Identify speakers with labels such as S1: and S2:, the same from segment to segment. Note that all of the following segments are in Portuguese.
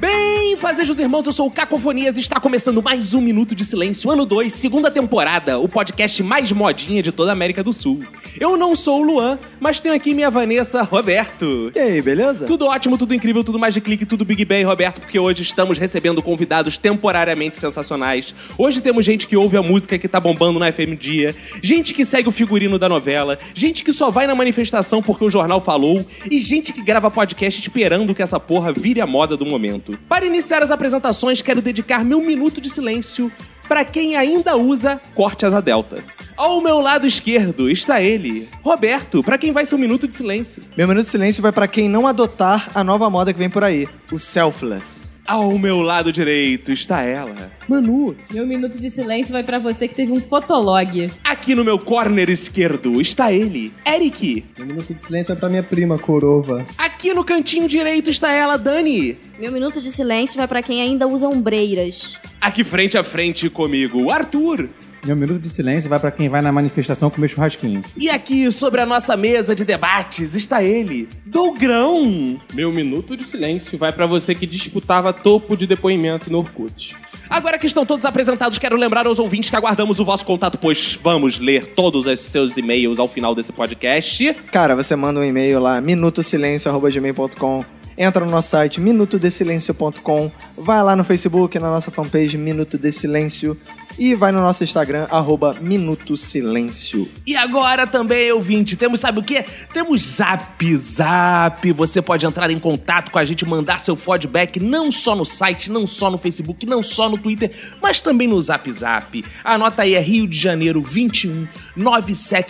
S1: Bem, fazejos irmãos, eu sou o Cacofonias e está começando mais um Minuto de Silêncio, ano 2, segunda temporada, o podcast mais modinha de toda a América do Sul. Eu não sou o Luan, mas tenho aqui minha Vanessa Roberto.
S2: E aí, beleza?
S1: Tudo ótimo, tudo incrível, tudo mais de clique, tudo Big Bang, Roberto, porque hoje estamos recebendo convidados temporariamente sensacionais. Hoje temos gente que ouve a música que tá bombando na FM Dia, gente que segue o figurino da novela, gente que só vai na manifestação porque o jornal falou e gente que grava podcast esperando que essa porra vire a moda do momento. Para iniciar as apresentações, quero dedicar meu minuto de silêncio para quem ainda usa corte asa delta. Ao meu lado esquerdo está ele, Roberto, para quem vai ser um minuto de silêncio.
S2: Meu minuto de silêncio vai pra quem não adotar a nova moda que vem por aí, o selfless.
S1: Ao meu lado direito está ela, Manu.
S3: Meu minuto de silêncio vai pra você que teve um fotolog.
S1: Aqui no meu corner esquerdo está ele, Eric.
S4: Um minuto de silêncio é pra minha prima, Corova.
S1: Aqui no cantinho direito está ela, Dani.
S5: Meu minuto de silêncio vai pra quem ainda usa ombreiras.
S1: Aqui frente a frente comigo, Arthur.
S6: Meu minuto de silêncio vai pra quem vai na manifestação comer churrasquinho.
S1: E aqui sobre a nossa mesa de debates está ele, Dougrão.
S7: Meu minuto de silêncio vai pra você que disputava topo de depoimento no Orkut.
S1: Agora que estão todos apresentados, quero lembrar aos ouvintes que aguardamos o vosso contato, pois vamos ler todos os seus e-mails ao final desse podcast.
S2: Cara, você manda um e-mail lá, minutosilencio.gmail.com, entra no nosso site minutodesilencio.com, vai lá no Facebook, na nossa fanpage Minuto de Silêncio e vai no nosso Instagram, arroba Minuto Silêncio.
S1: E agora também, é ouvinte, temos, sabe o quê? Temos Zap Zap. Você pode entrar em contato com a gente, mandar seu feedback não só no site, não só no Facebook, não só no Twitter, mas também no Zap Zap. Anota aí, é Rio de Janeiro 21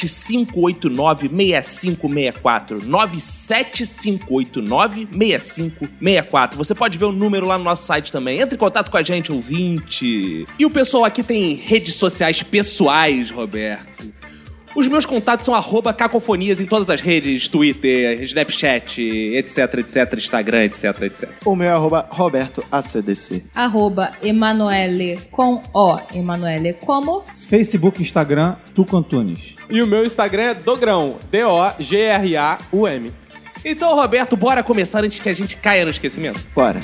S1: 97589 6564. 97589 6564. Você pode ver o número lá no nosso site também. Entre em contato com a gente, ouvinte. E o pessoal aqui tem redes sociais pessoais, Roberto. Os meus contatos são arroba cacofonias em todas as redes, Twitter, Snapchat, etc, etc, Instagram, etc, etc.
S2: O meu é arroba Roberto ACDC.
S3: Arroba Emanuele com O. Emanuele como?
S6: Facebook, Instagram, Tuco Antunes.
S7: E o meu Instagram é Dogrão, D-O-G-R-A-U-M.
S1: Então, Roberto, bora começar antes que a gente caia no esquecimento.
S2: Bora.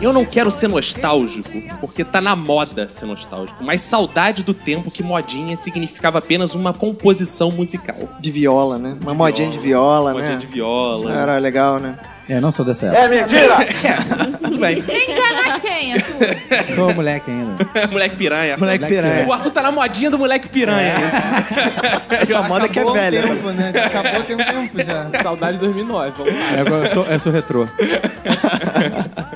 S1: Eu não quero ser nostálgico, porque tá na moda ser nostálgico, mas saudade do tempo que modinha significava apenas uma composição musical.
S2: De viola, né? Uma modinha de viola,
S1: Modinha
S2: né?
S1: de viola.
S2: Era legal, né?
S6: É, não sou dessa época.
S1: Tudo bem.
S3: Quem engana quem, Arthur?
S4: É.
S6: Sou moleque ainda.
S1: moleque piranha.
S2: Moleque piranha. É.
S1: O Arthur tá na modinha do moleque piranha.
S2: Essa moda que é
S4: Acabou
S2: velha.
S4: o tempo, né? Acabou tem um tempo já.
S7: Saudade de 2009, vamos lá.
S6: É, agora eu, sou, eu sou retrô.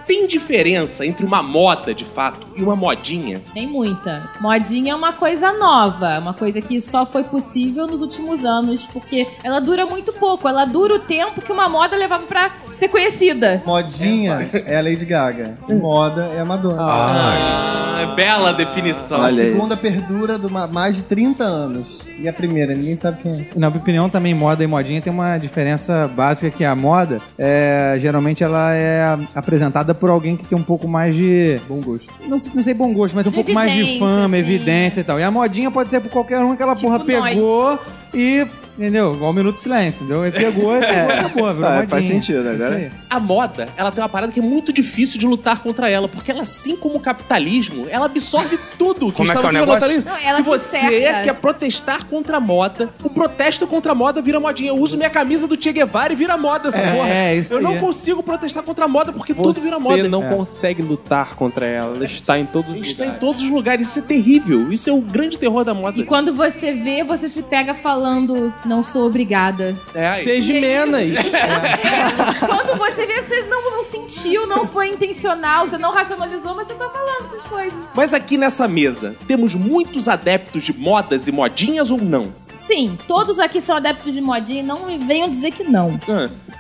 S1: Tem diferença entre uma moda, de fato, e uma modinha?
S3: Tem muita. Modinha é uma coisa nova, uma coisa que só foi possível nos últimos anos, porque ela dura muito pouco, ela dura o tempo que uma moda levava pra ser conhecida.
S4: Modinha é a Lady Gaga. Moda é a Madonna.
S1: Ah, bela definição.
S4: a
S2: olha aí.
S4: segunda perdura de uma- mais de 30 anos. E a primeira, ninguém sabe quem é.
S6: Na minha opinião, também moda e modinha tem uma diferença básica que a moda, é, geralmente ela é apresentada por alguém que tem um pouco mais de... Bom gosto. Não, sei- não sei bom gosto, mas tem
S3: De
S6: um pouco mais de
S3: evidência,
S6: fama,
S3: assim.
S6: evidência e tal. E a modinha pode ser por qualquer um que ela
S3: Tipo
S6: porra
S3: nós.
S6: pegou e Entendeu? Igual o Minuto de Silêncio, entendeu? Ele pegou, ele pegou, acabou, virou
S2: Ah,
S6: modinha. É
S2: faz sentido, agora-
S6: Isso aí.
S1: A moda, ela tem uma parada que é muito difícil de lutar contra ela, porque ela, assim como o capitalismo, ela absorve tudo que
S8: Como é que
S1: está
S8: é o
S1: no
S8: negócio?
S1: capitalismo.
S3: Não, ela
S1: Se
S3: te
S1: você
S3: cerca.
S1: quer protestar contra a moda, o protesto contra a moda vira modinha. Eu uso minha camisa do Che Guevara e vira moda essa
S6: É,
S1: porra.
S6: é, isso
S1: Eu não
S6: aí.
S1: consigo protestar contra a moda porque tudo vira moda.
S7: Você não
S6: É.
S7: consegue lutar contra ela. Ela está em todos os
S1: Isso está em
S7: lugares.
S1: todos os lugares. Isso é terrível. Isso é o grande terror da moda.
S3: E quando você vê, você se pega falando, não sou obrigada.
S1: É,
S7: Seja menos.
S3: É. Quando você vê, você não, não sentiu, não foi intencional, você não racionalizou, mas você tá falando essas coisas.
S1: Mas aqui nessa mesa, temos muitos adeptos de modas e modinhas ou não?
S3: Sim, todos aqui são adeptos de modinha e não me venham dizer que não.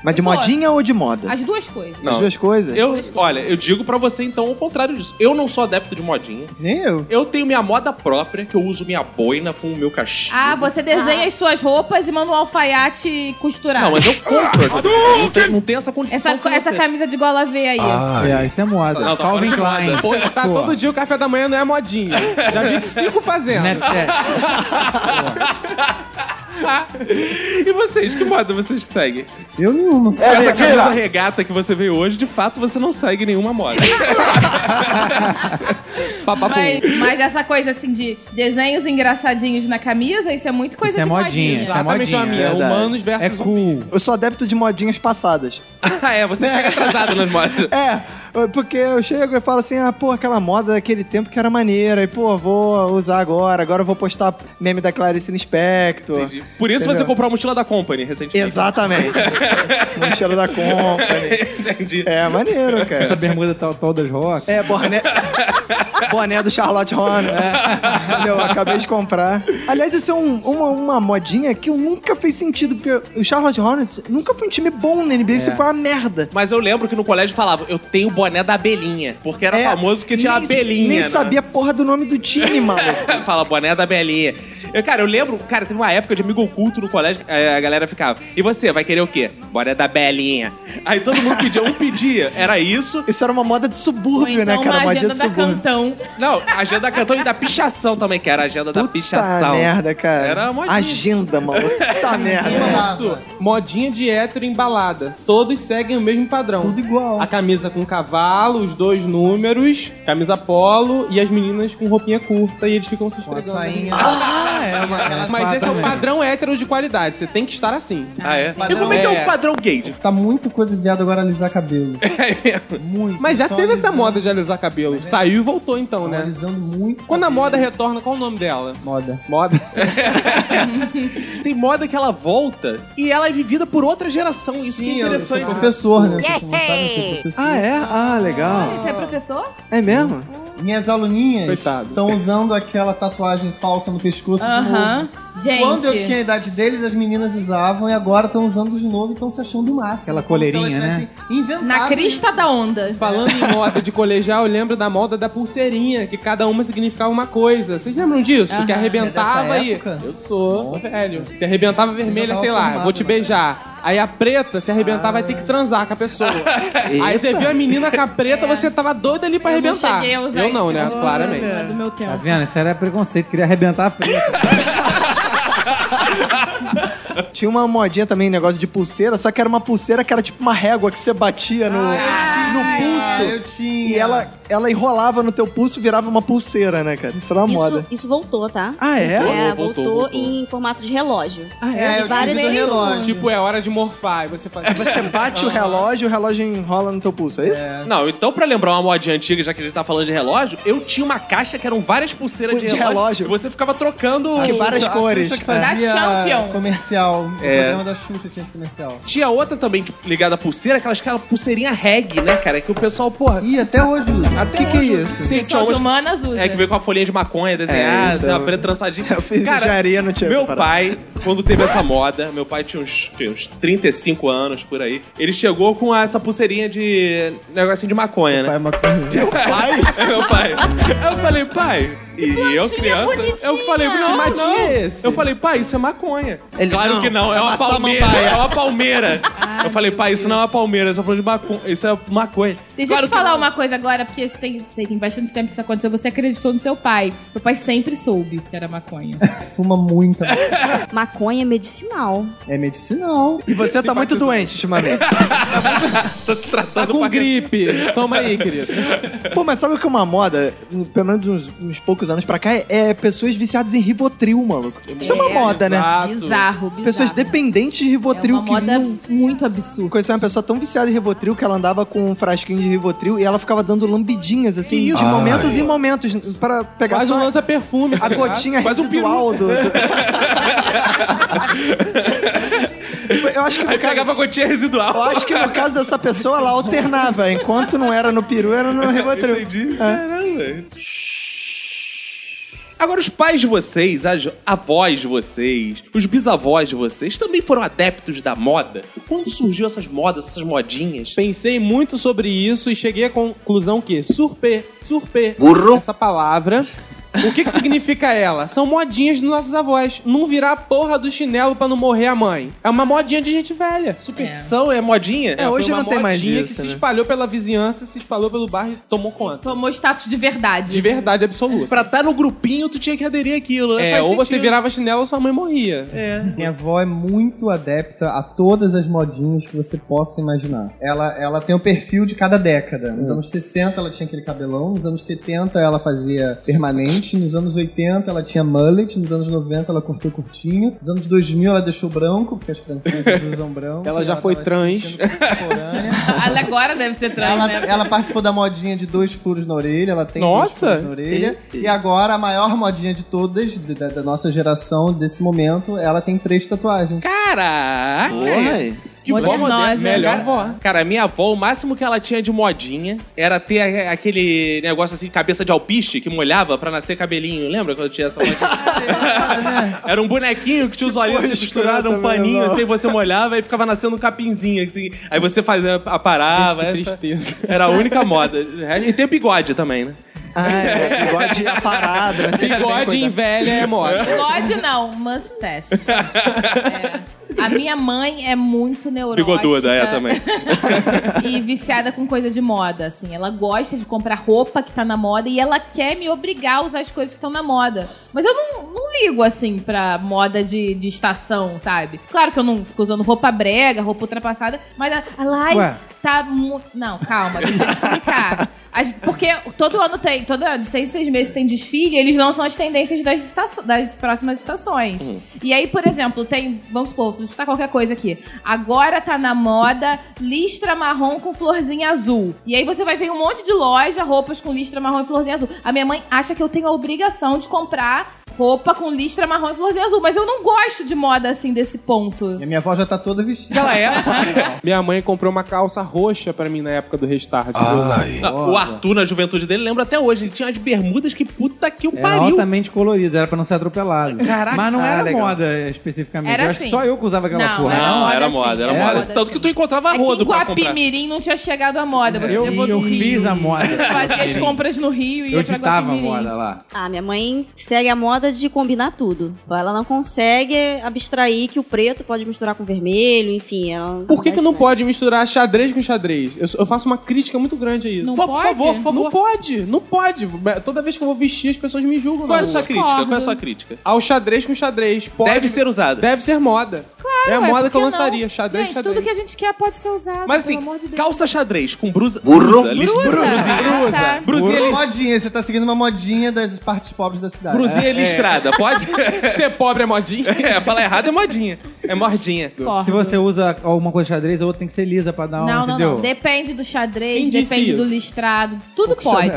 S2: Mas de
S3: Pô.
S2: modinha ou de moda?
S3: As duas coisas.
S2: As duas coisas?
S1: Eu, olha, eu digo pra você então o contrário disso. Eu não sou adepto de modinha.
S4: Nem eu.
S1: Eu tenho minha moda própria, que eu uso minha boina, fumo meu cachimbo.
S3: Ah, você desenha as suas roupas e manda um alfaiate costurar.
S1: Não, mas eu compro. Eu não, tenho, não tenho essa condição.
S3: Essa,
S1: com
S3: essa
S1: você.
S3: camisa de gola V aí. ó.
S6: É, isso é moda.
S1: Não, tá
S6: Calvin
S1: fora de moda.
S6: Klein.
S7: Postar
S6: Pô.
S7: tá todo dia o café da manhã não é modinha. Já vi que cinco fazendo.
S6: Snapchat.
S1: Ah. E vocês, que moda vocês seguem?
S4: Eu nenhuma.
S6: É
S1: Com essa camisa regata que você veio hoje, de fato você não segue nenhuma moda.
S7: Papapum.
S3: Mas, mas essa coisa assim de desenhos engraçadinhos na camisa, isso é muito coisa
S6: Isso é
S3: de
S6: modinha,
S3: modinha.
S6: isso é
S7: Exatamente
S6: modinha,
S7: a minha.
S2: verdade.
S7: Humanos versus
S6: É cool.
S2: Eu sou adepto de modinhas passadas.
S1: ah, é, você chega atrasado nas modas.
S2: É, porque eu chego e falo assim, ah, pô, aquela moda daquele tempo que era maneira, e pô, vou usar agora, agora eu vou postar meme da Clarice Lispector.
S1: Entendi. Por isso você
S2: Entendeu?
S1: comprou a mochila da Company recentemente.
S2: Exatamente. Mochila da Company.
S1: Entendi.
S2: É, maneiro,
S6: Essa
S2: cara.
S6: bermuda tal, tal das rocas.
S2: É, boné... boné do Charlotte Hornets. Eu acabei de comprar. Aliás, isso é um- uma, uma modinha que eu nunca fez sentido, porque o Charlotte Hornets nunca foi um time bom na NBA, isso foi uma merda.
S1: Mas eu lembro que no colégio falava, eu tenho o boné da abelhinha. Porque era
S2: É,
S1: famoso porque tinha a
S2: nem-
S1: abelhinha.
S2: Nem
S1: né?
S2: sabia a porra do nome do time, maluco.
S1: Fala, boné da Belinha. Eu, cara, eu lembro, cara, teve uma época de amigo oculto no colégio, eh, a, a galera ficava, e você, vai querer o quê? Boné da Belinha. Aí todo mundo pedia, um pedia, era isso.
S2: Isso era uma moda de
S3: Ou
S2: subúrbio,
S3: então
S2: né, cara?
S3: uma
S2: Modinha
S3: agenda
S2: de
S3: da
S2: subúrbio.
S3: Cantão.
S1: Não, a agenda da cantão e da pichação também, que era a agenda da
S2: Puta
S1: pichação.
S2: merda, cara.
S1: Era uma agenda.
S2: Agenda, maluco. Puta merda.
S7: Isso. Modinha de hétero embalada. Todos seguem o mesmo padrão.
S4: Tudo igual.
S7: A camisa com cavalo, os dois números, camisa polo e as meninas com roupinha curta e eles ficam se
S4: Uma
S7: esfregando.
S4: sainha.
S2: Ah, é, mano.
S7: Mas esse é o
S6: né? Exatamente.
S7: padrão hétero de qualidade. Você tem que estar assim.
S1: Ah, é? E
S4: Padrão.
S1: como é que é o
S7: É.
S1: padrão gay?
S4: Tá muito coisa de viado agora alisar cabelo. Muito.
S7: Mas já
S4: Tô
S7: teve essa
S4: alisando-
S7: moda de alisar
S4: Tá
S7: cabelo. Saiu e voltou
S4: tô
S7: então, né?
S4: Alisando muito.
S7: Quando a
S4: cabelo.
S7: moda retorna, qual o nome dela?
S4: Moda.
S7: Moda.
S1: Tem moda que ela volta e ela é vivida por outra geração. Isso que é
S4: eu sou
S1: interessante.
S4: professor, né? Vocês não sabem, eu sou professor.
S2: Ah, é? Ah, legal.
S3: Você é professor?
S2: É mesmo?
S4: Minhas aluninhas
S7: Coitado.
S4: estão usando aquela tatuagem falsa no pescoço de novo.
S3: Aham. Gente.
S4: Quando eu tinha a idade deles, as meninas usavam e agora estão usando de novo e estão se achando o máximo. Então,
S6: Aquela
S4: Como se elas
S6: coleirinha, né?
S4: tivessem Inventado
S3: Na crista
S4: isso.
S3: da onda.
S7: Falando em
S4: Ah,
S7: moda de colegial, eu lembro da moda da pulseirinha, que cada uma significava uma coisa. Vocês lembram disso?
S3: Aham.
S7: Que arrebentava
S4: Você é
S7: e.
S4: dessa época?
S7: Eu sou, tô velho. Se arrebentava vermelha,
S4: tava
S7: sei lá,
S4: formado,
S7: vou te
S4: né?
S7: beijar. Aí a preta se arrebentar, vai ter que transar com a pessoa. Aí você viu a menina com a preta, você tava doida ali pra
S3: eu não
S7: arrebentar.
S3: cheguei a usar
S7: eu não,
S3: esse
S7: né?
S3: tipo de coisa
S7: Claramente.
S3: do meu
S6: Tá
S3: tempo.
S6: vendo? Isso era preconceito, queria arrebentar a preta.
S2: Tinha uma modinha também, negócio de pulseira, só que era uma pulseira que era tipo uma régua que você batia no,
S1: é.
S2: no
S4: Ah,
S2: pulso.
S4: eu tinha.
S2: E ela, ela enrolava no teu pulso e virava uma pulseira, né, cara? Isso era uma moda.
S5: Isso, isso voltou, tá?
S2: Ah, é?
S5: É,
S1: Voltou,
S5: voltou,
S1: voltou.
S5: em formato de relógio.
S4: É, eu tive
S5: Várias
S4: do
S5: vezes.
S4: relógio.
S7: Tipo, é hora de morfar. E você
S6: É,
S7: faz.
S6: tá
S2: Você bate o relógio, o relógio enrola no teu pulso, é isso?
S1: Não, então pra lembrar uma modinha antiga, já que a gente tá falando de relógio, eu tinha uma caixa que eram várias pulseiras de,
S2: De relógio.
S1: E você ficava trocando.
S2: Que várias
S4: A
S2: cores.
S4: Xuxa que
S3: Da
S4: fazia
S3: Champion.
S4: comercial.
S1: É.
S4: O programa da Xuxa tinha esse comercial.
S1: Tinha outra também tipo, ligada à pulseira, aquelas, aquela pulseirinha reg, né, cara? Que o pessoal, porra.
S4: Ih, até hoje usa.
S2: O que, que é isso?
S1: Tem, tinha
S3: Pessoal de
S1: umas-
S3: humanas usa.
S1: É, que veio com a folhinha de maconha desenhada,
S2: É, isso,
S1: uma
S2: eu-
S1: preta trançadinha.
S2: Eu fiz
S1: Cara,
S2: engenharia, não tinha
S1: Meu
S2: preparado.
S1: pai, quando teve essa moda, meu pai tinha uns, tinha uns 35 anos por aí, ele chegou com essa pulseirinha de negocinho de maconha, né?
S2: É.
S4: Vai, É uma coisa.
S1: pai? É meu pai. Eu falei, pai. E eu criança. Eu falei,
S3: bonitinha.
S1: não,
S7: Que
S1: não.
S7: matinho é esse?
S1: Eu falei, pai, isso é maconha.
S2: Ele,
S1: claro
S2: não,
S1: que não, é
S2: é
S1: uma,
S2: uma
S1: palmeira.
S2: samambaia.
S1: É uma palmeira. eu falei, pai, isso não é uma palmeira, isso é uma maconha. Isso é maconha.
S3: Deixa
S1: claro
S3: eu te
S1: que
S3: falar
S1: não.
S3: uma coisa agora, porque você tem, tem bastante tempo que isso aconteceu. Você acreditou no seu pai. Seu pai sempre soube que era maconha.
S4: Fuma muita.
S5: Maconha, maconha é medicinal.
S4: É medicinal.
S2: E você tá muito doente ultimamente.
S1: Tô se
S7: Tá
S1: tratando
S7: com
S1: pra-
S7: gripe. Toma aí, querido.
S2: Pô, mas sabe o que é uma moda, pelo menos uns, uns poucos anos pra cá, é- é pessoas viciadas em Rivotril, mano. Isso é uma
S3: É,
S2: moda, né?
S7: Exato.
S3: Bizarro, bizarro.
S2: Pessoas dependentes de Rivotril
S3: É uma
S2: que
S3: moda
S2: não-
S3: muito absurda.
S2: Conheci uma pessoa tão viciada em Rivotril que ela andava com um frasquinho de Rivotril e ela ficava dando lambidinhas, assim, de momentos em momentos, pra pegar
S7: Quase
S2: É só
S7: um lança-perfume.
S2: a gotinha
S1: Quase um
S2: residual do... do- Eu acho que
S1: Aí
S2: no caso,
S1: pegava a gotinha residual.
S2: eu acho que no caso dessa pessoa, ela alternava. Enquanto não era no peru, era no Rivotril.
S1: Entendi. Caramba. Agora, os pais de vocês, as avós de vocês, os bisavós de vocês também foram adeptos da moda? Quando surgiu essas modas, essas modinhas?
S7: Pensei muito sobre isso e cheguei à conclusão que surpê, surpê, burro, essa palavra. O que que significa ela? São modinhas dos nossos avós. Não virar a porra do chinelo pra não morrer a mãe. É uma modinha de gente velha.
S1: Superstição é, modinha?
S7: É,
S2: hoje
S7: foi uma
S2: não tem mais
S7: modinha
S2: isso,
S7: que
S2: né?
S7: se espalhou pela vizinhança, se espalhou pelo bairro e tomou conta.
S3: Tomou status de verdade.
S7: De verdade absoluta.
S1: Pra estar no grupinho, tu tinha que aderir àquilo.
S7: É,
S1: né? Faz
S7: ou você
S1: sentido.
S7: virava chinelo ou sua mãe morria.
S4: Minha avó é muito adepta a todas as modinhas que você possa imaginar. Ela, ela tem o perfil de cada década.
S7: Hum.
S4: Nos anos 60 ela tinha aquele cabelão, nos anos 70 ela fazia permanente, nos anos 80 ela tinha mullet, nos anos 90 ela cortou curtinho, nos anos 2000 ela deixou branco, porque as francesas usam branco.
S7: Ela já foi
S4: tava se
S7: trans.
S4: sentindo contemporânea.
S3: Ela agora deve ser trans,
S4: Ela,
S3: né?
S4: ela participou da modinha de dois furos na orelha, ela tem
S7: Nossa!
S4: dois furos na orelha. E agora, a maior modinha de todas, da, da nossa geração, desse momento, ela tem três tatuagens.
S1: Caraca!
S2: Porra, é. aí.
S1: Que vó
S3: Modernosa.
S1: moderna.
S3: Melhor
S1: cara, Cara, minha avó, o máximo que ela tinha de modinha era ter a- aquele negócio assim, cabeça de alpiste, que molhava pra nascer cabelinho. Lembra quando tinha essa modinha? era um bonequinho que tinha os olhinhos assim, costurados, um paninho, assim, você molhava e ficava nascendo um capinzinho, assim. Aí você fazia, aparava.
S7: Gente, que
S1: essa-
S7: tristeza.
S1: Era a única moda. E tem bigode também, né?
S2: Ah, é, bigode a parada, né? Sempre
S7: Bigode
S2: tem
S7: em
S2: coisa-
S7: velha é moda.
S3: Bigode não, mustache. É. A minha mãe é muito neurótica.
S1: Bigoduda, é, também.
S3: e viciada com coisa de moda, assim. Ela gosta de comprar roupa que tá na moda e ela quer me obrigar a usar as coisas que estão na moda. Mas eu não, não ligo, assim, pra moda de, de estação, sabe? Claro que eu não fico usando roupa brega, roupa ultrapassada, mas ela, ela ai,
S6: Ué.
S3: tá muito... Não, calma, deixa eu explicar. As- porque todo ano tem, todo ano, de seis em seis meses tem desfile, eles lançam as tendências das, estaço- das próximas estações. E aí, por exemplo, tem, vamos supor, vou chutar qualquer coisa aqui. Agora tá na moda listra marrom com florzinha azul. E aí você vai ver um monte de loja, roupas com listra marrom e florzinha azul. A minha mãe acha que eu tenho a obrigação de comprar roupa com listra marrom e florzinha azul, mas eu não gosto de moda assim desse ponto.
S4: E a minha avó já tá toda vestida.
S1: Ela é.
S7: Minha mãe comprou uma calça roxa pra mim na época do restart.
S9: Ai,
S1: Não, o Arthur, na juventude dele, lembra até hoje. Ele tinha as bermudas que puta que o
S7: É
S6: Era
S1: pariu.
S6: É altamente colorido, era pra não ser atropelado.
S1: Caraca.
S6: Mas não
S2: Ah,
S6: era
S2: legal.
S6: moda especificamente.
S3: Era
S6: eu acho que
S3: assim.
S6: só eu que usava aquela
S3: Não,
S6: porra.
S3: era
S1: Não, era
S3: moda,
S1: moda,
S3: sim.
S1: era
S6: Era,
S1: moda. assim. Tanto
S3: sim.
S1: que tu encontrava
S3: É que
S1: rodo
S3: em
S1: pra comprar.
S3: Guapimirim não tinha chegado a moda. Você
S6: Eu,
S3: levou
S6: eu
S3: no Rio.
S6: fiz a moda.
S3: Você fazia as compras no Rio e
S6: Eu
S3: ia pra
S6: ditava a
S3: Guapimirim.
S6: moda lá.
S5: Ah, minha mãe segue a moda de combinar tudo. Ela não consegue abstrair que o preto pode misturar com o vermelho, enfim. Ela
S7: Por que, que não pode misturar xadrez com xadrez? Eu, sou- eu faço uma crítica muito grande a isso.
S3: Não
S7: Pô,
S3: pode?
S7: Por favor, por favor. Não pode, não pode. É, Toda vez que eu vou vestir, as pessoas me julgam.
S1: Qual é a
S7: na
S1: sua
S7: rua.
S1: crítica? Qual é a sua crítica?
S7: Ao xadrez com xadrez. Pode,
S1: Deve ser usada.
S7: Deve ser moda. Claro, é a
S3: Ué,
S7: moda
S3: por
S7: que eu
S3: não?
S7: lançaria. Xadrez,
S3: Gente,
S7: xadrez.
S3: tudo que a gente quer pode ser usado,
S1: Mas assim,
S3: pelo amor de Deus.
S1: calça xadrez com brusa. Burro. Brusa,
S3: Brusa,
S1: lis- brusinha.
S3: ah, tá.
S1: Brusinha, li-
S4: Modinha, você tá seguindo uma modinha das partes pobres da cidade.
S1: brusinha listrada, pode?
S7: Ser pobre é modinha.
S1: é, falar errado é modinha. É mordinha.
S3: Corda.
S6: Se você usa alguma coisa de xadrez, a outra tem que ser lisa pra dar uma,
S3: Não, não,
S6: entendeu?
S3: não. Depende do xadrez,
S7: Quem disse
S3: depende do
S7: isso?
S3: listrado. Tudo pode.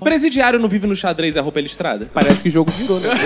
S1: Presidiário não vive no xadrez e a roupa é listrada?
S7: Parece que o jogo virou, né?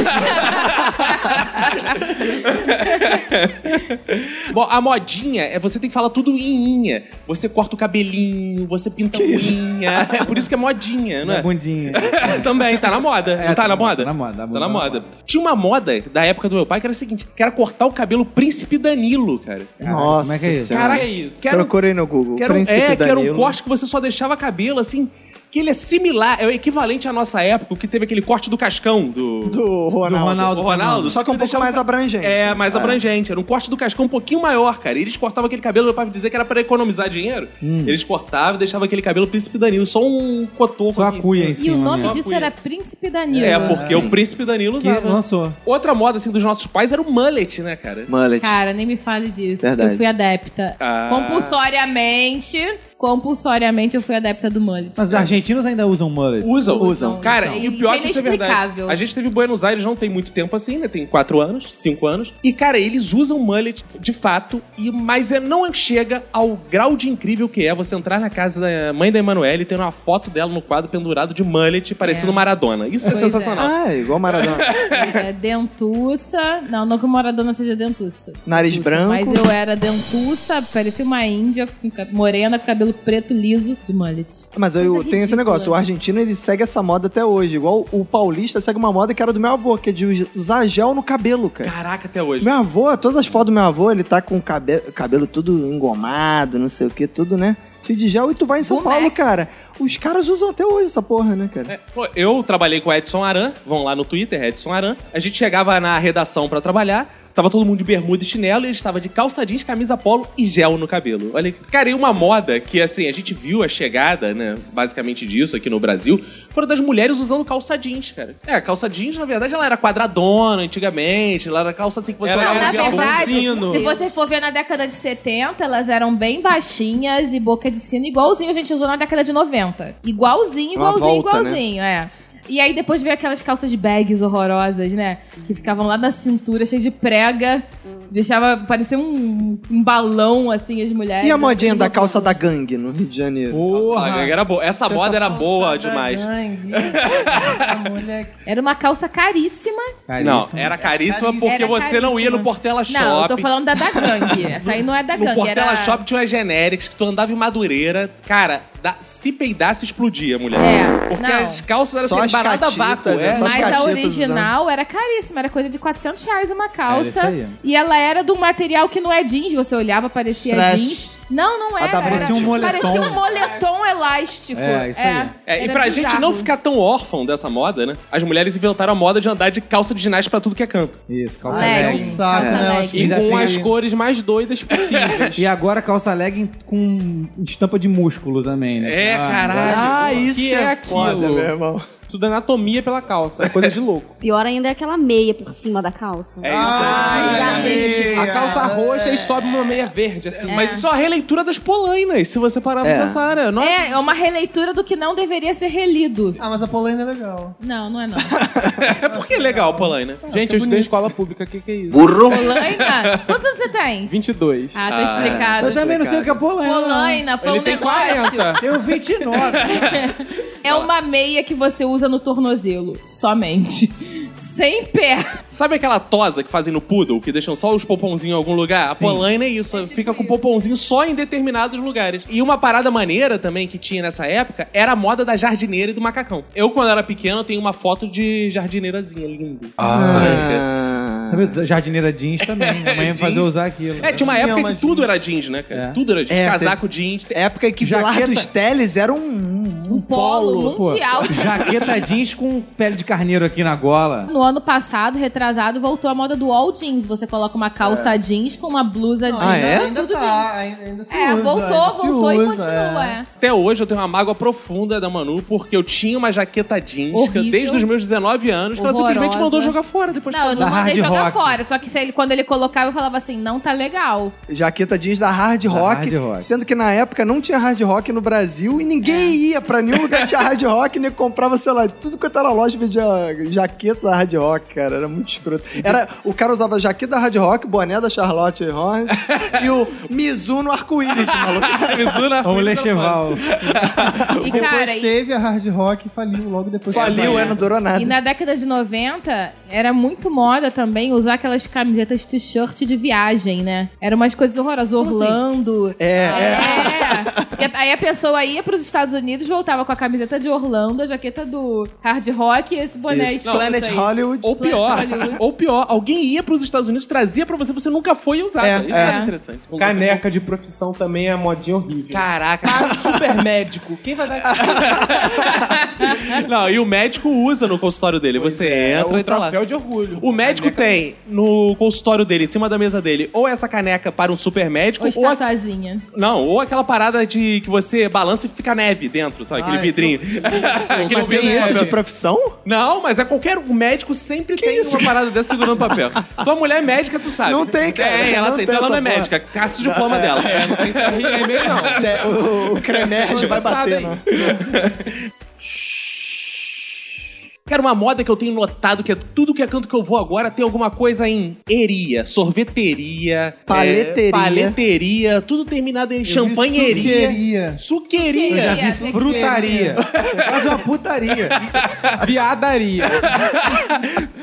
S1: Bom, a modinha é você tem que falar tudo em inha. Você corta o cabelinho, você pinta a unha. É por isso que é modinha, não
S6: Na
S1: é?
S6: bundinha.
S1: Também, tá na moda.
S6: É,
S1: não tá,
S6: tá
S1: na
S6: na
S1: moda?
S6: moda, tá na
S1: Tá na
S6: moda.
S1: moda. Tinha uma moda da época do meu pai que era o seguinte: que era cortar o cabelo Príncipe Danilo, cara.
S6: Caraca,
S2: Nossa
S6: como é que é isso?
S2: Senhora.
S1: Caraca, que era um-
S2: Procurei no Google.
S1: que era um-
S2: Príncipe
S1: é, que era um
S2: Danilo.
S1: corte que você só deixava cabelo assim. que ele é similar, é o equivalente à nossa época, que teve aquele corte do cascão do,
S2: Do Ronaldo.
S1: O Ronaldo.
S2: Só que é um
S1: Eles
S2: pouco
S1: deixavam
S2: mais
S1: ca-
S2: abrangente. Ah.
S1: É, mais abrangente. Era um corte do cascão um pouquinho maior, cara. Eles cortavam aquele cabelo pra dizer que era pra economizar dinheiro. Eles cortavam e deixavam aquele cabelo Príncipe Danilo. Só um cotoco
S6: Só a
S1: aqui em
S6: cuia
S1: cima.
S6: em
S3: E
S6: cima. né?
S3: o nome
S6: mesmo.
S1: Só
S3: disso
S1: punha.
S3: era Príncipe Danilo.
S1: É, porque o Príncipe Danilo
S6: Que
S1: usava.
S6: lançou.
S1: Outra moda, assim, dos nossos pais era o mullet, né, cara?
S2: Mullet.
S3: Cara, nem me fale disso.
S2: Verdade.
S3: Eu fui adepta.
S1: Ah.
S3: Compulsoriamente, compulsoriamente eu fui adepta do mullet.
S6: Mas os argentinos ainda usam mullet.
S1: Usam.
S2: Usam.
S1: Cara,
S3: Usam.
S1: e o pior é que isso é verdade.
S3: Inexplicável.
S1: A gente teve em Buenos Aires não tem muito tempo assim, né? Tem quatro anos, cinco anos. E, cara, eles usam mullet de fato, e mas é, não chega ao grau de incrível que é você entrar na casa da mãe da Emanuele e ter uma foto dela no quadro pendurado de mullet parecendo
S3: É.
S1: Maradona. Isso é
S3: Pois é.
S1: sensacional.
S2: Ah, igual Maradona.
S3: Mas é dentuça. Não, não que o morador não seja dentuça.
S2: Nariz
S3: Dentuça.
S2: branco.
S3: Mas eu era dentuça, parecia uma índia com ca- morena, com cabelo preto liso de mullet.
S2: Mas é né? eu
S3: Coisa
S2: tenho esse
S3: ridícula.
S2: negócio. O argentino, ele segue essa moda até hoje. Igual o paulista segue uma moda que era do meu avô, que é de usar gel no cabelo, cara.
S1: Caraca, até hoje.
S2: Meu avô, todas as fotos do meu avô, ele tá com o cabelo, cabelo tudo engomado, não sei o que, tudo, né? Fio de gel. E tu vai em São
S3: Gumex.
S2: Paulo, cara. Os caras usam até hoje essa porra, né, cara?
S1: Pô, Eu trabalhei com o Edson Aran, vão lá no Twitter, Edson Aran. A gente chegava na redação pra trabalhar, tava todo mundo de bermuda e chinelo, e ele estava de calça jeans, camisa polo e gel no cabelo. Olha, que- cara, e uma moda que, assim, a gente viu a chegada, né, basicamente disso aqui no Brasil, foram das mulheres usando calça jeans, cara. É, a calça jeans, na verdade, ela era quadradona antigamente, ela era calça assim que você
S7: Ela
S3: Não,
S7: era
S3: na
S7: um violão
S3: verdade,
S7: sino.
S3: se você for ver na década de 70, elas eram bem baixinhas e boca de sino, igualzinho a gente usou na década de 90. Igualzinho,
S2: Uma
S3: igualzinho,
S2: volta, né?
S3: igualzinho, é. E aí depois veio aquelas calças bags horrorosas, né? Que ficavam lá na cintura, cheia de prega, deixava parecer um, um balão, assim, as mulheres.
S2: E a modinha da
S3: Elas-
S2: calça da gangue no Rio de Janeiro?
S1: Porra. Era boa. Essa, moda era boa demais.
S6: né?
S3: Era uma calça caríssima.
S1: Não, era caríssima porque
S3: Era
S1: você não ia
S3: caríssima.
S1: no Portela Shopping.
S3: Não, eu tô falando da da gangue. Essa aí não é da
S1: No
S3: gangue,
S1: Portela
S3: era...
S1: Shop tinha umas genéricas que tu andava em Madureira. Cara, da, se peidasse, explodia, mulher.
S3: É,
S1: Porque
S3: não.
S1: as calças eram
S2: Só
S1: assim,
S2: as
S1: barata a
S2: catitas,
S1: vácuo.
S2: é,
S1: é.
S2: só as
S3: Mas a
S2: catitas
S3: original era caríssima, era coisa de 400 reais uma calça.
S6: Era isso aí.
S3: E ela era de um material que não é jeans, você olhava,
S4: É.
S3: parecia
S2: Trash.
S3: jeans. Não, não era.
S2: da
S3: era-
S2: Parecia um
S6: moletom.
S3: parecia um moletom elástico.
S6: É, isso aí.
S1: É, e
S3: era
S1: pra gente não
S3: bizarro.
S1: ficar tão órfão dessa moda, né? As mulheres inventaram a moda de andar de calça de ginástica pra tudo que é canto.
S6: Isso, calça
S3: Legging,
S6: legging.
S4: saco,
S3: calça
S4: né?
S3: legging.
S7: E
S6: Ainda
S7: com
S6: tem
S7: as
S6: aí.
S7: cores mais doidas possíveis.
S6: E agora calça legging com estampa de músculo também, né?
S1: É, caralho.
S7: Ah, isso
S2: que
S7: é, aquilo.
S2: irmão.
S7: Tudo anatomia pela calça. É coisa de louco.
S5: Pior ainda é aquela meia por cima da calça.
S1: É isso aí.
S7: A calça roxa e sobe uma meia verde, assim.
S1: Mas isso é a releitura das polainas, se você parar pra
S2: É.
S1: pensar, né? Nossa,
S3: É, é uma releitura do que não deveria ser relido.
S4: Ah, mas a Polônia é legal.
S3: Não, não é não.
S1: é porque é legal polaina.
S7: Gente, eu estudei em escola pública, o que, que é isso?
S3: Polaina, quantos anos você tem?
S7: 22.
S3: Ah, tá explicado.
S6: Eu também não sei o que é polênia.
S3: Polaina, foi
S7: Ele
S3: um
S7: tem
S3: negócio.
S7: 40.
S6: Eu 29.
S3: É uma meia que você usa no tornozelo, somente. Sem pé.
S1: Sabe aquela tosa que fazem no poodle, que deixam só os pomponzinhos em algum lugar? A
S6: Sim.
S1: polaina é isso, fica com o pomponzinho só em determinados lugares. E uma parada maneira também que tinha nessa época era a moda da jardineira e do macacão. Eu, quando era pequeno, tenho uma foto de jardineirazinha linda.
S2: Ah.
S6: Também usa- Jardineira jeans também. né? Minha mãe
S1: Jeans.
S6: fazia eu usar aquilo.
S1: É, tinha uma
S4: Tinha
S1: época
S4: uma
S1: que tudo era jeans, né, cara?
S6: É.
S1: Tudo era jeans.
S2: É,
S1: Casaco jeans.
S2: Época em que Vilar dos Teles era um, um, um polo.
S3: Polo mundial.
S6: Jaqueta jeans com pele de carneiro aqui na gola.
S3: No ano passado, retrasado, voltou a moda do all jeans. Você coloca uma calça jeans com uma blusa jeans.
S2: Ah, é?
S4: É. Ainda
S3: Tudo
S4: tá, ainda, ainda se
S3: jeans. É,
S4: usa. ainda
S3: voltou,
S4: se
S3: voltou e
S4: usa,
S3: continua.
S4: é.
S3: É.
S1: Até hoje eu tenho uma mágoa profunda da Manu, porque eu tinha uma jaqueta jeans que eu-
S3: Horrível.
S1: desde os meus 19 anos, que ela
S3: Horrorosa.
S1: simplesmente mandou jogar fora depois
S3: Não, eu
S1: que
S3: não
S6: Da
S3: mandei
S6: Hard
S3: jogar
S6: Rock.
S3: fora. Só que se ele- quando ele colocava, eu falava assim, não tá legal.
S2: Jaqueta jeans da hard rock,
S6: Hard Rock.
S2: Sendo que na época não tinha hard rock no Brasil e ninguém
S3: É.
S2: ia pra nenhum lugar que tinha hard rock, nem comprava, sei lá, tudo quanto era loja vendia jaqueta da hard rock, cara. Era muito escroto. Era, o cara usava jaqueta da hard rock, boné da Charlotte Horn e o Mizuno arco-íris, maluco.
S1: Mizuna,
S6: Ou um lecheval.
S3: E,
S4: Depois
S3: cara, e-
S4: teve a hard rock e faliu logo depois.
S2: Faliu, é, não durou nada.
S3: E na década de 90, era muito moda também usar aquelas camisetas t-shirt de viagem, né? Eram umas coisas horrorosas. Orlando.
S2: É,
S3: É. Porque aí a pessoa ia pros Estados Unidos, voltava com a camiseta de Orlando, a jaqueta do Hard Rock e esse boné
S2: Isso.
S3: escroto
S2: Planet
S3: Né, aí.
S2: Hollywood.
S1: Ou pior,
S3: Hollywood.
S1: ou pior, alguém ia pros Estados Unidos, trazia pra você, você nunca foi usado.
S2: É,
S1: Isso
S2: é.
S1: era interessante.
S7: Caneca de profissão também é modinha horrível.
S1: Caraca. um
S7: Cara, super médico. Quem vai dar
S1: Não, e o médico usa no consultório dele.
S2: é,
S1: Você entra
S7: um
S1: e tá lá.
S7: troféu de orgulho?
S1: O médico tem no consultório dele, em cima da mesa dele, ou essa caneca para um super médico,
S3: Ou
S1: ou, a-
S3: estatuazinha.
S1: não, ou aquela parada de que você balança e fica neve dentro, sabe? Aquele
S4: Ai,
S1: vidrinho. Aquele
S2: Mas tem
S1: vidro-
S2: isso de profissão?
S1: Não, mas é qualquer um médico sempre tem uma parada dessa segurando papel. Tua mulher é médica, tu sabe.
S2: Não tem, cara.
S1: Tem, ela
S2: Não
S1: tem.
S2: tem
S1: Então ela não é
S2: essa porra.
S1: médica. Caça o diploma dela. É, não tem
S2: Isso é- o, o Cremerge vai bater, né?
S1: Cara, uma moda que eu tenho notado que é tudo que é canto que eu vou agora tem alguma coisa em eria, sorveteria,
S2: Paleteria.
S1: é, paleteria, tudo terminado em champanheria,
S4: Queria.
S1: suqueria.
S3: Já vi
S4: Queria.
S6: Frutaria. Faz uma putaria.
S7: Viadaria.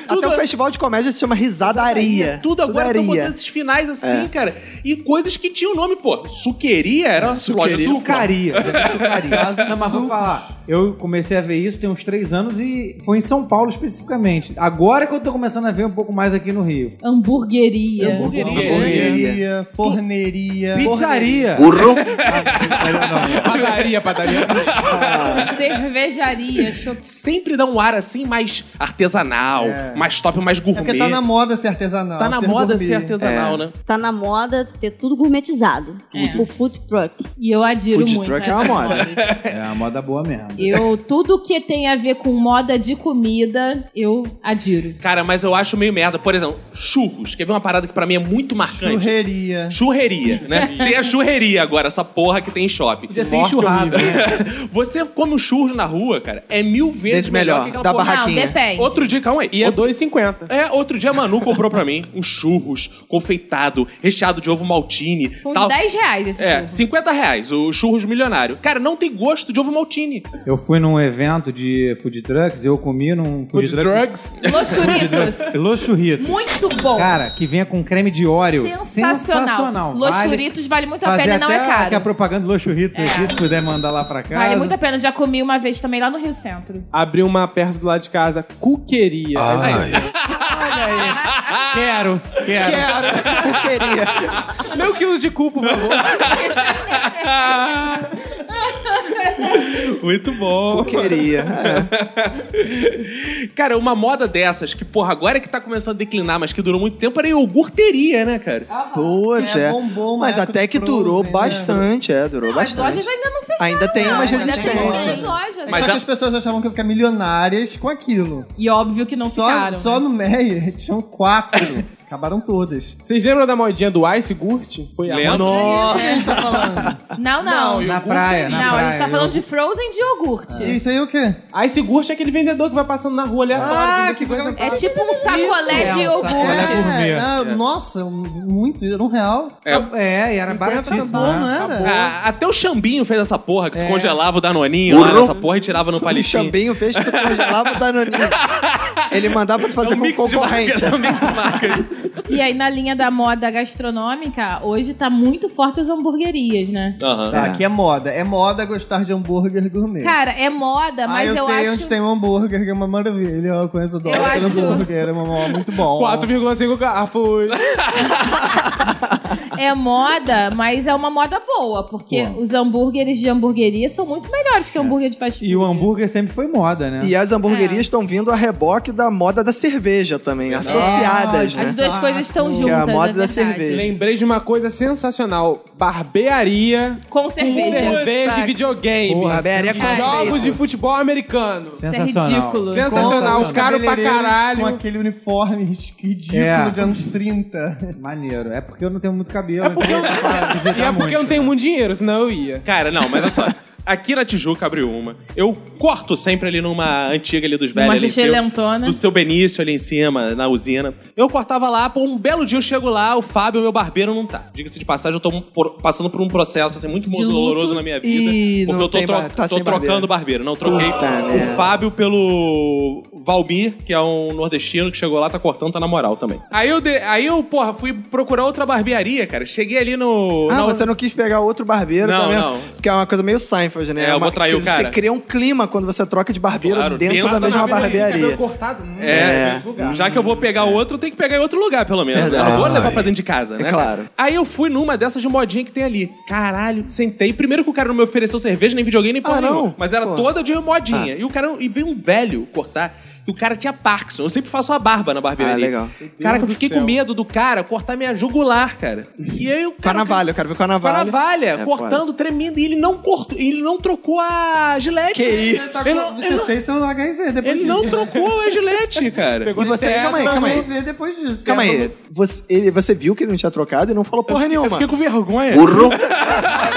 S2: Até o festival de comédia se chama Risadaria.
S1: Tudo agora estão botando
S2: Tudaria.
S1: esses finais
S2: É.
S1: assim, cara. E coisas que tinham nome, pô. Suqueria era
S2: Suqueria.
S6: Sucaria. sucaria. Não, mas vou falar. Eu comecei a ver isso tem uns três anos e foi em São Paulo especificamente. Agora que eu tô começando a ver um pouco mais aqui no Rio.
S3: Hamburgueria.
S4: Hamburgueria,
S6: É,
S4: forneria.
S6: Pizzaria.
S1: é
S7: padaria, padaria.
S3: Cervejaria. Shop...
S1: Sempre dá um ar assim mais artesanal, mais top, mais
S4: É
S1: gourmet.
S4: porque tá na moda ser artesanal.
S1: Tá na
S4: ser
S1: moda
S4: gourmet.
S1: ser artesanal, né?
S5: Tá na moda ter tudo gourmetizado.
S3: É.
S5: O food truck.
S3: E eu adiro
S2: Food
S3: muito.
S2: truck é
S3: essas
S2: uma moda.
S3: modas.
S6: É uma moda boa mesmo.
S3: Eu, tudo que tem a ver com moda de comida, eu adiro.
S1: Cara, mas eu acho meio merda. Por exemplo, churros. Quer ver uma parada que pra mim é muito marcante?
S4: Churreria.
S1: Churreria, né? tem a churreria agora, essa porra que tem em shopping.
S6: Podia ser enxurrado.
S1: Você come um churro na rua, cara, é mil vezes
S2: Vezes melhor,
S1: que aquela
S2: da
S1: porra.
S3: Não,
S2: Barraquinha.
S3: depende.
S1: Outro dia, calma aí. E é dois.
S7: 2,50.
S1: É, outro dia a Manu comprou pra mim uns churros confeitado, recheado de ovo maltine.
S3: Com uns
S1: tal.
S3: 10 reais esse
S1: É,
S3: churro.
S1: 50 reais, o churros milionário. Cara, não tem gosto de ovo maltine.
S6: Eu fui num evento de food trucks, eu comi num food,
S7: Food
S6: truck.
S7: drugs.
S3: Los Churritos.
S6: Los Churritos.
S3: Muito bom.
S6: Cara, que venha com creme de óleo.
S3: sensacional.
S6: Sensacional.
S3: Los
S6: Vale
S3: Churritos vale muito a
S6: fazer
S3: pena e não
S6: até
S3: é
S6: a- que a
S3: caro.
S6: propaganda do Los Churritos
S3: É.
S6: aqui, se puder mandar lá pra casa.
S3: Vale muito a pena. Já comi uma vez também lá no Rio Centro.
S7: Abriu uma perto do lado de casa. Cuqueria.
S9: Ai,
S6: Quero, quero.
S7: Meu quilo de cu, por favor.
S1: Ah, Muito bom.
S2: Queria. É.
S1: Cara, uma moda dessas, que, porra, agora é que tá começando a declinar, mas que durou muito tempo, era iogurteria, né, cara?
S7: Ah,
S2: Putz, é.
S4: É, bombom,
S2: Mas
S4: época
S2: até
S4: do
S2: que
S4: Frozen,
S2: durou
S4: né?
S2: bastante, é, durou
S3: As
S2: bastante.
S3: lojas ainda não fecharam.
S2: Ainda tem
S3: não.
S2: umas
S3: Ainda tem muitas
S2: resistências.
S3: lojas.
S1: Mas
S4: Só
S1: a-
S4: que as pessoas achavam que iam ficar milionárias com aquilo.
S3: é- E óbvio que não
S4: só,
S3: ficaram.
S4: Só
S3: né?
S4: no Meyer tinham quatro. Acabaram todas.
S7: Vocês lembram da modinha do Ice Gurt? Foi a
S1: Lembra?
S2: Nossa.
S4: Quem tá falando?
S3: Não, não.
S6: Na praia, na
S3: não,
S6: praia.
S3: a gente tá falando de Frozen de iogurte.
S4: Isso aí é o quê?
S7: Ice Gurt é aquele vendedor que vai passando na rua aleatório.
S4: Ah,
S7: vendendo
S4: que
S7: 50
S4: fica-
S3: É tipo um sacolé
S6: Isso,
S3: de
S6: é um sacolé.
S3: iogurte.
S6: gourmet.
S4: né? não, Nossa, muito. Era um real.
S6: É, e era
S4: 50
S6: baratíssimo.
S4: bom, não
S6: né?
S4: era?
S1: Ah, até o Xambinho fez essa porra,
S7: É.
S1: que tu congelava o Danoninho lá nessa porra e tirava no
S2: O
S1: palitinho.
S2: Xambinho fez tu congelava o Danoninho. Ele mandava tu
S1: É
S2: fazer
S1: um
S2: com
S1: mix de
S2: concorrente.
S1: marcas, é um mix de marcas.
S3: E aí, na linha da moda gastronômica, hoje tá muito forte as hamburguerias, né?
S1: Aham.
S4: Tá, aqui é moda. É moda gostar de hambúrguer gourmet.
S3: Cara, é moda, mas
S4: ah, eu,
S3: eu,
S4: sei
S3: acho.
S4: onde tem um hambúrguer que é uma maravilha. Eu conheço o dono
S3: Eu
S4: do
S3: acho-
S4: hambúrguer. É uma mó- muito bom.
S7: 4,5 garrafos.
S3: É moda, mas é uma moda boa, porque os hambúrgueres de hamburgueria são muito melhores que hambúrguer de fast food.
S6: E o hambúrguer sempre foi moda, né?
S2: E as hamburguerias estão vindo a reboque da moda da cerveja também, associadas, né?
S3: As duas coisas estão
S2: Que
S3: juntas.
S2: é a moda da
S3: verdade.
S2: cerveja.
S7: Lembrei de uma coisa sensacional. Barbearia
S3: Com
S7: com
S3: cerveja.
S7: cerveja de videogame.
S6: Porra,
S2: Barbearia
S7: E
S2: com
S7: jogos
S2: conceito.
S7: de futebol americano.
S3: Isso é
S6: Sensacional.
S3: ridículo.
S4: Com
S7: Sensacional,
S4: os
S7: os caros pra
S4: cabeleireiros Com
S7: caralho.
S4: aquele uniforme ridículo
S6: É.
S4: de anos 30.
S6: Maneiro. É porque eu não tenho muito cabelo. então
S7: É porque eu, e é porque eu não tenho muito dinheiro, senão eu ia.
S1: Cara, não, mas olha só. Aqui na Tijuca abriu uma. Eu corto sempre ali numa antiga ali dos velhos.
S3: Uma
S1: ali em
S3: xixi
S1: cima,
S3: lentona.
S1: Do seu Benício ali em cima, na usina. Eu cortava lá, por um belo dia eu chego lá, o Fábio, meu barbeiro, não tá. Diga-se de passagem, eu tô um por- passando por um processo assim, muito
S3: De luto.
S1: doloroso na minha vida.
S2: Ih,
S1: porque
S2: não
S1: eu tô,
S2: tem
S1: tro-
S2: bar- tá
S1: tô
S2: sem
S1: trocando barbeiro. Não, troquei
S2: Puta
S1: o
S2: merda.
S1: Fábio pelo Valmir, que é um nordestino que chegou lá, tá cortando, tá na moral também. Aí eu, de- aí eu porra, fui procurar outra barbearia, cara. Cheguei ali no.
S2: Ah,
S1: na-
S2: você não quis pegar outro barbeiro
S1: Não,
S2: também?
S1: não.
S2: Que é uma coisa meio Seinfeld, né?
S1: É, eu
S2: Uma-
S1: vou trair
S2: que
S1: o cara.
S2: Você cria um clima quando você troca de barbeiro
S1: Claro, é
S2: dentro
S1: dentro
S2: da
S1: da
S2: mesma barbearia.
S7: Cabelo cortado. hum,
S1: É,
S2: É.
S7: lugar.
S1: já que eu vou pegar outro, tem que pegar em outro lugar, pelo menos.
S2: Verdade.
S1: Eu vou levar pra dentro de casa,
S2: É
S1: né?
S2: claro.
S1: Aí eu fui numa dessas de modinha que tem ali. Caralho, sentei. Primeiro que o cara não me ofereceu cerveja, nem videogame, nem porra
S2: Ah, não?
S1: nenhuma. Mas era
S2: Pô. Ah.
S1: toda de modinha. E o cara e veio um velho cortar. E o cara tinha Parkinson. Eu sempre faço a barba na barbearia.
S2: Ah, legal.
S1: Caraca, eu
S7: do
S1: fiquei
S7: céu.
S1: com medo do cara cortar minha jugular, cara. E aí o
S2: Com a
S1: cara.
S2: navalha, eu quero ver com a
S1: Com a
S2: navalha.
S1: navalha,
S2: É
S1: cortando, tremendo. E ele não cortou, ele não trocou a gilete.
S2: Que isso?
S4: Tá com-
S1: Ele não,
S4: você
S1: ele não-
S4: fez seu HIV depois
S1: ele
S4: disso.
S1: não trocou a gilete, cara.
S2: E você, calma aí, calma aí.
S4: HIV depois disso.
S2: tá Calma aí, você, ele- você viu que ele não tinha trocado e não falou porra nenhuma.
S1: Eu fiquei com vergonha.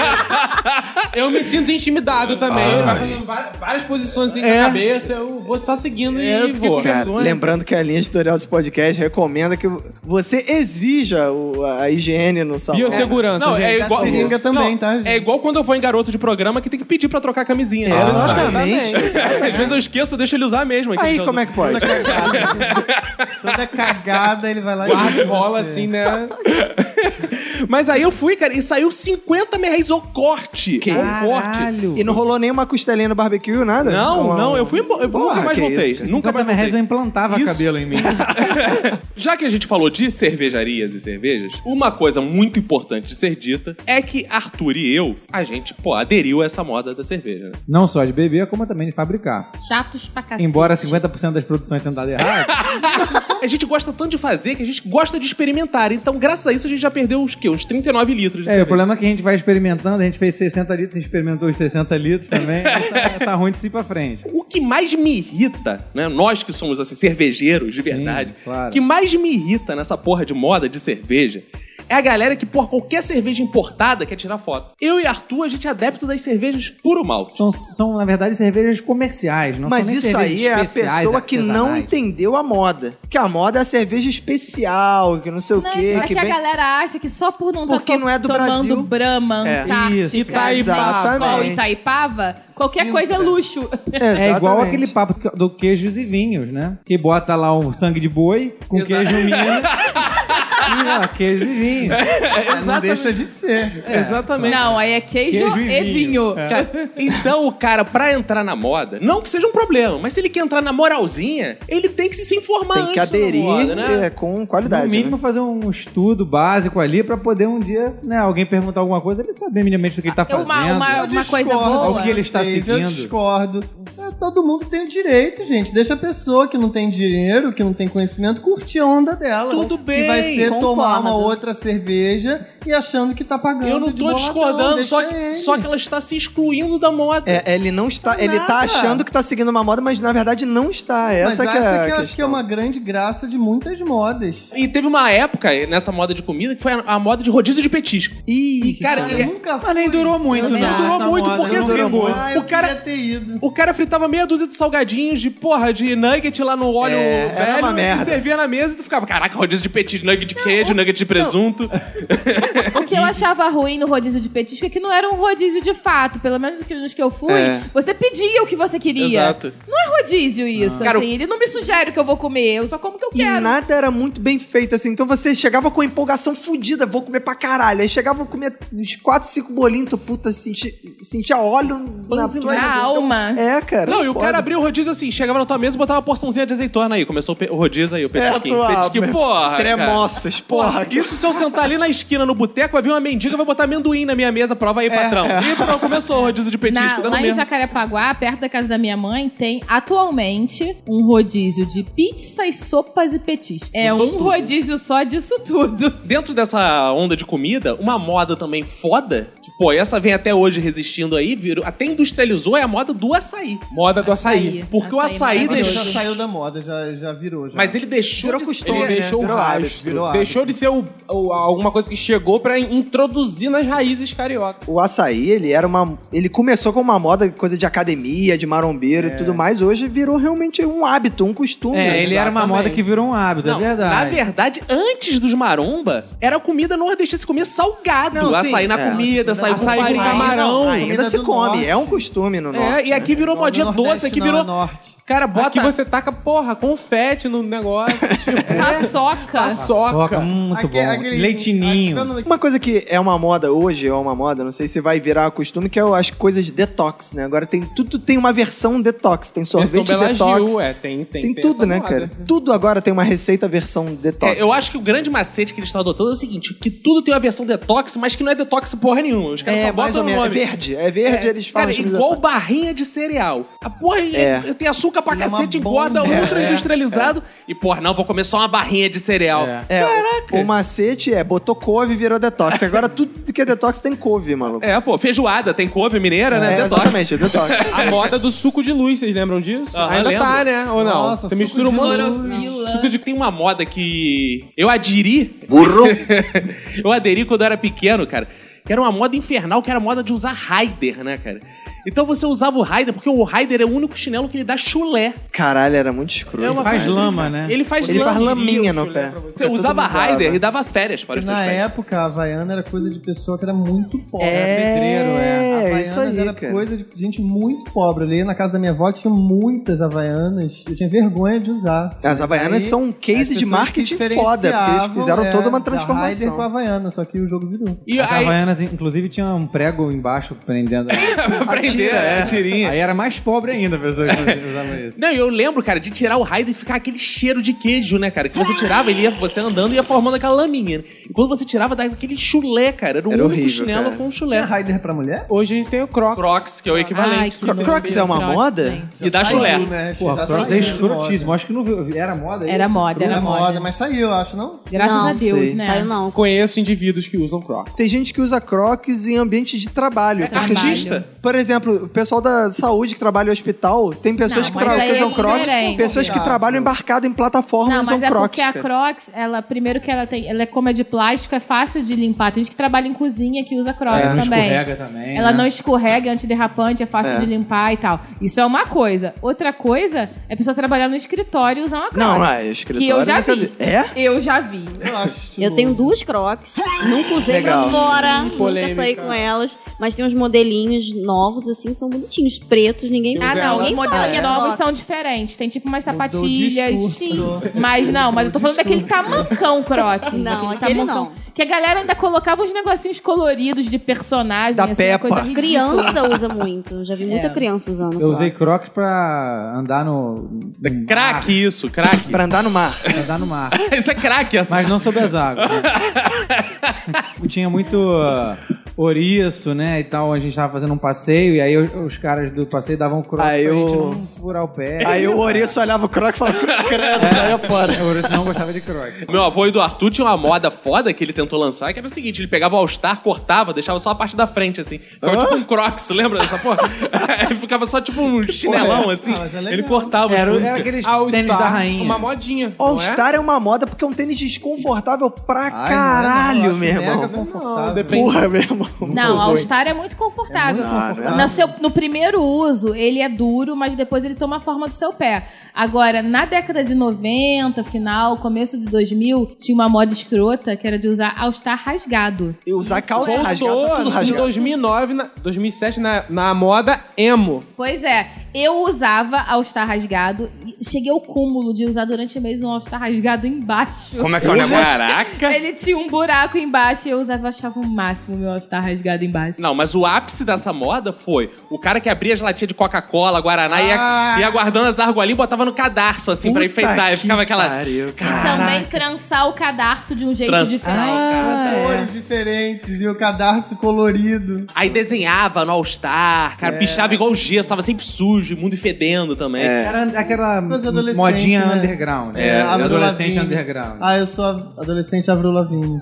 S7: Eu me sinto intimidado também. Ele Vai fazendo va- várias posições assim
S1: É.
S7: na cabeça. Eu vou só seguindo
S1: É, eu
S7: e
S1: fiquei
S7: vou.
S1: com
S2: Cara,
S1: vergonha.
S2: lembrando que a linha editorial desse podcast recomenda que você exija o- a higiene no salão.
S7: Biossegurança,
S1: Não, é
S7: gente.
S1: igual.
S4: seringa
S1: Não,
S4: também, tá, gente?
S1: É igual quando eu vou em garoto de programa que tem que pedir pra trocar a camisinha.
S2: É, logicamente.
S1: Ah, Às vezes eu esqueço, eu deixo ele usar mesmo. então
S2: Aí como é que pode?
S4: Toda cagada, ele vai lá
S7: Guarda
S4: e
S7: e rola assim, né?
S1: Mas aí eu fui, cara, e saiu 50 mil reais o corte.
S2: Que
S1: o
S2: isso?
S1: corte.
S2: E
S6: Então
S2: não rolou nenhuma costelinha no barbecue, nada? Então,
S1: Não, não, eu fui embora. Eu
S2: Porra,
S1: nunca mais
S2: que
S1: voltei.
S2: isso, cara.
S1: nunca mais
S6: reais eu
S1: voltei.
S6: implantava
S1: Isso.
S6: cabelo em mim.
S1: Já que a gente falou de cervejarias e cervejas, uma coisa muito importante de ser dita é que Arthur e eu, a gente, pô, aderiu a essa moda da cerveja. né?
S6: Não só de beber, como também de fabricar.
S3: Chatos pra cacete.
S6: Embora 50% das produções tenham dado errado,
S1: A gente gosta tanto de fazer que a gente gosta de experimentar. Então, graças a isso, a gente já perdeu uns quê? Uns 39 litros de
S6: é, o
S1: cerveja.
S6: problema é que a gente vai experimentando, a gente fez 60 litros, a gente experimentou os 60 litros também, aí tá, tá ruim de si pra frente.
S1: O que mais me irrita, né? Nós que somos assim, cervejeiros de verdade,
S6: claro.
S1: o que mais me irrita nessa porra de moda de cerveja é a galera que, por qualquer cerveja importada, quer tirar foto. Eu e Arthur, a gente é adepto das cervejas puro mal.
S6: São, são, na verdade, cervejas comerciais, não
S2: Mas
S6: são nem
S2: isso
S6: cervejas
S2: aí é a
S6: especiais,
S2: pessoa que não
S6: artesanais.
S2: entendeu a moda. Que a moda é a cerveja especial, que não sei
S3: Não,
S2: o quê.
S3: é que,
S2: que
S3: a
S2: vem...
S3: galera acha que só por não
S2: Porque
S3: tá to-
S2: não é do
S3: tomando
S2: Brasil.
S3: Brahma, tá?
S2: É.
S3: Antártica,
S6: Isso,
S3: Itaipava,
S2: exatamente.
S3: Itaipava, qualquer coisa é luxo.
S6: É igual
S2: Exatamente.
S6: aquele papo que- do queijos e vinhos, né? Que bota lá um sangue de boi com
S1: Exato.
S6: queijo mina e ó, queijos e vinhos.
S4: Mas não deixa de ser.
S1: Exatamente.
S3: Não, aí é queijo,
S6: Queijo e
S3: e vinho.
S1: É. Cara, então o cara, pra entrar na moda, não que seja um problema, mas se ele quer entrar na moralzinha, ele tem que se informar
S2: Tem que
S1: antes da
S2: aderir
S1: moda, né?
S2: é, com
S6: No
S2: qualidade.
S6: mínimo
S2: né?
S6: fazer um estudo básico ali pra poder um dia, né, alguém perguntar alguma coisa, ele saber minimamente do que ele tá
S3: É
S6: fazendo.
S3: uma, uma, uma coisa boa.
S6: Ao que ele está
S4: vocês, Eu
S6: seguindo.
S4: discordo. É, Todo mundo tem o direito, gente. Deixa a pessoa que não tem dinheiro, que não tem conhecimento, curtir a onda dela.
S1: Tudo
S4: Que vai
S1: bem,
S4: ser tomar
S5: concordo.
S4: uma outra cerveja e achando que tá pagando.
S1: Eu não
S4: de
S1: tô
S4: boladão.
S1: discordando,
S4: Deixa
S1: só que,
S4: ele.
S1: só que ela está se excluindo da moda.
S2: É, ele não está. ele tá achando que tá seguindo uma moda, mas na verdade não está.
S4: Mas
S2: Essa
S4: essa
S2: que é a
S4: que eu acho que é
S2: questão.
S4: uma grande graça de muitas modas.
S1: E teve uma época eh, nessa moda de comida que foi a, a moda de rodízio de petisco.
S2: Ih,
S1: E, cara,
S4: Cara,
S1: é-
S4: eu nunca
S6: Mas nem durou muito,
S3: Eu
S6: não.
S3: sei.
S1: Não durou
S6: essa
S1: muito,
S6: moda,
S1: porque
S6: não
S1: assim,
S6: durou
S1: o-
S6: muito.
S4: Ah, eu
S1: o cara-
S4: queria ter ido.
S1: O cara fritava meia dúzia de salgadinhos de porra, de nugget lá no óleo
S2: É, era
S1: velho
S2: uma
S1: e
S2: merda.
S1: servia na mesa e tu ficava, caraca, rodízio de petisco, nugget de queijo, nugget de presunto.
S3: O que eu achava ruim no rodízio de petisco é que não era um rodízio de fato. Pelo menos nos que eu fui,
S2: É.
S3: você pedia o que você queria.
S1: Exato.
S3: Não é rodízio isso,
S1: Cara,
S3: assim. Ele não me sugere o que eu vou comer, eu só como o que eu
S2: E
S3: quero.
S2: nada era muito bem feito, assim. Então você chegava com empolgação fudida, vou comer pra caralho. Aí chegava, eu comia uns 4, 5 bolinhos, tu puta, sentia, sentia óleo na
S1: Panzinho
S2: tua
S3: na
S2: Então,
S3: alma.
S2: É, cara.
S1: Não, e o
S2: foda.
S1: cara abria o rodízio assim, chegava na tua mesa e botava uma porçãozinha de azeitona aí. Começou o, pe- o rodízio aí, o petisquinho.
S2: É, tu
S1: petisquinho,
S2: abre.
S1: porra. cara.
S2: Tremoços, porra.
S1: Porra, isso se eu sentar ali na esquina no boteco, vai vir uma mendiga vai botar amendoim na minha mesa, prova aí,
S2: É.
S1: patrão. E pronto, começou o rodízio de
S3: Na-
S1: petisco, dando
S3: lá em
S1: mesmo.
S3: Jacarepaguá, perto da casa da minha mãe, tem atualmente um rodízio de pizzas, sopas e petiscos. É um rodízio só disso tudo.
S1: Dentro dessa onda de comida, uma moda também foda, que, pô, essa vem até hoje resistindo aí, virou, até industrializou, é a moda do açaí.
S7: Moda do açaí.
S1: Porque o açaí
S4: Ele
S1: deixou-
S4: já saiu da moda, já, já virou. Já.
S1: Mas ele deixou
S2: Virou
S1: de
S2: costume,
S1: ser-
S2: né?
S7: Deixou o
S2: Virou
S7: rastro.
S2: hábito, virou hábito.
S7: Deixou de ser o- o- alguma coisa que chegou pra introduzir nas raízes carioca.
S2: O açaí, ele era uma. Ele começou com uma moda, coisa de academia, de marombeiro e tudo mais. Hoje virou realmente um hábito, um costume.
S6: É, ele era uma
S7: Exatamente.
S6: moda que virou um hábito,
S1: Não,
S6: é verdade.
S1: Na verdade, antes dos maromba, era comida nordestina, se comia salgado.
S2: Não, sim,
S1: açaí na
S2: é.
S1: comida, açaí com
S7: Açaí com
S1: farinha.
S7: camarão.
S2: ainda
S4: comida
S2: se
S4: do
S2: come,
S4: norte.
S2: é um costume no
S1: É,
S2: norte.
S1: e aqui virou
S4: Não, no
S1: modinha doce,
S4: Nordeste
S1: aqui
S4: não,
S1: virou.
S4: é norte.
S7: Cara,
S6: bota-
S7: Aqui você taca, porra, confete no negócio.
S2: É?
S7: Tipo,
S3: Paçoca.
S6: Soca, hum, muito
S4: Aque-
S6: bom.
S4: aquele-
S6: Leitininho.
S4: aquele-
S2: Uma coisa que é uma moda hoje, é uma moda, não sei se vai virar costume, que é as coisas detox, né? Agora tem tudo tem uma versão detox, tem
S7: Versão
S2: sorvete
S7: Bela
S2: detox.
S7: Gil, é, tem, tem,
S2: tem
S7: tem
S2: tudo,
S7: essa
S2: né,
S7: moda.
S2: cara? Tudo agora tem uma receita versão detox.
S1: É, eu acho que o grande macete que eles estão adotando é o seguinte: que tudo tem uma versão detox, mas que não é detox porra nenhuma. Os caras
S2: é,
S1: só
S2: mais
S1: botam
S2: ou
S1: o
S2: menos. É
S1: nome.
S2: verde. É verde, eles falam.
S1: Cara,
S2: chamam de
S1: igual
S2: detox.
S1: barrinha de cereal. A porra
S2: É.
S1: tem açúcar pra
S4: E é uma
S1: cacete,
S4: bomba.
S1: engorda
S4: É,
S1: ultra
S7: é,
S1: industrializado. E, porra, não, vou comer só uma barrinha de cereal.
S7: É.
S2: É, O macete é, botou couve e virou detox. Agora tudo que é detox tem couve, maluco.
S1: É, pô, feijoada, tem couve mineira, né?
S2: É,
S1: Detox.
S2: exatamente, detox.
S7: A moda do suco de luz, vocês lembram disso?
S1: Aham,
S7: Ainda
S1: lembro.
S7: tá, né? Ou não?
S4: Nossa,
S7: você
S4: suco
S7: mistura um
S4: de
S7: monte de
S3: Clorofila.
S1: Suco de tem uma moda que eu adiri. eu aderi quando eu era pequeno, cara. Que era uma moda infernal, que era a moda de usar Raider, né, cara? Então você usava o Raider, porque o Raider é o único chinelo que ele dá chulé.
S2: Caralho, era muito escroto.
S7: É uma
S2: cara.
S6: Faz lama, né?
S1: Ele faz
S2: Ele faz
S1: lama.
S2: laminha no pé. É
S1: Você usava Raider e dava férias para os seus
S4: Na
S1: pés.
S4: época, a Havaiana era coisa de pessoa que era muito pobre.
S2: É,
S4: era pedreiro, é. Havaianas
S2: isso aí,
S4: era
S2: cara.
S4: coisa de gente muito pobre. Ali na casa da minha avó tinha muitas Havaianas. Eu tinha vergonha de usar.
S2: As Havaianas são um case de marketing foda, porque eles fizeram toda uma
S4: A Raider é, com a
S2: transformação.
S4: Havaiana, só que o jogo virou.
S1: E
S6: As
S1: aí,
S6: Havaianas, inclusive, tinha um prego embaixo prendendo.
S1: aprender
S3: né?
S2: é.
S1: a tirinha.
S6: Aí era mais pobre ainda a pessoa que usava isso.
S1: Não, e eu lembro, cara, de tirar o Raider e ficar aquele cheiro de queijo, né, cara? Que você tirava, ele ia, você andando e ia formando aquela laminha. né? E quando você tirava, dava aquele chulé, cara. Era o
S2: Era
S1: único
S2: horrível,
S1: chinelo
S2: cara.
S1: com um
S4: Tinha
S1: chulé.
S4: Raider pra mulher?
S7: Hoje a gente tem o Crocs.
S1: Crocs, que é o
S3: Ai,
S1: equivalente.
S3: que
S2: Crocs
S3: doideira,
S2: é uma moda?
S3: gente.
S1: e dá
S4: Saiu,
S1: chulé.
S4: né?
S6: Pô,
S4: Já
S6: Crocs
S4: saiu
S6: é
S4: de
S6: escrotismo.
S4: moda.
S6: Acho que não viu. Era moda
S3: Era
S6: isso?
S3: moda,
S4: Era
S3: era
S4: moda,
S3: moda.
S4: mas saiu, acho, não?
S3: Graças
S5: Não
S3: a Deus,
S2: sei.
S3: né?
S5: Saiu não.
S7: Conheço indivíduos que usam Crocs.
S2: Tem gente que usa crocs em ambiente de
S3: É
S2: trabalho. Porque,
S1: Artista?
S2: Por exemplo, o pessoal da saúde que trabalha em hospital, tem pessoas
S3: Não,
S2: que,
S3: mas
S2: tra-
S3: aí
S2: que usam
S3: é
S2: crocs,
S3: diferente.
S2: pessoas que
S4: Confiável.
S2: trabalham embarcado em plataforma
S3: Não,
S2: usam
S3: mas é
S2: crocs.
S3: porque a
S2: cara.
S3: Crocs, ela, primeiro que ela tem, ela é como é de plástico, é fácil de limpar. Tem gente que trabalha em cozinha que usa Crocs
S6: Ela É, não
S3: também.
S6: escorrega também.
S3: Ela
S6: né?
S3: não escorrega, é antiderrapante, é fácil
S2: É.
S3: de limpar e tal. Isso é uma coisa. Outra coisa é a pessoa trabalhar no escritório e usar uma Crocs.
S2: Não, ah, escritório.
S3: Que eu já
S2: nunca
S3: vi.
S2: É?
S3: Eu já vi.
S4: Eu acho estiloso.
S5: Eu tenho duas crocs, nunca usei
S2: Legal.
S5: pra fora,
S7: Hum, Polêmica.
S5: nunca saí com elas, mas tem uns modelinhos novos, assim, são bonitinhos, pretos, ninguém...
S3: Ah, não, os
S5: ninguém fala
S3: modelos
S5: que é
S3: novos
S5: crocs.
S3: são diferentes. Tem tipo umas
S4: Mudou o
S3: sapatilhas.
S4: discurso.
S3: Sim. Mas não, mas eu tô falando daquele tamancão croque.
S5: Não, aquele não.
S3: Que a galera ainda colocava uns negocinhos coloridos de personagem.
S2: Da
S3: assim, uma
S2: Peppa.
S3: Coisa ridícula.
S5: Criança usa muito, já vi muita
S3: É.
S5: criança usando
S6: Eu
S5: crocs.
S6: usei Crocs pra andar no. no mar,
S1: Crack isso, crack.
S2: Pra andar no mar.
S6: pra andar no mar.
S1: isso é crack. ó.
S6: Mas não sob as águas. né? Tinha muito ah, ouriço, né? E tal. A gente tava fazendo um passeio e aí os, os caras do passeio davam um crocs
S2: Aí
S6: pra
S2: eu-
S6: gente não furar o pé.
S2: Aí o Ouriço olhava o croc e falava, cruz credo, saiu fora.
S6: O ouriço não gostava de crocs.
S1: Meu avô e do Arthur tinha uma moda foda que ele tentou lançar, que era o seguinte: ele pegava o All-Star, cortava, deixava só a parte da frente, assim. Ficava tipo um crocs, lembra dessa porra? Aí ficava só tipo um chinelão, assim.
S4: mas é legal.
S1: ele cortava. os
S6: Era,
S1: fundos,
S6: era
S1: cara.
S6: aqueles
S7: All
S6: tênis
S7: Star,
S6: da rainha.
S7: Uma modinha. não é?
S2: All-Star é? uma moda porque é um tênis desconfortável pra
S4: Ai, não é não,
S2: caralho,
S4: eu acho
S2: meu irmão.
S4: Mega confortável.
S7: Não, depende.
S2: Porra, meu irmão.
S3: Não, All Star é muito confortável.
S2: muito confortável.
S3: No, seu- no primeiro uso, ele é duro, mas depois ele toma a forma do seu pé. Agora, na década de 90, final, começo de 2000, tinha uma moda escrota que era de usar All Star rasgado.
S2: E usar calça
S7: Voltou
S2: rasgada, tá tudo
S7: de
S2: rasgado.
S7: 2009, na, 2007, na, na moda emo.
S3: Pois é, eu usava All Star rasgado. e Cheguei ao cúmulo de usar durante o mês um All Star rasgado embaixo.
S1: Como é que é o negócio? Caraca!
S7: É.
S3: Ele tinha um buraco embaixo e eu usava, eu achava o máximo meu All Star rasgado embaixo.
S1: Não, mas o ápice dessa moda foi o cara que abria as latinhas de Coca-Cola, Guaraná e ia,
S4: Ah.
S1: ia guardando as argolinhas e botava no cadarço, assim, pra
S2: Puta
S1: enfeitar. E
S2: que
S1: ficava aquela.
S2: pariu, cara.
S3: Também trançar o cadarço de um jeito
S1: Trançar.
S3: diferente.
S2: Ah, é.
S4: Cores diferentes e o cadarço colorido.
S1: Aí desenhava no All-Star, cara,
S2: É.
S1: pichava igual gesso, tava sempre sujo, imundo e fedendo também.
S2: É.
S6: Era aquela
S4: Mas adolescente,
S6: modinha
S4: né?
S6: underground. né?
S4: É, Avril
S6: adolescente
S4: Lavigne.
S6: underground.
S4: Ah, eu sou a- adolescente Avril Lavigne.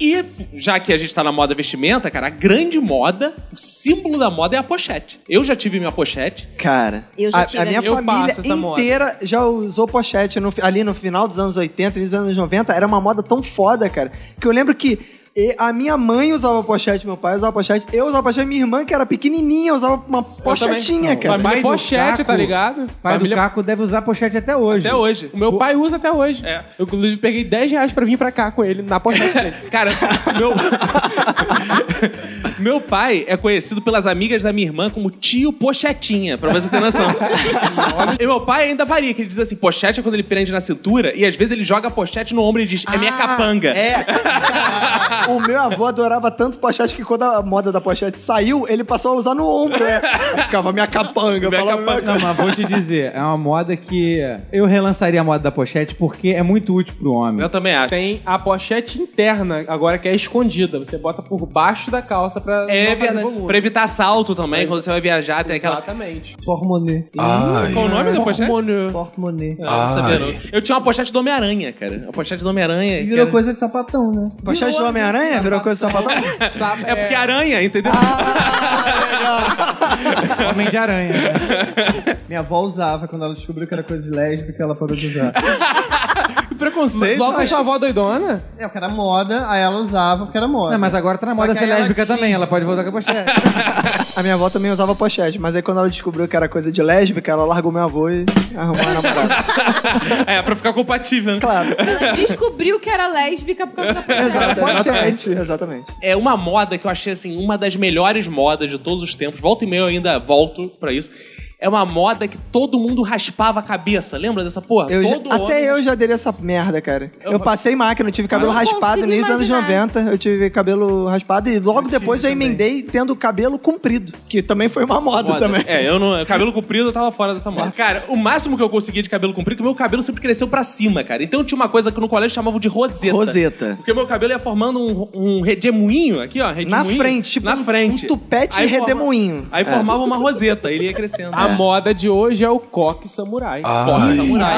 S1: E já que a gente tá na moda vestimenta, cara, a grande moda, o símbolo da moda é a pochete. Eu já tive minha pochete.
S2: Cara,
S5: Eu já
S2: a,
S5: tive
S2: a minha
S7: essa- eu
S2: família
S7: passo essa moda.
S2: inteira já usou pochete no fi- ali no final dos anos 80, nos anos 90. Era uma moda tão foda, cara, que eu lembro que e- a minha mãe usava pochete, meu pai usava pochete, eu usava pochete, minha irmã, que era pequenininha, usava uma pochetinha, cara.
S7: Família
S6: Pai do
S7: pochete,
S6: Caco.
S7: tá ligado?
S6: Pai
S7: Família
S6: do Caco deve usar pochete até hoje.
S1: Até hoje.
S7: O meu pai usa até hoje.
S1: É.
S7: Eu, inclusive, peguei 10 reais pra vir pra cá com ele na pochete dele.
S1: Cara, meu. Meu pai é conhecido pelas amigas da minha irmã como tio Pochetinha, pra você ter noção. e meu pai é ainda varia, que ele diz assim, pochete é quando ele prende na cintura e às vezes ele joga a pochete no ombro e diz, é minha capanga.
S2: É. o meu avô adorava tanto pochete que quando a moda da pochete saiu, ele passou a usar no ombro. É. Ficava minha capanga.
S1: Minha
S2: falava,
S1: capanga.
S6: Não, mas vou te dizer, é uma moda que eu relançaria a moda da pochete porque é muito útil pro homem.
S1: Eu também acho.
S7: Tem a pochete interna, agora que é escondida. Você bota por baixo da calça pra não
S1: É
S7: fazer
S1: verdade.
S7: volume.
S1: Pra evitar assalto também, quando você vai viajar, tem aquela.
S7: É. Exatamente. É um
S4: Porte-monnaie.
S6: Ah.
S4: é
S9: Ai,
S1: Qual o nome da pochete?
S7: Hormônio.
S4: Porte-monnaie.
S6: É.
S1: Eu não sabia, não.
S9: Ai.
S1: Eu tinha uma pochete do Homem-Aranha, cara. A pochete do Homem-Aranha. que
S4: Virou
S1: era-
S4: coisa de sapatão, né?
S2: Pochete do Homem-Aranha? Virou coisa de sapatão?
S7: Sabe?
S1: É porque aranha, entendeu?
S6: Homem de aranha. né?
S4: Minha avó usava quando ela descobriu que era coisa de lésbica, ela parou de usar.
S1: que preconceito.
S7: Logo a sua avó doidona?
S4: é, porque era moda, aí ela usava porque era moda.
S6: Não, mas agora tá na
S4: Só
S6: moda
S4: que
S6: ser
S4: aí ela
S6: lésbica
S4: tinha-
S6: também, ela pode voltar com a pochete.
S2: A minha avó também usava pochete, mas aí quando ela descobriu que era coisa de lésbica, ela largou meu avô e arrumou a namorada.
S1: é, pra ficar compatível, né?
S2: Claro.
S3: Ela descobriu que era lésbica por causa da
S2: Exato,
S3: pochete.
S2: exatamente, exatamente.
S1: É uma moda que eu achei, assim, uma das melhores modas de todos os tempos. Volta e meia eu ainda volto pra isso. É uma moda que todo mundo raspava a cabeça. Lembra dessa porra?
S2: Eu
S1: todo
S2: já- até
S1: homem-
S2: eu já aderia essa merda, cara. Eu passei máquina, eu tive cabelo
S3: Eu não
S2: raspado
S3: consigo
S2: nos anos
S3: imaginar.
S2: 90. Eu tive cabelo raspado e logo depois eu emendei tendo cabelo comprido, que também foi uma moda,
S1: Foda.
S2: também.
S1: É, eu não. Cabelo comprido eu tava fora dessa moda. Cara, o máximo que eu conseguia de cabelo comprido é que meu cabelo sempre cresceu pra cima, cara. Então tinha uma coisa que no colégio chamavam de roseta.
S2: Roseta.
S1: Porque meu cabelo ia formando um, um redemoinho aqui, ó.
S2: Na
S1: Redemoinho,
S2: frente, tipo
S1: na
S2: um-
S1: frente.
S2: um tupete
S1: Aí forma-
S2: redemoinho. É.
S1: Aí formava uma roseta, ele ia crescendo.
S7: A moda de hoje é o coque samurai.
S1: Porra,
S9: ai.
S1: samurai.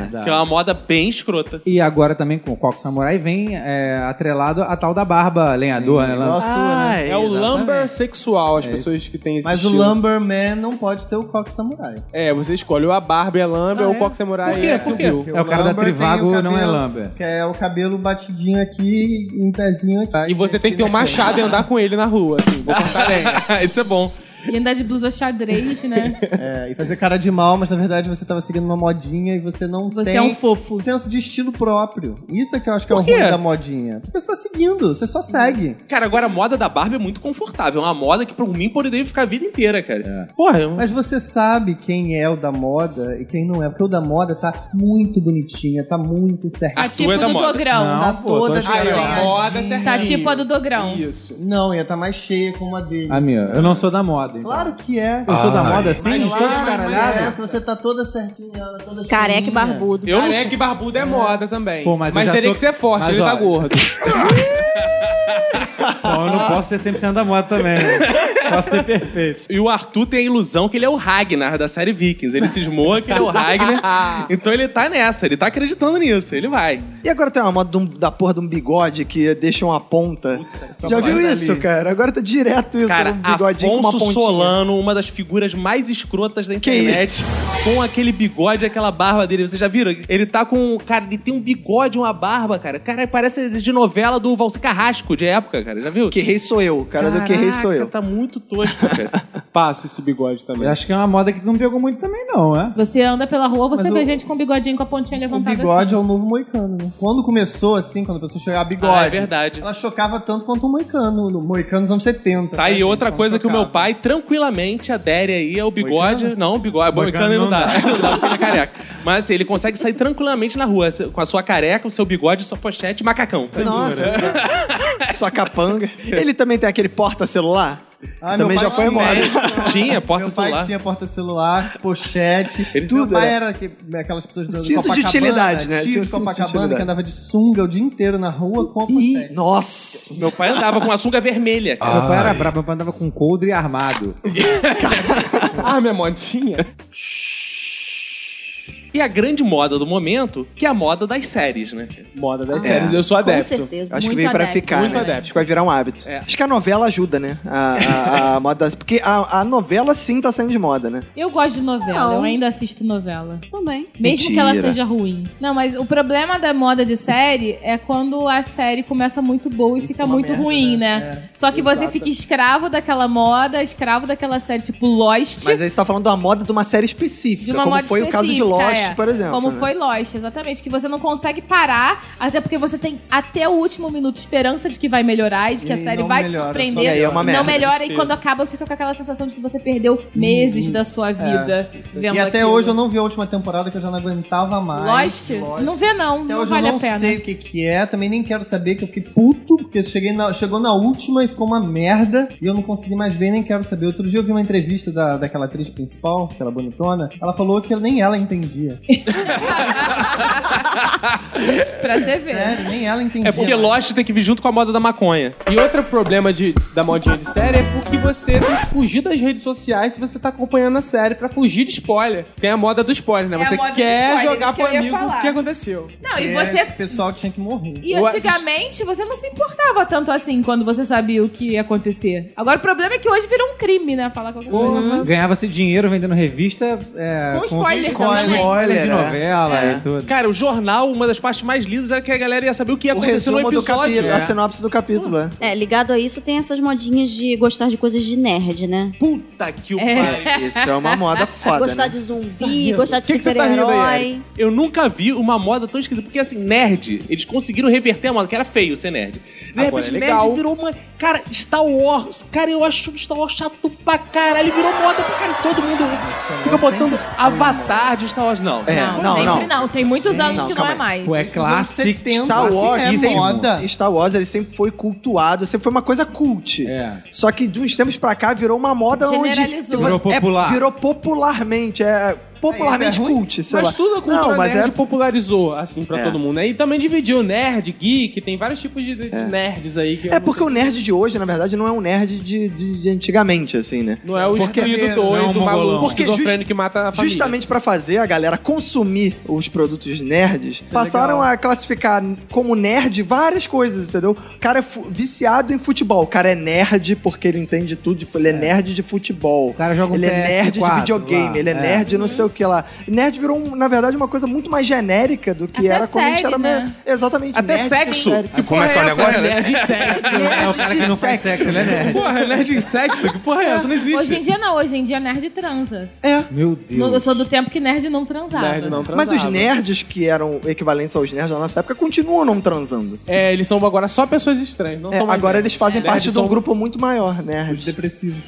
S6: Verdade.
S1: Que Ah, é uma moda bem escrota.
S6: E agora também com o Coco Samurai vem é, atrelado a tal da barba lenhador, né?
S4: Nossa,
S2: Ah,
S4: né?
S7: É o lumber sexual, as pessoas que têm esse
S4: Mas o
S7: estilo.
S4: Lumberman não pode ter o coque samurai.
S7: É, você escolhe ou a Barbie é lumber ou o coque samurai
S1: Por quê?
S7: é Kill
S1: Por quê?
S7: Bill.
S6: É o cara da
S4: Lumber tem
S6: Trivago,
S4: o
S6: não é Lumber.
S4: Que é o cabelo batidinho aqui, em pezinho aqui.
S7: E você tem que ter um machado e andar com ele na rua, assim. Vou cortar lenha.
S1: Isso é bom.
S3: E andar de blusa xadrez, né?
S4: É, e fazer cara de mal, mas na verdade você tava seguindo uma modinha e você não
S3: Você
S4: tem
S3: é um fofo.
S4: senso de estilo próprio. Isso é que eu acho que é o
S1: Por quê?
S4: ruim da modinha. Porque você tá seguindo, você só segue.
S1: Cara, agora a moda da Barbie é muito confortável. É uma moda que pra mim poderia ficar a vida inteira, cara. Porra, eu...
S4: Mas você sabe quem é o da moda e quem não é. Porque o da moda tá muito bonitinha, tá muito
S3: Tá
S4: certinho.
S3: tipo
S1: é da
S3: do
S1: moda.
S3: dogrão.
S6: Não,
S4: tá
S6: pô, tô
S4: toda
S6: achando-
S7: Aí, ó, moda
S4: desenhadinha.
S3: Tá
S7: certinho.
S3: tipo a do dogrão.
S7: Isso.
S4: Não, ia tá mais cheia como a dele.
S6: Amigo, eu não sou da moda. então.
S4: Claro que é.
S6: Eu sou da
S9: Ai.
S6: moda assim?
S7: Mas
S6: Todo
S7: lá-
S6: escaralhado?
S4: É, que você tá toda certinha, ela toda
S5: Careca e
S4: fininha.
S5: barbudo.
S1: Eu não
S7: Careca
S1: sou-
S7: e barbudo é moda também.
S6: Pô, mas
S7: mas
S6: eu já
S7: teria
S6: sou-
S7: que ser forte,
S6: Mas
S7: ele tá
S6: olha.
S7: gordo.
S6: Bom, eu não posso ser 100% da moda também. né? Posso ser perfeito.
S1: E o Arthur tem a ilusão que ele é o Ragnar da série Vikings. Ele cismou que ele é o Ragnar. Então ele tá nessa, ele tá acreditando nisso, ele vai.
S2: E agora tem uma moda de um- da porra de um bigode que deixa uma ponta. Já viu isso, cara? Agora tá direto isso,
S1: é Cara,
S2: um bigodinho com uma
S1: Afonso
S2: pontinha.
S1: Solano, uma das figuras mais escrotas da internet, com aquele bigode e aquela barba dele. Vocês já viram? Ele tá com. Cara, ele tem um bigode e uma barba, cara. Cara, parece de novela do Valci Carrasco de época, cara. Já viu?
S2: Que rei sou eu, cara do que rei sou eu.
S1: Caraca, Tá muito tosco, cara.
S7: Passo esse bigode também.
S6: Eu acho que é uma moda que não pegou muito também, não, é?
S3: Você anda pela rua, você
S4: Mas
S3: vê
S4: o-
S3: gente com bigodinho com a pontinha
S4: O
S3: levantada assim.
S4: bigode é o novo moicano, né? Quando começou, assim, quando a pessoa chegava a bigode,
S1: Ah, é verdade.
S4: ela chocava tanto quanto o moicano, no moicano dos anos 70.
S1: Tá
S4: né,
S1: aí
S4: gente?
S1: outra
S4: Então,
S1: coisa que o meu
S4: chocava.
S1: pai tranquilamente adere aí é o bigode.
S4: Moicano?
S1: Não, bigode. Moicano, não
S6: Moicano não
S1: dá. Não dá porque ele é careca. Mas assim, ele consegue sair tranquilamente na rua com a sua careca, o seu bigode, sua pochete e macacão.
S2: Nossa, sua capanga. Ele também tem aquele porta-celular?
S4: Ah,
S2: também
S4: meu pai
S2: já foi
S4: tinha.
S2: moda.
S1: Tinha porta
S4: meu pai
S1: celular.
S4: tinha porta-celular, pochete, tudo.
S2: Tudo,
S4: Meu pai
S2: é.
S4: era aqu- aquelas pessoas do
S2: Cinto de
S4: Copacabana,
S2: utilidade, né? Tinha
S4: Tio
S2: um
S4: de
S2: cinto de
S4: Copacabana
S2: utilidade.
S4: que andava de sunga o dia inteiro na rua com a
S2: Ih,
S4: pochete.
S2: nossa.
S1: Meu pai andava com a sunga vermelha. cara.
S6: Meu pai era brabo, meu pai andava com coldre e armado.
S7: Ah, minha modinha.
S1: E a grande moda do momento, que é a moda das séries, né?
S7: Moda das
S2: É.
S7: séries. Eu sou
S5: Com
S7: adepto.
S5: certeza.
S2: Acho que
S3: Muito
S2: veio pra
S3: adepto,
S2: ficar,
S7: muito
S2: né?
S7: adepto.
S2: Acho que vai virar um hábito.
S1: É.
S2: Acho que a novela ajuda, né? A, a, a moda... Porque a, a novela sim tá saindo de moda, né?
S3: Assim. Eu gosto de novela,
S5: Não.
S3: eu ainda assisto novela.
S5: Também.
S3: Mesmo
S2: Mentira.
S3: que ela seja ruim. Não, mas o problema da moda de série é quando a série começa muito boa e, fica
S4: uma
S3: muito
S4: merda,
S3: ruim,
S4: né?
S3: né? Só que você fica escravo daquela moda, escravo daquela série tipo Lost.
S2: Mas aí você tá falando da moda de uma série específica,
S3: De uma
S2: como
S3: moda
S2: foi o caso de Lost,
S3: específica, é,
S2: por exemplo.
S3: Como
S2: né?
S3: foi Lost, exatamente. Que você não consegue parar, até porque você tem até o último minuto esperança de que vai melhorar e de que
S4: E
S3: a série
S4: não
S3: vai te
S4: melhora,
S3: surpreender.
S2: só- E aí é uma merda,
S3: não melhora e
S7: tristeza.
S3: quando acaba você fica com aquela sensação de que você perdeu meses
S4: Uhum.
S3: da
S4: É.
S3: sua vida vendo
S4: E até
S3: aquilo.
S4: hoje eu não vi a última temporada que eu já não aguentava mais.
S3: Lost? Não vê, não.
S4: Até
S3: não
S4: hoje
S3: vale
S4: eu não
S3: a pena.
S4: sei o que, que é, também nem quero saber, que eu fiquei puto, porque cheguei na- chegou na última e ficou uma merda, e eu não consegui mais ver, nem quero saber. Outro dia eu vi uma entrevista da, daquela atriz principal, aquela bonitona, ela falou que nem ela entendia.
S3: pra você ver.
S4: Sério, nem ela entendia.
S1: É porque
S4: mano.
S1: Lost tem que vir junto com a moda da maconha.
S7: E outro problema de, da modinha de série é porque você tem que fugir das redes sociais se você tá acompanhando a série pra fugir de spoiler. Tem a moda do spoiler, né?
S3: É a
S7: Você
S3: moda do
S7: quer
S3: spoiler,
S7: jogar
S3: isso que
S7: pro
S3: eu ia
S7: amigo
S3: falar.
S7: o que aconteceu.
S3: Não, e
S4: É,
S3: você
S4: Esse pessoal tinha que morrer.
S3: E
S7: Eu
S3: antigamente você não se importava tanto assim quando você sabia o que ia acontecer. Agora o problema é que hoje virou um crime, né? Falar qualquer coisa.
S4: Uhum.
S6: Hum? Ganhava-se dinheiro vendendo revista é,
S3: Com spoiler
S6: com
S3: também.
S6: spoiler de
S2: Spoiler, é.
S6: novela
S2: É.
S6: e tudo.
S1: Cara, o jornal, uma das partes mais lidas era que a galera ia saber o que é. ia
S2: O
S1: acontecer no
S2: resumo
S1: episódio.
S2: do capítulo,
S1: É.
S2: a sinopse do capítulo, é.
S5: É, ligado a isso tem essas modinhas de gostar de coisas de nerd, né?
S1: Puta que o pariu.
S2: Isso é uma moda foda,
S5: gostar
S2: né?
S5: de zumbi, gostar de
S7: Que que você tá rindo aí,
S5: super-herói.
S7: Eric?
S1: Eu nunca vi uma moda tão esquisita. Porque, assim, nerd, eles conseguiram reverter a moda, que era feio ser nerd. De
S7: Agora
S1: repente,
S7: é legal.
S1: nerd virou uma. Cara, Star Wars. Cara, eu acho Star Wars chato pra caralho. Virou moda pra caralho. Todo mundo fica botando avatar de Star Wars. Não.
S2: É, não,
S3: sempre
S2: não.
S3: não. Tem muitos anos
S2: Não,
S3: que não
S2: calma
S3: é
S2: aí.
S3: mais.
S6: Pô, é
S4: Você
S6: clássico.
S4: tenta,
S2: Star Wars
S4: assim, é
S2: sempre-
S4: moda.
S2: Star Wars ele sempre foi cultuado, sempre foi uma coisa cult.
S6: É.
S2: Só que de uns tempos pra cá virou uma moda onde
S3: Generalizou.
S6: Virou
S2: É,
S6: popular.
S2: virou popularmente, é popularmente
S4: É, isso é ruim.
S2: cult, sei
S7: Mas
S2: lá.
S7: tudo a cultura
S2: Não, mas
S7: nerd
S2: é
S7: popularizou, assim, pra
S2: É.
S7: todo mundo. né? E também dividiu nerd, geek, tem vários tipos de, de nerds aí. Que eu
S2: É
S7: não
S2: porque
S7: sei.
S2: o nerd de hoje, na verdade, não é um nerd de, de- de antigamente, assim, né?
S7: Não é o
S4: Porque-
S7: excluído
S4: não
S6: é um
S7: doido, o
S6: mongolão.
S7: maluco,
S2: Porque
S7: esquizofrênico
S2: just-
S7: que mata a família.
S2: Justamente pra fazer a galera consumir os produtos nerds, passaram a classificar como nerd várias coisas, entendeu? O cara é fu- viciado em futebol. O cara é nerd porque ele entende tudo. de fu- Ele é, nerd de futebol.
S6: O cara joga um
S2: Ele é nerd de
S6: PS4
S2: videogame.
S6: lá.
S2: Ele é,
S6: É.
S2: nerd não sei o que lá. Nerd virou, um- na verdade, uma coisa muito mais genérica do que
S3: Até
S2: era quando a gente
S3: série,
S2: era...
S3: né?
S2: me- Exatamente.
S1: Até
S2: nerd
S1: sexo.
S2: genérico.
S1: Que
S9: Como é que é o
S1: essa?
S9: negócio?
S1: Nerd em sexo.
S6: É o cara que não faz
S2: Nerd de
S6: sexo, ele é nerd.
S1: Porra, é nerd em sexo? Que porra é essa? Não existe.
S3: Hoje em dia não, hoje em dia nerd transa.
S2: É.
S6: Meu
S3: No- eu
S6: Deus.
S3: sou do tempo que nerd não transava.
S7: Nerd não
S2: Mas os
S7: transava.
S2: nerds que eram equivalentes aos nerds da nossa época continuam não transando.
S7: É, eles são agora só pessoas estranhas. Não
S6: Então
S2: É,
S7: são mais
S2: agora
S7: nerds.
S2: eles fazem
S7: Nerds
S2: parte de
S7: são-
S2: um grupo muito maior,
S4: Os
S2: nerds.
S4: depressivos.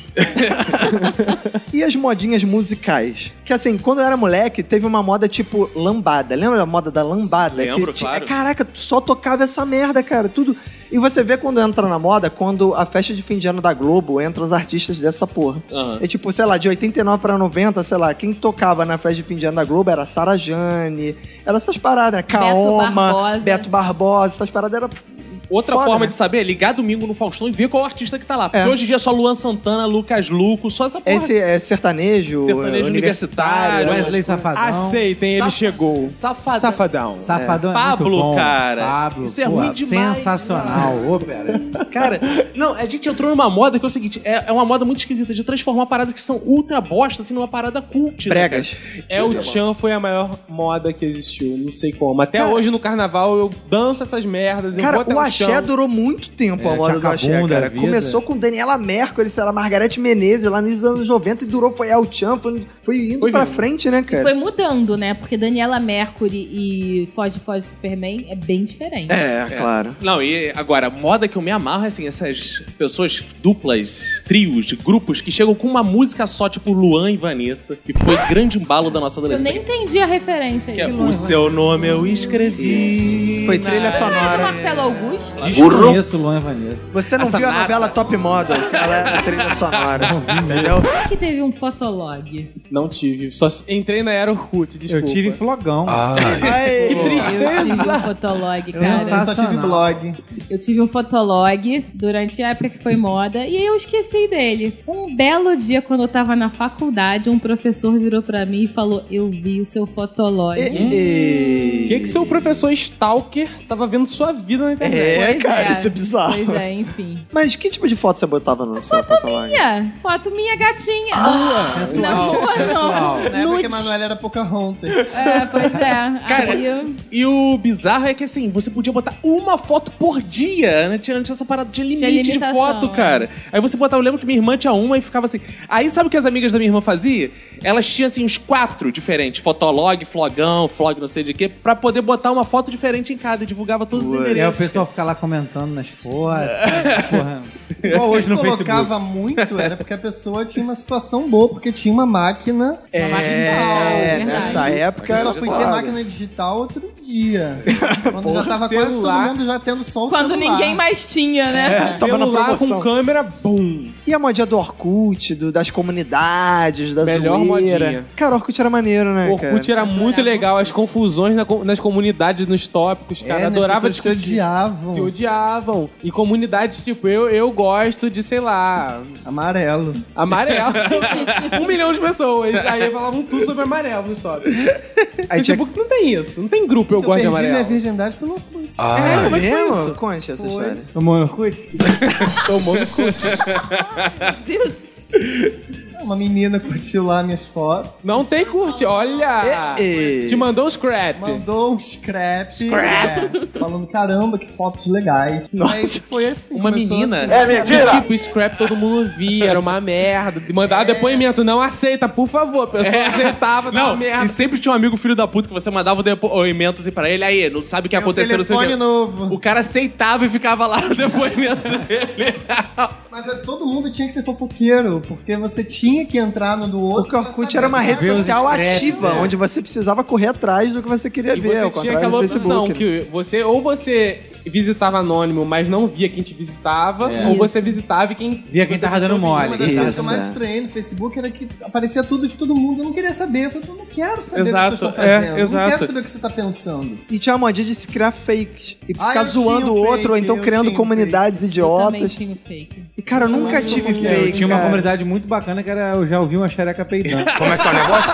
S2: E as modinhas musicais? Que assim, quando eu era moleque, teve uma moda tipo lambada. Lembra da moda da lambada?
S1: Lembro,
S2: ti-
S1: claro.
S2: Caraca, só tocava essa merda, cara. Tudo. E você vê quando entra na moda, quando a festa de fim de ano da Globo entra os artistas dessa porra.
S1: Aham.
S2: É tipo, sei lá, de 89 pra 90, sei lá, quem tocava na festa de fim de ano da Globo era Sara Jane, era essas paradas, né? Kaoma,
S3: Barbosa.
S2: Beto Barbosa, essas paradas eram
S1: Outra
S2: Foda,
S1: forma
S2: né?
S1: de saber é ligar domingo no Faustão e ver qual artista que tá lá. Porque
S2: É.
S1: hoje em dia é só Luan Santana, Lucas Luco, só essa porra.
S2: Esse é sertanejo,
S1: Sertanejo
S2: é, universitário.
S1: universitário,
S6: Wesley Safadão.
S7: Aceitem, ele
S1: Safa-
S7: chegou.
S1: Safadão.
S7: Safadão.
S6: Safadão é,
S1: Pablo,
S6: muito bom.
S1: cara.
S6: Pablo,
S1: Isso é
S6: pô,
S1: ruim
S7: né?
S1: demais.
S6: Sensacional. Ô, pera.
S1: Cara, não, é a gente entrou numa moda que é o seguinte: é, é uma moda muito esquisita de transformar paradas que são ultra bosta, assim, numa parada cult. né, cara?
S2: Bregas.
S7: É, o Chan foi a maior moda que existiu, não sei como. Até hoje no carnaval eu danço essas merdas, eu
S2: Cara,
S7: boto
S2: o axé
S7: Chan.
S2: durou muito tempo a
S6: É,
S2: moda do axé,
S6: Chacabum da
S2: cara.
S6: vida.
S2: Começou com Daniela Mercury, sei lá, Margarete Menezes lá nos anos 90 e durou, foi El Chan, foi, foi indo
S7: Foi
S2: pra
S7: vindo.
S2: frente, né, cara?
S3: Foi mudando, né? Porque Daniela Mercury e Foge Foge Superman é bem diferente.
S2: É, claro.
S1: Não, e agora, moda que eu me amarro é assim, essas pessoas duplas, trios, grupos, que chegam com uma música só, tipo Luan e Vanessa, que foi grande embalo da nossa
S3: Eu
S1: adolescência.
S3: nem entendi a referência aí.
S1: Que é, o seu nome eu esqueci.
S2: Foi trilha
S3: Não é do
S2: sonora.
S3: Marcelo Augusto?
S6: Desconheço Luan e Vanessa.
S2: Você não
S1: Essa
S2: viu a
S1: nata.
S2: novela Top Model, que ela era trilha sonora, entendeu?
S3: Como é que teve um fotolog?
S7: Não tive, só entrei na Era Orkut, desculpa.
S6: Eu tive flogão.
S2: Ai,
S3: Eu tive um fotolog, cara.
S4: Eu só tive
S6: Sensacional.
S4: blog.
S3: Eu tive um fotolog durante a época que foi moda e eu esqueci dele. Um belo dia, quando eu tava na faculdade, um professor virou pra mim e falou: Eu vi o seu fotolog.
S7: O que que seu professor Stalker tava vendo sua vida na
S6: né?
S7: internet?
S2: É,
S3: Pois
S2: cara,
S3: é.
S2: isso é bizarro.
S3: Pois é, enfim.
S2: Mas que tipo de foto você botava no seu fotolog?
S3: Minha, foto minha gatinha.
S6: Sensual, sensual.
S4: Na época que
S3: Nude.
S4: a Manuela era Pocahontas.
S3: É, pois é.
S1: Cara,
S3: Aí eu-
S1: E o bizarro é que assim, você podia botar uma foto por dia, né? Tinha, tinha essa parada de
S3: Tinha
S1: limite de
S3: limitação,
S1: foto,
S3: é.
S1: cara. Aí você botava, eu lembro que minha irmã tinha uma e ficava assim. Aí sabe o que as amigas da minha irmã faziam? elas tinham assim uns quatro diferentes: Fotolog, Flogão, Flog não sei de quê, pra poder botar uma foto diferente em cada e divulgava todos os
S6: E aí É, o
S1: endereços.
S6: pessoal fica lá comentando nas fotos. porra. Igual hoje no
S4: Eu
S6: Facebook.
S4: colocava muito era porque a pessoa tinha uma situação boa, porque tinha uma máquina.
S2: É,
S3: verdade.
S2: nessa época.
S4: Eu só fui ter
S2: é foda.
S4: máquina digital outro dia. Quando já
S7: Celular.
S4: tava quase todo mundo já tendo só o
S3: Quando
S4: celular.
S3: ninguém mais tinha, né?
S2: É, tava na
S7: Celular
S2: promoção.
S7: com câmera, bum.
S2: E a modinha do Orkut, do- das comunidades, da
S7: Melhor
S2: zoeira.
S7: modinha.
S2: Cara, Orkut era maneiro, né,
S7: O
S2: cara?
S7: Orkut era muito legal, as confusões na co- nas comunidades, nos tópicos,
S4: É,
S7: cara.
S4: né, as
S7: adorava
S4: pessoas se
S7: discutir.
S4: odiavam.
S7: Se odiavam. E comunidades, tipo, eu, eu gosto de, sei lá,
S4: Amarelo.
S7: amarelo. um milhão de pessoas. Aí falavam tudo sobre amarelo no tópicos. é
S2: Aí
S1: é
S2: tinha...
S7: Facebook não tem isso. Não tem grupo eu, gosto de
S4: perdi minha
S7: amarelo.
S4: virgindade pelo Orkut.
S2: Ah,
S7: como é que foi isso?
S2: Conte essa história.
S6: Tomou Orkut?
S7: Tomou no cu.
S4: Uma menina curtiu lá minhas fotos,
S7: Não tem curte,
S2: É.
S7: olha!
S1: É,
S2: E- e-
S7: Te mandou um scrap.
S4: mandou um scrap. é, falando, caramba, que fotos legais. Aí foi assim.
S7: Uma
S4: começou
S7: menina.
S4: assim.
S7: É mentira! tipo, o scrap todo mundo via, era uma merda. Mandava depoimento, não aceita, por favor. A pessoa aceitava, dava
S1: É. Não,
S7: merda.
S1: e sempre tinha um amigo filho da puta que você mandava o depoimento assim pra ele, aí, não sabe o que
S4: É um
S1: aconteceu, não sei o
S4: telefone
S1: quê.
S4: novo.
S1: O cara aceitava e ficava lá no depoimento dele.
S4: Mas é, todo mundo tinha que ser fofoqueiro, porque você tinha que entrar no do outro.
S2: Porque o
S4: pra
S2: Orkut
S4: saber
S2: era uma
S4: qual
S2: rede
S4: era.
S2: social ativa, onde você precisava correr atrás do que você queria
S7: né? E
S2: ver,
S7: você tinha
S2: ao contrário
S7: aquela
S2: do
S7: opção
S2: Facebook. né?
S7: que você ou você visitava anônimo, mas não via quem te visitava,
S6: É.
S7: ou
S3: Isso.
S7: você visitava e quem
S6: Via quem tava dando
S4: Uma das
S6: mole.
S4: coisas que
S2: Isso,
S4: eu mais
S2: é.
S4: estranhei no Facebook era que aparecia tudo de todo mundo. Eu não queria saber. Eu falei, eu não quero saber o
S7: Exato,
S4: que vocês estão
S7: é,
S4: fazendo. eu não
S7: exato.
S4: quero saber o que você tá pensando.
S2: E tinha a modinha de se criar fakes. E
S4: Ah,
S2: ficar
S4: eu
S2: zoando
S4: tinha
S2: o
S4: um
S2: outro, ou
S4: fake,
S2: então
S4: eu um
S2: criando
S4: tinha um
S2: comunidades
S3: Eu também
S2: idiotas.
S3: tinha o fake.
S2: E, cara, eu nunca tive
S6: Eu
S2: fake.
S6: tinha uma
S2: cara.
S6: comunidade muito bacana que era eu já ouvi uma xereca peidando.
S9: Como é que é o negócio?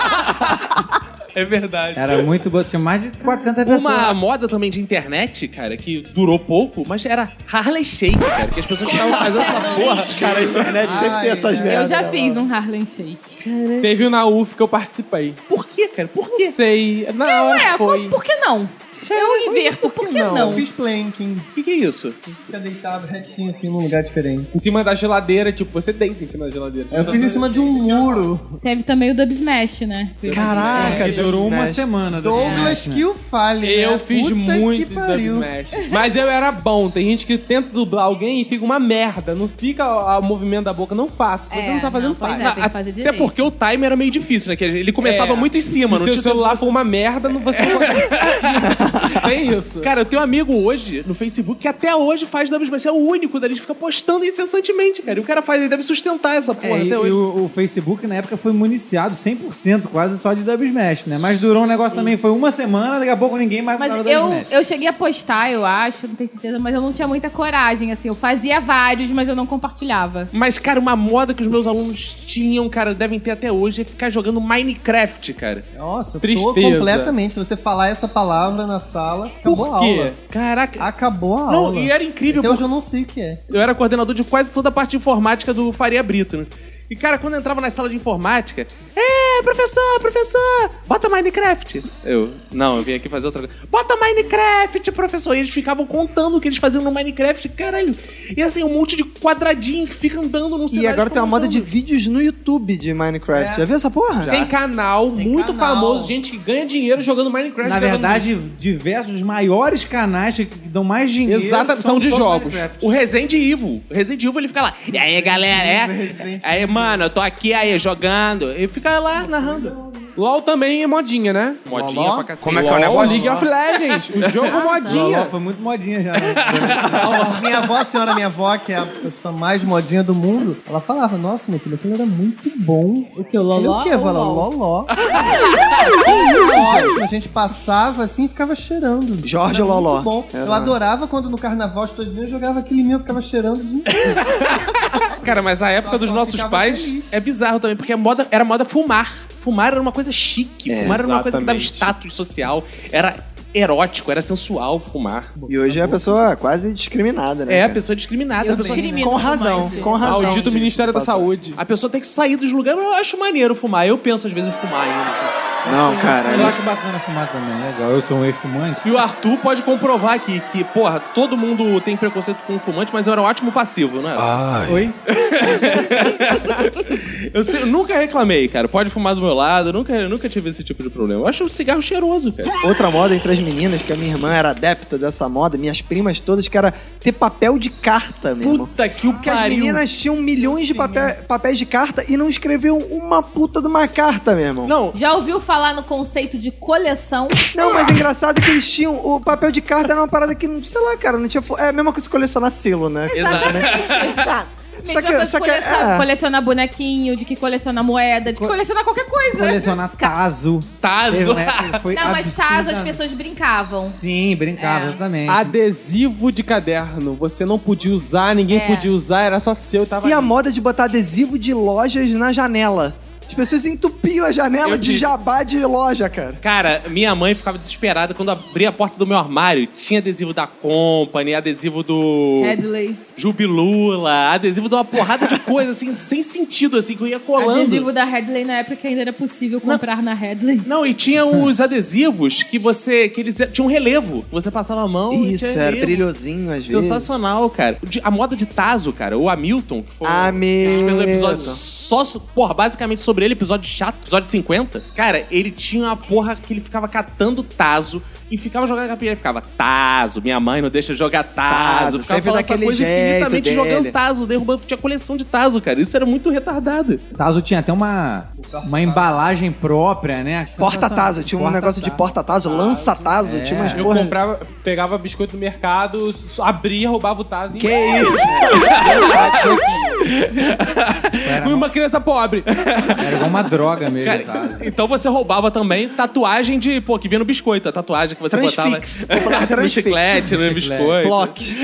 S1: É verdade.
S6: Era muito boa, tinha mais de 400 pessoas.
S1: Uma moda também de internet, cara, que durou pouco, mas era Harley Shake, cara, que as pessoas estavam fazendo essa porra.
S2: Cara, a internet sempre tem essas merdas.
S3: Eu já
S2: né,
S3: fiz
S2: mano?
S3: um Harlem Shake.
S7: teve o na UF que eu participei.
S1: Por quê, cara? Por quê?
S7: Não sei, na hora
S3: É,
S7: foi.
S3: co- por que não? Eu inverto, por que não?
S4: Eu fiz planking.
S1: O que, que é isso?
S4: Fica deitado retinho assim num lugar diferente.
S7: Em cima da geladeira, tipo, você deita em cima da geladeira.
S1: É,
S4: Eu fiz em cima de um muro.
S3: Teve também o Dub Smash, né?
S2: Caraca,
S6: Que durou uma
S2: Smash.
S6: semana.
S4: Douglas que o fale.
S7: Eu
S4: né?
S7: fiz
S4: Puta
S7: muitos
S4: que pariu.
S7: dubmashes. Mas eu era bom. Tem gente que tenta dublar alguém e fica uma merda. Não fica o, o movimento da boca. Não faço. Se você
S3: É,
S7: não tá fazendo,
S3: não, pois
S7: faz.
S3: é, tem que fazer
S1: Até
S3: direito.
S1: porque o time era meio difícil, né? Que ele começava
S7: É.
S1: muito em cima,
S7: Se
S1: não
S7: o seu
S1: tinha
S7: celular for uma merda, não, você não consegue. Tem isso.
S1: Cara, eu tenho um amigo hoje no Facebook que até hoje faz double smash. É o único da gente fica postando incessantemente, cara. E o cara faz, ele deve sustentar essa
S6: É,
S1: porra
S6: e,
S1: até
S6: e
S1: hoje.
S6: o, o Facebook na época foi municiado 100% quase só de Dub Smash, né? Mas durou um negócio também, foi uma semana, daqui a pouco ninguém mais
S3: Mas
S6: usava Dub
S3: eu,
S6: Smash.
S3: eu cheguei a postar, eu acho, não tenho certeza, mas eu não tinha muita coragem, assim. Eu fazia vários, mas eu não compartilhava.
S1: Mas, cara, uma moda que os meus alunos tinham, cara, devem ter até hoje, é ficar jogando Minecraft, cara.
S4: Nossa,
S7: Tristeza.
S4: tô completamente. Se você falar essa palavra na sala, acabou
S7: Por
S4: a
S7: quê?
S4: aula.
S1: Caraca.
S4: Acabou a
S1: Não,
S4: aula.
S1: e era incrível.
S4: Até
S1: porque
S4: hoje eu não sei o que é.
S1: Eu era coordenador de quase toda a parte de informática do Faria Brito, né? E, cara, quando eu entrava na sala de informática, é, professor, professor, bota Minecraft. Eu, não, eu vim aqui fazer outra coisa. Bota Minecraft, professor. E eles ficavam contando o que eles faziam no Minecraft, caralho. E assim, um monte de quadradinho que fica andando num
S2: E
S1: cenário
S2: agora
S1: fica
S2: tem uma moda de
S1: mudando.
S2: vídeos no YouTube de Minecraft.
S4: É.
S2: Já viu essa porra?
S7: Tem canal muito
S4: canal.
S7: famoso, gente que ganha dinheiro jogando Minecraft.
S6: Na
S7: gravando
S6: verdade, diversos dos maiores canais que que dão mais dinheiro
S7: Exatamente, são de
S6: só
S7: jogos.
S6: Minecraft.
S1: O Resident Evil. O Resident Evil ele fica lá. E aí, galera, é?
S4: Resident
S1: Aí, mano, eu tô aqui aí jogando. E fica lá narrando.
S7: LOL também é modinha, né?
S1: Modinha pra cacete.
S9: Como é que é o
S7: LOL,
S9: negócio?
S7: League of Legends. O jogo
S6: Loló
S7: modinha.
S6: foi muito modinha já. né?
S4: Minha avó, a senhora minha avó, que é a pessoa mais modinha do mundo, ela falava, nossa, meu filho, aquilo era muito bom.
S3: O que? O
S4: Falei,
S3: Loló?
S4: o quê? Eu
S3: ou
S4: falava,
S3: LOL?
S4: loló. Que isso, gente? A gente passava assim e ficava cheirando.
S2: Jorge
S4: Era
S2: Loló.
S4: Muito bom.
S2: Era.
S4: Eu adorava quando no carnaval as pessoas vinham, eu jogava aquele meu, eu ficava cheirando de
S1: Cara, mas a época
S4: Só-
S1: dos
S4: só
S1: nossos
S4: ficava
S1: pais
S4: feliz.
S1: é bizarro também, porque a moda, era moda fumar. Fumar era uma coisa chique,
S9: É,
S1: fumar era uma coisa que dava
S7: exatamente.
S1: status social, era erótico, era sensual fumar.
S2: E hoje é a pessoa quase discriminada, né?
S1: É, a
S2: cara?
S1: pessoa é discriminada.
S3: Eu
S1: A pessoa,
S3: discrimino
S2: Com razão,
S3: mais.
S2: com razão.
S7: Maldito
S2: diga-se
S7: Ministério da
S2: de passagem.
S7: Saúde.
S1: a pessoa tem que sair dos lugares, eu acho maneiro fumar. Eu penso às vezes em fumar ainda.
S2: Não, cara.
S6: Eu acho bacana fumar também, legal. Eu sou um ex-fumante.
S1: E o Arthur pode comprovar aqui que, porra, todo mundo tem preconceito com o fumante, mas eu era um ótimo passivo, né?
S2: Ah.
S7: Ah,
S9: Ai,
S6: Oi?
S1: Eu, se- eu nunca reclamei, cara. Pode fumar do meu lado, nunca, nunca tive esse tipo de problema. Eu acho o cigarro cheiroso, cara.
S2: Outra moda entre as meninas, que a minha irmã era adepta dessa moda, minhas primas todas, que era ter papel de carta, meu irmão.
S1: Puta que o
S2: Porque as
S1: pariu.
S2: meninas tinham milhões de papé- papéis de carta e não escreviam uma puta de uma carta, meu irmão.
S7: Não,
S3: Já ouviu falar no conceito de coleção?
S2: Não, mas engraçado é que eles tinham. O papel de carta era uma parada que, não- sei lá, cara, não tinha. fo- É a mesma coisa que colecionar selo, né?
S5: Tá.
S2: Só que-
S3: Mesma coisa
S2: só que-
S3: colecionar,
S2: é.
S3: colecionar bonequinho, de que colecionar moeda, de que colecionar qualquer coisa.
S6: Colecionar taso.
S1: Tazo.
S6: Teve
S2: né?
S6: uma época que foi
S3: Tá. Não, mas caso as
S6: absurda-
S3: pessoas brincavam.
S6: Sim, brincava,
S3: É.
S6: exatamente.
S2: Ah,
S7: adesivo de caderno. Você não podia usar, ninguém
S3: É.
S7: podia usar, era só seu e tava
S2: E a
S7: ali.
S2: moda de botar adesivo de lojas na janela. As pessoas entupiam a janela
S1: Eu
S2: de
S1: tive.
S2: jabá de loja, cara.
S1: Cara, minha mãe ficava desesperada quando abria a porta do meu armário. Tinha adesivo da Company, adesivo do
S3: Headley.
S1: Jubilula, adesivo de uma porrada de coisa, assim, sem sentido, assim, que eu ia colando.
S3: Adesivo da Headley na época que ainda era possível comprar na Headley.
S1: Não, e tinha os adesivos que você. que eles tinham um relevo. Você passava a mão e
S2: Isso,
S1: tinha
S2: era
S1: relevo.
S2: brilhosinho às vezes.
S1: Sensacional, cara. De- A moda de Tazo, cara. O Hamilton, que foi. que
S2: Ah,
S1: a gente fez um episódio
S2: Hamilton.
S1: só, so- porra, basicamente sobre ele, episódio chato, episódio 50. Cara, ele tinha uma porra que ele ficava catando Tazo e ficava jogando capinha. Ele ficava, Tazo, minha mãe não deixa eu jogar Tazo.
S2: Tazo,
S1: ficava
S2: sempre
S1: falando essa
S2: daquele
S1: coisa
S2: jeito
S1: infinitamente
S2: dele.
S1: jogando Tazo, derrubando. Tinha coleção de Tazo, cara. Isso era muito retardado.
S6: Tazo tinha até uma, uma embalagem própria, né?
S2: Porta-tazo, tinha um
S6: Porta-tazo.
S2: negócio de porta-tazo, lança-tazo,
S6: É.
S2: tinha umas
S7: Eu
S2: porra.
S7: comprava, pegava biscoito no mercado, s- abria, roubava o tazo e...
S2: Que isso?
S6: Era,
S7: Fui uma criança pobre.
S6: era igual uma droga mesmo,
S1: Cara,
S6: Tazo.
S1: então você roubava também tatuagem de, pô, que vinha no biscoito, a tatuagem que você
S2: Transfix. Popular
S1: botava no
S2: transfix.
S1: chiclete, no biscoito.
S2: Block.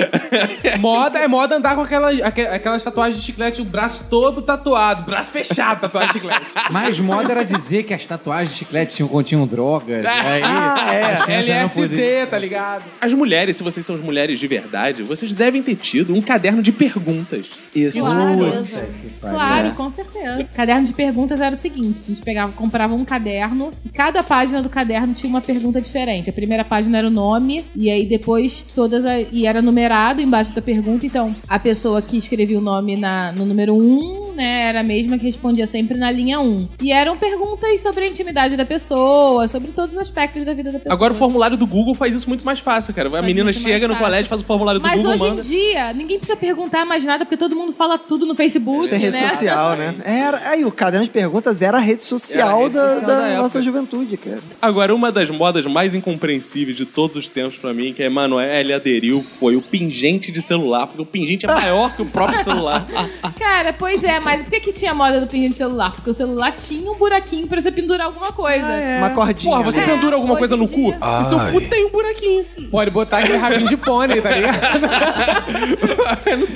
S7: Moda é moda andar com aquela, aque- aquelas tatuagens de chiclete, o braço todo tatuado, braço fechado, tatuagem de chiclete.
S6: Mas moda era dizer que as tatuagens de chiclete tinham, continham drogas. Aí,
S2: Ah,
S6: as
S2: é.
S6: crianças não podiam-
S7: LSD, tá ligado?
S1: As mulheres, se vocês são as mulheres de verdade, vocês devem ter tido um caderno de perguntas.
S2: Isso.
S3: Claro.
S6: pariu.
S3: Claro, com certeza. O caderno de perguntas era o seguinte: a gente pegava, comprava um caderno, e cada página do caderno tinha uma pergunta diferente. A primeira página era o nome, e aí depois todas. a- e era numerado embaixo da pergunta. Então, a pessoa que escrevia o nome na, no número 1, né, era a mesma que respondia sempre na linha 1. E eram perguntas sobre a intimidade da pessoa, sobre todos os aspectos da vida da pessoa.
S1: Agora o formulário do Google faz isso muito mais fácil, cara. A menina
S3: muito mais
S1: chega no
S3: fácil.
S1: colégio, faz o formulário do
S3: Mas
S1: Google,
S3: hoje
S1: manda.
S3: em dia, ninguém precisa perguntar mais nada, porque todo mundo fala tudo no Facebook,
S2: Isso é rede
S3: né?
S2: social, né? Era, aí o caderno de perguntas era a rede social,
S7: Era a rede
S2: da,
S7: social
S2: da
S7: da
S2: nossa
S7: época.
S2: juventude, cara.
S1: Agora, uma das modas mais incompreensíveis de todos os tempos pra mim, que a Emanuele aderiu, foi o pingente de celular, porque o pingente é maior que o próprio celular.
S3: Cara, pois é, mas por que, que tinha moda do pingente de celular? Porque o celular tinha um buraquinho pra você pendurar alguma
S7: Ah,
S3: coisa.
S2: Uma cordinha. né?
S1: Porra, você
S3: É,
S1: pendura alguma
S3: hoje
S1: coisa
S3: em
S1: no cu?
S3: dia.
S1: E seu
S9: Ai.
S1: cu tem um buraquinho.
S7: Pode botar aquele rabinho de pônei, tá ligado?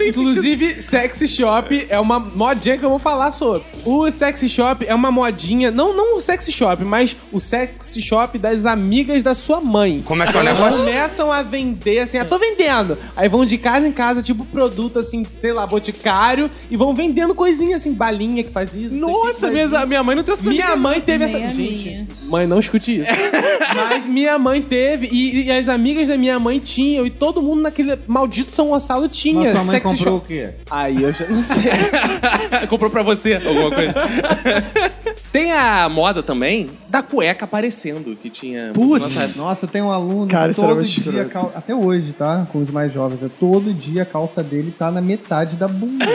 S7: Inclusive, sexy shop é uma modinha que eu vou falar sobre. O sexy shop é uma modinha, não, não o sexy shop, mas o sexy shop das amigas da sua mãe.
S9: Como é que é o
S7: Elas
S9: negócio?
S7: começam a vender assim, ah, tô vendendo. Aí vão de casa em casa, tipo produto assim, sei lá, boticário, e vão vendendo coisinha assim, balinha que faz isso. não sei o que
S1: Nossa,
S7: que faz
S1: minha, minha mãe não tem essa
S7: minha mãe teve
S3: Nem
S7: essa.
S3: a
S7: Gente,
S3: minha.
S7: mãe, não escute isso. Mas minha mãe teve, e, e as amigas da minha mãe tinham, e todo mundo naquele maldito São Gonçalo tinha.
S6: Mas tua mãe
S7: sexy
S6: comprou o
S7: shop.
S6: quê?
S7: Aí eu já não sei.
S1: Comprou pra você alguma coisa. Tem a moda também da cueca aparecendo, que tinha. Putz!
S4: Nossa, eu tenho um aluno
S2: Cara, isso era
S4: todo
S2: muito
S4: dia,
S2: escroto.
S4: cal- até hoje, tá? Com os mais jovens, é todo dia a calça dele tá na metade da bunda.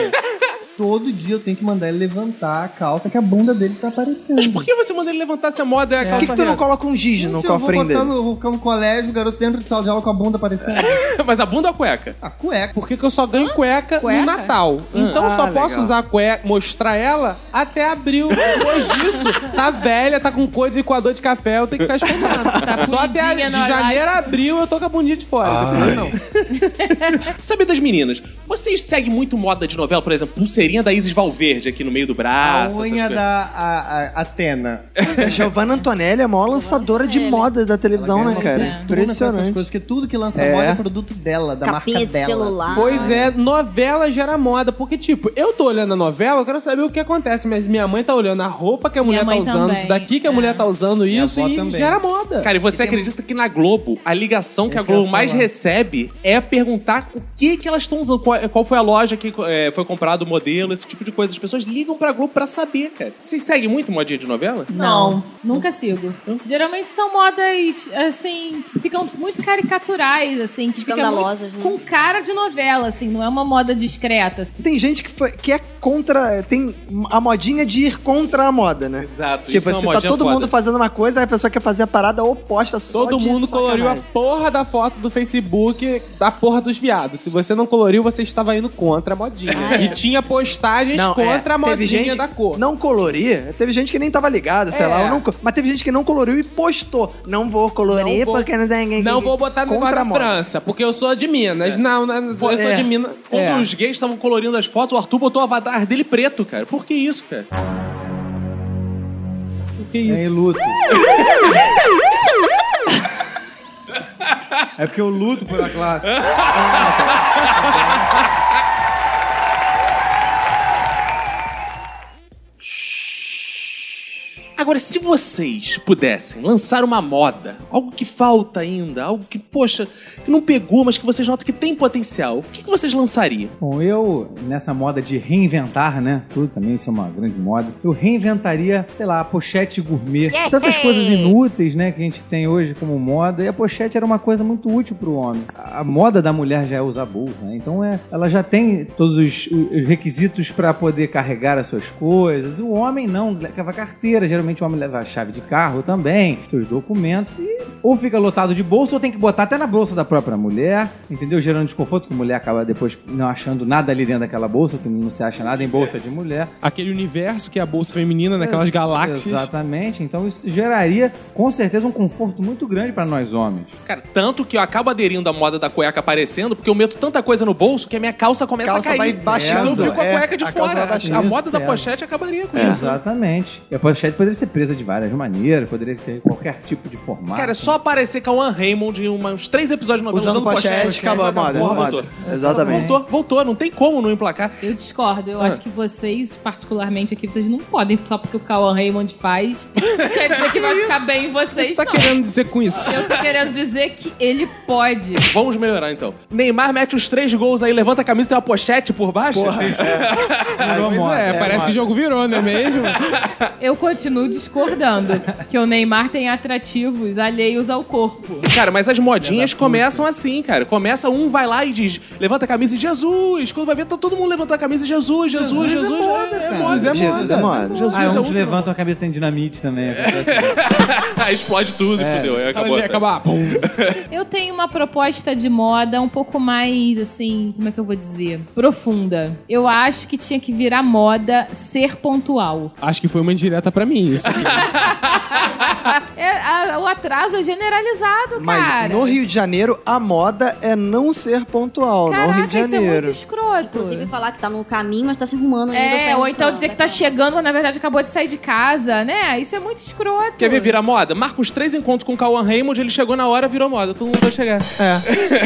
S4: todo dia eu tenho que mandar ele levantar a calça que a bunda dele tá aparecendo.
S1: Mas por que você manda ele levantar se a moda é a
S2: Por
S1: calça
S2: que, que tu não
S1: reta?
S2: coloca um giz no
S4: eu vou
S2: cofrinho
S4: botar
S2: dele?
S4: no, vou ficar no colégio, o garoto dentro de sala de aula com a bunda aparecendo.
S1: Mas a bunda ou a cueca?
S4: A cueca.
S7: Por que que eu só ganho cueca,
S3: Cueca? Hum.
S7: no Natal? Então eu só
S2: Ah,
S7: posso
S2: legal.
S7: usar cueca, mostrar ela até abril. Depois disso, tá velha, tá com cor de coador de café, eu tenho que ficar escondendo. só até a-
S3: Tá bundinha
S7: de
S3: na hora.
S7: janeiro a abril eu tô com a bundinha de fora.
S6: Ah,
S7: Não,
S9: Ai.
S7: não.
S1: Sabe das meninas? Vocês seguem muito moda de novela, por exemplo, pulseirinha pulseirinha da Isis Valverde aqui no meio do
S7: Ah,
S4: A
S1: braço.
S4: unha
S1: essas
S4: da a, a- Atena.
S2: A Giovanna Antonelli é a maior lançadadora de
S3: Antonelli.
S2: moda da televisão, né,
S4: Ela ganha uma
S2: cara?
S3: fortuna
S4: fortuna com essas
S2: Impressionante.
S4: coisas, porque tudo que lança
S2: É.
S4: moda é produto dela, da
S5: Capinha
S4: marca
S5: de
S4: dela.
S5: celular.
S7: Pois é, novela gera moda. Porque, tipo, eu tô olhando a novela, eu quero saber o que acontece. Mas minha mãe tá olhando a roupa que a
S3: Minha
S7: mulher tá
S3: mãe
S7: usando,
S3: também,
S7: isso daqui que a
S3: é.
S7: mulher tá usando,
S4: Minha
S7: isso,
S4: avó
S7: e
S4: também.
S7: gera moda.
S1: Cara, e você acredita que na Globo, a ligação que a
S4: Isso que eu ia
S1: Globo mais
S4: falar.
S1: recebe é perguntar o que que elas estão usando, qual, qual foi a loja que eh, foi comprado o modelo, esse tipo de coisa. As pessoas ligam pra Globo pra saber, cara. Vocês seguem muito modinha de novela?
S3: Não, nunca sigo. Geralmente são modas, assim, que ficam muito caricaturais, assim, que fica
S5: Escandalosas,
S3: muito
S5: né?
S3: com cara de novela, assim, não é uma moda discreta.
S2: Tem gente que, foi- que é contra. Tem a modinha de ir contra a moda, né?
S1: Exato.
S4: é
S7: é
S2: Tipo, você tá todo mundo fazendo uma coisa, aí a pessoa quer fazer a parada oposta só
S7: Todo
S2: de
S7: mundo coloriu a
S2: sacanagem.
S7: porra da foto do Facebook da porra dos viados. Se você não coloriu, você estava indo contra a modinha.
S5: Ah, é.
S7: E tinha postagens
S2: Não, é,
S7: contra a
S2: teve
S7: modinha
S2: gente-
S7: da cor.
S2: Não colorir, teve gente que nem tava ligada, sei
S7: É.
S2: lá. eu não co- mas teve gente que não coloriu e postou. Não vou colorir
S7: Não vou-
S2: porque não tem ninguém
S7: Não vou botar no
S2: contra
S7: negócio
S2: a
S7: da
S2: moda.
S7: França, porque eu sou de Minas. Não, não, eu sou
S2: É.
S7: de Minas.
S1: Quando
S7: É.
S1: os gays estavam colorindo as fotos, o Arthur botou o avatar dele preto, cara. Por que isso, cara?
S4: Que isso? É em luto.
S6: É porque eu luto pela classe.
S1: Agora, se vocês pudessem lançar uma moda, algo que falta ainda, algo que, poxa, que não pegou, mas que vocês notam que tem potencial, o que, que vocês lançariam?
S6: Bom, eu, nessa moda de reinventar, né? Tudo também, isso é uma grande moda. Eu reinventaria, sei lá, a pochete gourmet. Tantas coisas inúteis, né, que a gente tem hoje como moda. E a pochete era uma coisa muito útil pro homem. A a moda da mulher já é usar bolsa, né? Então é, ela já tem todos os, os requisitos pra poder carregar as suas coisas. O homem não, leva carteira. Geralmente o homem leva a chave de carro também, seus documentos. E ou fica lotado de bolsa ou tem que botar até na bolsa da própria mulher, entendeu? Gerando desconforto, que a mulher acaba depois não achando nada ali dentro daquela bolsa, que não se acha nada em bolsa de mulher.
S7: Aquele universo que é a bolsa feminina, Ah, naquelas
S6: Ex-
S7: galáxias.
S6: Exatamente. Então isso geraria, com certeza, um conforto muito grande pra nós homens.
S1: Cara, tanto que eu acabo aderindo à moda da cueca aparecendo, porque eu meto tanta coisa no bolso que a minha calça começa
S2: Calça
S1: a cair.
S2: vai baixando,
S1: Então eu fico com a
S2: é,
S1: cueca de
S2: a calça
S1: fora.
S2: vai baixando.
S1: A moda da
S6: Isso, é.
S1: pochete acabaria com isso.
S6: Exatamente. E a pochete poderia ser presa de várias maneiras, poderia ter qualquer tipo de formato.
S1: Cara, é só aparecer com a Raymond em uma- uns três episódios de novela
S2: Usando pochete, acabou a moda. é
S1: Acabou,
S2: moda.
S1: voltou.
S2: Exatamente.
S1: Voltou, voltou, não tem como não emplacar.
S3: Eu discordo, eu
S2: Ah.
S3: acho que vocês, particularmente aqui, vocês não podem, só porque o Cauan Raymond faz, quer dizer que vai ficar bem em vocês,
S7: tá
S3: não.
S7: querendo dizer com isso?
S3: Eu tô querendo dizer que ele pode.
S1: Vamos melhorar então. Neymar mete os três gols aí, levanta a camisa e tem uma pochete por baixo.
S7: Virou
S6: moda.
S7: É, parece que o jogo virou, não é mesmo?
S3: Eu continuo discordando que o Neymar tem atrativos alheios ao corpo.
S1: Cara, mas as modinhas começam assim, cara. Começa um, vai lá e diz, levanta a camisa e Jesus. Quando vai ver, tá todo mundo levantando a camisa e Jesus, Jesus, Jesus. É moda, é, moda.
S2: Jesus é moda.
S1: Jesus
S6: Ah,
S1: é
S6: uns
S1: outro-
S7: né?
S6: levantam a cabeça tem dinamite
S7: É.
S6: também.
S1: Ah, Explode tudo, fudeu. Aí acabou.
S7: Acabou, acabar. Pum.
S3: Eu tenho uma proposta de moda um pouco mais, assim, como é que eu vou dizer? Profunda. Eu acho que tinha que virar moda ser pontual.
S7: Acho que foi uma indireta pra mim isso.
S3: É, a- o atraso é generalizado,
S2: Mas
S3: cara.
S2: no Rio de Janeiro, a moda é não ser pontual. no Rio de
S3: Caraca, isso é muito
S2: Janeiro.
S3: escroto.
S5: Inclusive falar que tá no caminho, mas tá se arrumando né, ainda.
S3: É,
S5: saindo
S3: ou então
S5: pra-
S3: dizer que tá chegando, mas na verdade acabou de sair de casa, né? Isso é muito escroto.
S1: Quer ver virar moda? Marca os três encontros com o Cauan Raymond, ele chegou na hora, virou moda. Todo mundo vai chegar.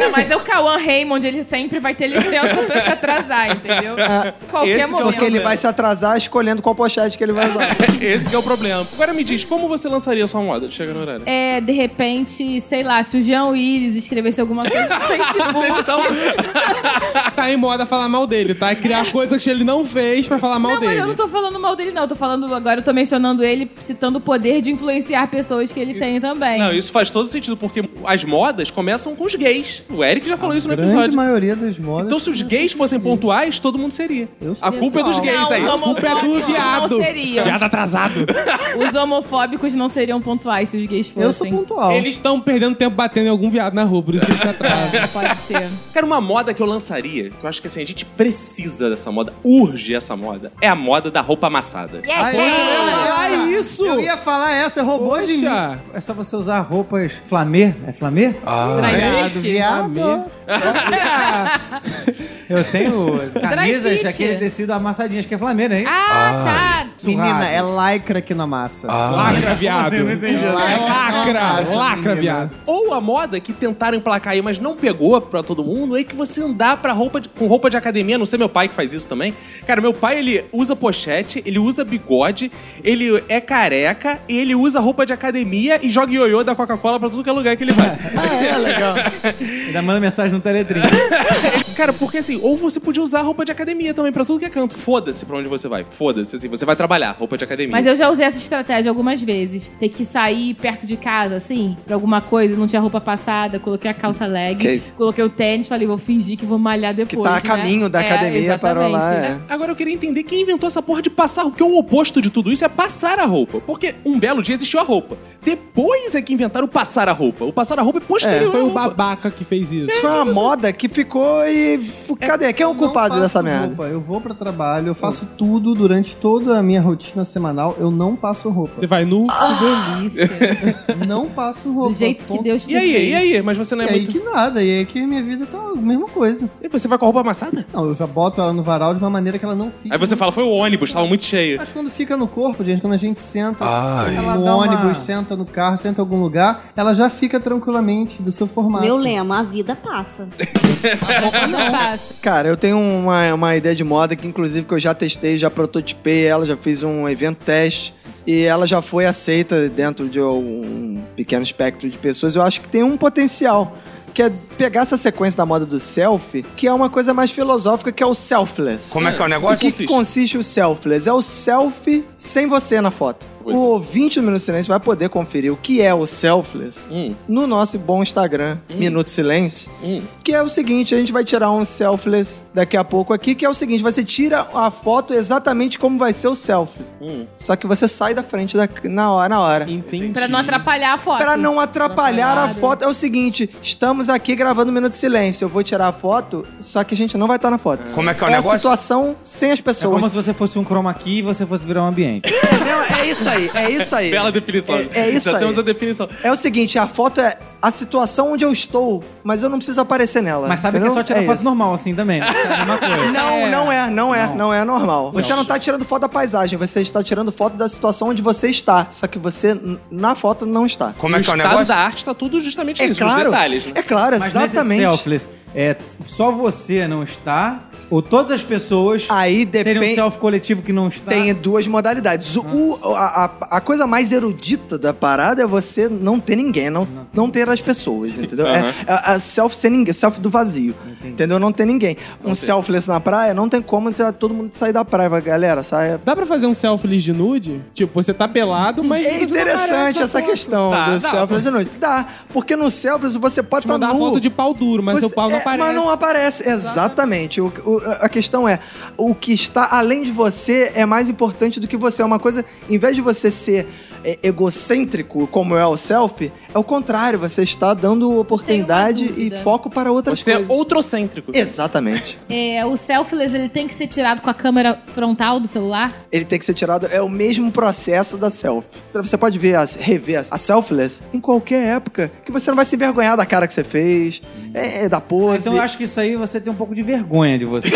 S3: Não, mas é o Cauã Raymond, ele sempre vai ter licença pra se atrasar, entendeu? Qualquer
S1: esse que é o
S3: momento.
S2: Porque ele vai se atrasar escolhendo qual pochete que ele vai usar.
S1: Esse que é o problema. Agora me diz, como você lançaria sua moda de chegar no horário?
S3: É, de repente, sei lá, se o Jean Willis escrevesse alguma coisa no Facebook.
S1: Então,
S7: tá em moda falar mal dele, tá? É Criar coisas que ele não fez pra falar mal
S3: Não, mas
S7: dele.
S3: eu não tô falando mal dele, não. Eu tô falando agora, eu tô mencionando ele, citando o poder de influenciar pessoas que ele tem também.
S1: não, isso faz todo sentido, porque as modas começam com os gays. O Eric já falou isso no episódio.
S6: maioria das modas.
S1: Então, se os gays fossem pontuais, todo mundo seria.
S6: Eu
S1: A culpa é dos
S3: Não,
S1: gays aí.
S3: os
S7: O pé do
S3: homofóbicos não
S7: viado.
S3: seriam.
S7: Viado atrasado.
S3: Os homofóbicos não seriam pontuais se os gays fossem.
S6: eu sou pontual.
S7: Eles estão perdendo tempo batendo em algum viado na rua, por isso que eles tá atrás.
S3: É, Pode ser.
S1: Cara, uma moda que eu lançaria, que eu acho que assim, a gente precisa dessa moda, urge essa moda, é a moda da roupa amassada.
S5: Yeah,
S6: Ah, é?
S5: yeah.
S7: Ah, falar isso!
S4: Eu ia falar essa, roubou de mim.
S7: Poxa.
S6: É só você usar roupas flamê. É flamê?
S2: Ah,
S4: Viado,
S3: Gente.
S4: viado.
S6: Eu tenho camisas
S3: fit.
S6: daquele tecido amassadinho, acho que é flamê, né?
S3: Ah, tá.
S4: Menina, é lycra que não amassa.
S2: Ah.
S7: Lacra, viado.
S6: Eu não entendi.
S7: É
S4: Ah,
S7: lacra,
S4: essa
S7: lacra,
S4: menina.
S7: viado.
S1: Ou a moda que tentaram emplacar aí, mas não pegou pra todo mundo, é que você andar pra roupa de- com roupa de academia, não sei meu pai que faz isso também. Cara, meu pai, ele usa pochete, ele usa bigode, ele é careca, e ele usa roupa de academia e joga ioiô da Coca-Cola pra tudo que é lugar que ele vai.
S6: Ainda manda mensagem no
S2: Um
S6: Teletrim.
S1: Cara, porque assim, ou você podia usar roupa de academia também pra tudo que é canto. Foda-se pra onde você vai. Foda-se, assim, você vai trabalhar, roupa de academia.
S3: Mas eu já usei essa estratégia algumas vezes. Ter que sair perto de casa, assim, pra alguma coisa, não tinha roupa passada, coloquei a calça leg,
S2: Ok.
S3: coloquei o tênis, falei, vou fingir que vou malhar depois.
S2: Que tá a
S3: né?
S2: caminho da
S3: É,
S2: academia, parou lá.
S3: exatamente. né?
S2: É.
S7: né?
S1: Agora eu queria entender quem inventou essa porra de passar, porque o oposto de tudo isso é passar a roupa. Porque um belo dia existiu a roupa. Depois é que inventaram o passar a roupa. O passar a roupa é posterior. à
S7: Foi o
S1: roupa.
S7: babaca que fez isso.
S2: Isso foi uma moda que ficou e. f- Cadê? Quem é o culpado
S4: Não
S2: dessa
S4: faço
S2: merda?
S4: roupa. Eu vou pra trabalho, eu faço tudo durante toda a minha rotina semanal. Eu não passo roupa.
S7: Você vai nu.
S2: é.
S3: Que delícia.
S4: não passo roupa.
S3: Do jeito que né?
S4: ponto.
S3: Deus te
S1: E aí,
S3: fez.
S1: e aí? Mas você
S4: E
S1: não é
S4: aí
S1: muito.
S4: que nada, e aí que minha vida tá a mesma coisa.
S1: E Você vai com a roupa amassada?
S4: Não, eu já boto ela no varal de uma maneira que ela não fica.
S1: Aí você fala, foi o ônibus, tava muito cheio.
S4: Mas quando fica no corpo, gente, quando a gente senta
S2: Ah.
S9: Ai.
S6: Ela
S4: no
S6: dá uma-
S4: um ônibus, senta no carro, senta em algum lugar, ela já fica tranquilamente do seu formato.
S5: Meu lema, a vida passa.
S3: Não é passa.
S2: Cara, eu tenho uma, uma ideia de moda que, inclusive, que eu já testei, já prototipei ela, já fiz um evento teste e ela já foi aceita dentro de um pequeno espectro de pessoas. Eu acho que tem um potencial. Que é pegar essa sequência da moda do selfie, que é uma coisa mais filosófica, que é o selfless.
S9: Como é que é o
S2: O
S9: negócio?
S2: que que consiste o selfless? É o selfie sem você na foto.
S1: Pois
S2: o
S1: é.
S2: ouvinte do Minuto Silêncio vai poder conferir o que é o selfless
S1: Hum,
S2: no nosso bom Instagram, Minuto Silêncio.
S1: hum.
S2: Que é o seguinte, a gente vai tirar um selfless daqui a pouco aqui, que é o seguinte, você tira a foto exatamente como vai ser o selfie.
S1: Hum.
S2: Só que você sai da frente da, na hora, na hora.
S7: Entendi.
S3: Pra não atrapalhar a foto.
S2: Pra não atrapalhar a
S3: Atrapalhado.
S2: foto, é o seguinte, estamos aqui gravando um Minuto de Silêncio, eu vou tirar a foto, só que a gente não vai estar na foto.
S9: Como é que é o
S2: É a
S9: negócio?
S2: situação sem as
S6: É
S2: pessoas.
S6: como se você fosse um chroma key e você fosse virar um ambiente.
S2: Não, é isso aí, é isso aí.
S1: Bela definição.
S2: É- é isso
S1: Já
S2: aí.
S1: temos a definição.
S2: É o seguinte, a foto é a situação onde eu estou, mas eu não preciso aparecer nela.
S6: Mas sabe
S2: entendeu?
S6: que é só tirar
S2: É
S6: foto
S2: isso.
S6: normal assim também, né? É a mesma coisa.
S2: Não, não é, não é,
S6: Não.
S2: não, é normal. Você não tá tirando foto da paisagem, você está tirando foto da situação onde você está. Só que você, n- na foto, não está.
S9: Como é
S1: o
S9: que é o
S1: estado
S9: negócio?
S1: da arte tá tudo justamente
S2: É
S1: nisso, nos
S2: claro.
S1: detalhes, né?
S2: É claro,
S6: Mas nesse
S2: exatamente.
S6: selfless, é, só você não está, ou todas as pessoas
S2: Aí
S6: seriam um
S2: Ah, depende.
S6: selfie coletivo que não está. Ah,
S2: Tem duas modalidades. O- o- a, a- a coisa mais erudita da parada é você não ter ninguém, não, não ter as pessoas, entendeu? É,
S1: Aham.
S2: é- é self sem ninguém, self do vazio. Entendeu? Não ter ninguém. um selfless na praia, não tem como você- todo mundo sair da praia. Vai, Galera, sai.
S7: Dá pra fazer um selfie de nude? Tipo, você tá pelado, mas.
S2: É
S7: você não
S2: interessante
S7: aparece
S2: essa
S7: na foto.
S2: questão
S1: Tá,
S2: do
S1: dá.
S2: selfless de noite. Dá, porque no selfless você pode
S7: Te
S2: estar
S7: mandar
S2: nu.
S7: Tipo, foto de pau duro, mas
S2: Você-
S7: seu pau não
S2: é,
S7: aparece.
S2: Mas não aparece, exatamente. O- o- a questão é, o que está além de você é mais importante do que você. É uma coisa, em vez de você ser é, egocêntrico, como é o selfie, é o contrário. Você está dando oportunidade e
S3: dúvida.
S2: foco para outras
S1: Você é
S2: coisas.
S1: outrocêntrico.
S2: Exatamente.
S3: É, o selfless, ele tem que ser tirado com a câmera frontal do celular.
S2: Ele tem que ser tirado. É o mesmo processo da selfie. Então você pode ver, as- rever a selfless em qualquer época, que você não vai se envergonhar da cara que você fez, é, é da pose.
S6: Então eu acho que isso aí você tem um pouco de vergonha de você.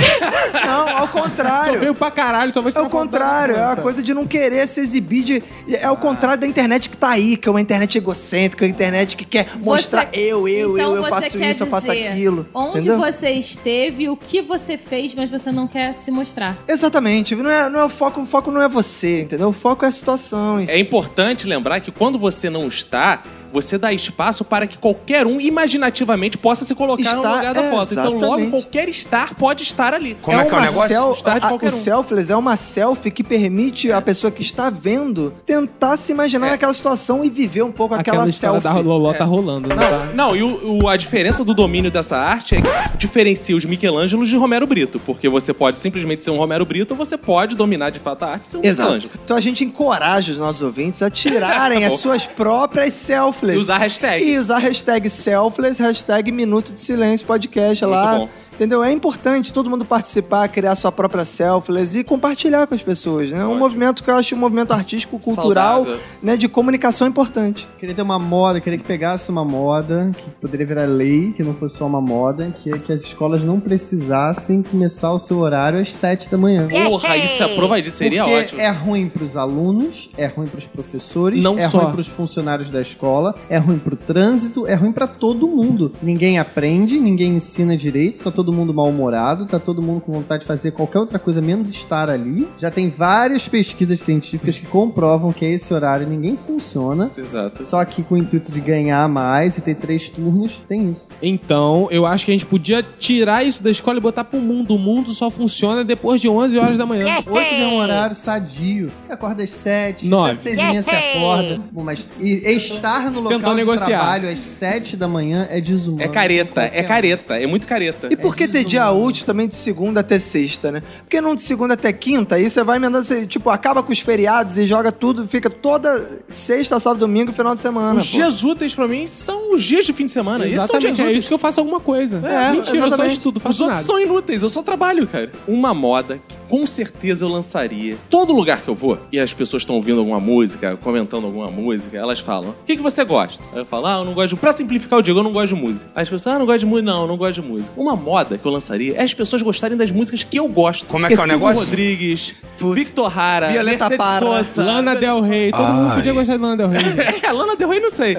S2: Não, ao
S7: Só
S2: contrário.
S7: veio pra caralho, só vou
S2: É
S7: tirar
S2: o
S7: foto da
S2: contrário, é a
S7: planta.
S2: coisa de não querer se exibir de. É o contrário da internet que tá aí, que é uma internet egocêntrica, uma internet que quer mostrar eu, eu,
S3: então
S2: eu, eu
S3: você
S2: faço
S3: quer
S2: isso, eu faço
S3: dizer
S2: aquilo.
S3: Onde
S2: entendeu?
S3: você esteve, o que você fez, mas você não quer se mostrar.
S2: Exatamente, não é, não é o foco, o foco não é você, entendeu? O foco é a situação.
S1: É importante lembrar que quando você não está, você dá espaço para que qualquer um imaginativamente possa se colocar no
S2: Está-
S1: lugar da
S2: é,
S1: foto. Então, logo,
S2: exatamente.
S1: qualquer estar pode estar ali.
S9: Como é que é o
S1: uma
S9: negócio?
S2: Sel-
S1: Estar de
S2: a-
S1: qualquer
S2: o
S1: um.
S2: selfless é uma selfie que permite a pessoa que está vendo tentar se imaginar naquela situação e viver um pouco aquela,
S7: Aquela história
S2: selfie.
S7: da Loló tá rolando, né? Tá?
S1: É. Não, e o- o- a diferença do domínio dessa arte é que diferencia os Michelangelos de Romero Brito. Porque você pode simplesmente ser um Romero Brito ou você pode dominar de fato a arte e ser um
S2: Exato.
S1: Michelangelo.
S2: Então a gente encoraja os nossos ouvintes a tirarem as suas próprias
S1: E
S2: selfless.
S1: Tá usar a hashtag.
S2: E usar a hashtag selfless, hashtag Minuto de Silêncio Podcast
S1: Muito
S2: lá.
S1: bom.
S2: Entendeu? É importante todo mundo participar, criar sua própria selfless e compartilhar com as pessoas. né? É um movimento que eu acho um movimento artístico, cultural,
S1: Saudável.
S2: né, de comunicação importante.
S4: Queria ter uma moda, queria que pegasse uma moda, que poderia virar lei, que não fosse só uma moda, que é que as escolas não precisassem começar o seu horário às 7 da manhã.
S1: Porra, isso é prova de seria
S4: Porque
S1: ótimo.
S4: É ruim pros alunos, é ruim pros professores,
S7: Não
S4: é
S7: só.
S4: ruim pros funcionários da escola, é ruim pro trânsito, é ruim pra todo mundo. Ninguém aprende, ninguém ensina direito, tá todo mundo mal-humorado, tá todo mundo com vontade de fazer qualquer outra coisa menos estar ali. Já tem várias pesquisas científicas que comprovam que a esse horário ninguém funciona.
S1: Exato.
S4: Só que com o intuito de ganhar mais e ter três turnos, tem isso.
S7: Então, eu acho que a gente podia tirar isso da escola e botar pro mundo. O mundo só funciona depois de 11 horas da manhã.
S4: Oito já é um horário sadio. Você acorda às sete,
S7: Nove.
S4: às seis e meia você acorda. Bom, mas e- estar no local
S7: Tentou
S4: de
S7: negociar.
S4: trabalho às sete da manhã é desumano.
S1: É careta,
S4: Qualquer
S1: é careta, é muito careta.
S2: E por que ter dia útil também de segunda até sexta, né? Porque não de segunda até quinta, aí você vai emendando, você, tipo, acaba com os feriados e joga tudo, fica toda sexta, sábado, domingo, final de semana.
S1: Os
S2: pô.
S1: dias úteis pra mim são os dias de fim de semana. Esses são dias
S7: Exatamente, é
S1: úteis.
S7: isso que eu faço alguma coisa.
S2: É,
S7: Mentira, eu só
S2: exatamente.
S7: estudo,
S1: Os
S7: faço nada.
S1: outros são inúteis, eu só trabalho, cara. Uma moda que com certeza eu lançaria. Todo lugar que eu vou e as pessoas estão ouvindo alguma música, comentando alguma música, elas falam: O que, que você gosta? Aí eu falo: Ah, eu não gosto de. Pra simplificar, eu digo: Eu não gosto de música. Aí as pessoas: Ah, eu não gosto de música. Não, eu não gosto de música. Uma moda que eu lançaria é as pessoas gostarem das músicas que eu gosto. Como é que é o negócio? Rodrigues, Victor Hara,
S2: Violeta
S1: Mercedes
S2: Parra.
S1: Sosa,
S7: Lana Del Rey, todo mundo podia gostar de Lana Del Rey.
S1: é, Lana Del Rey não sei.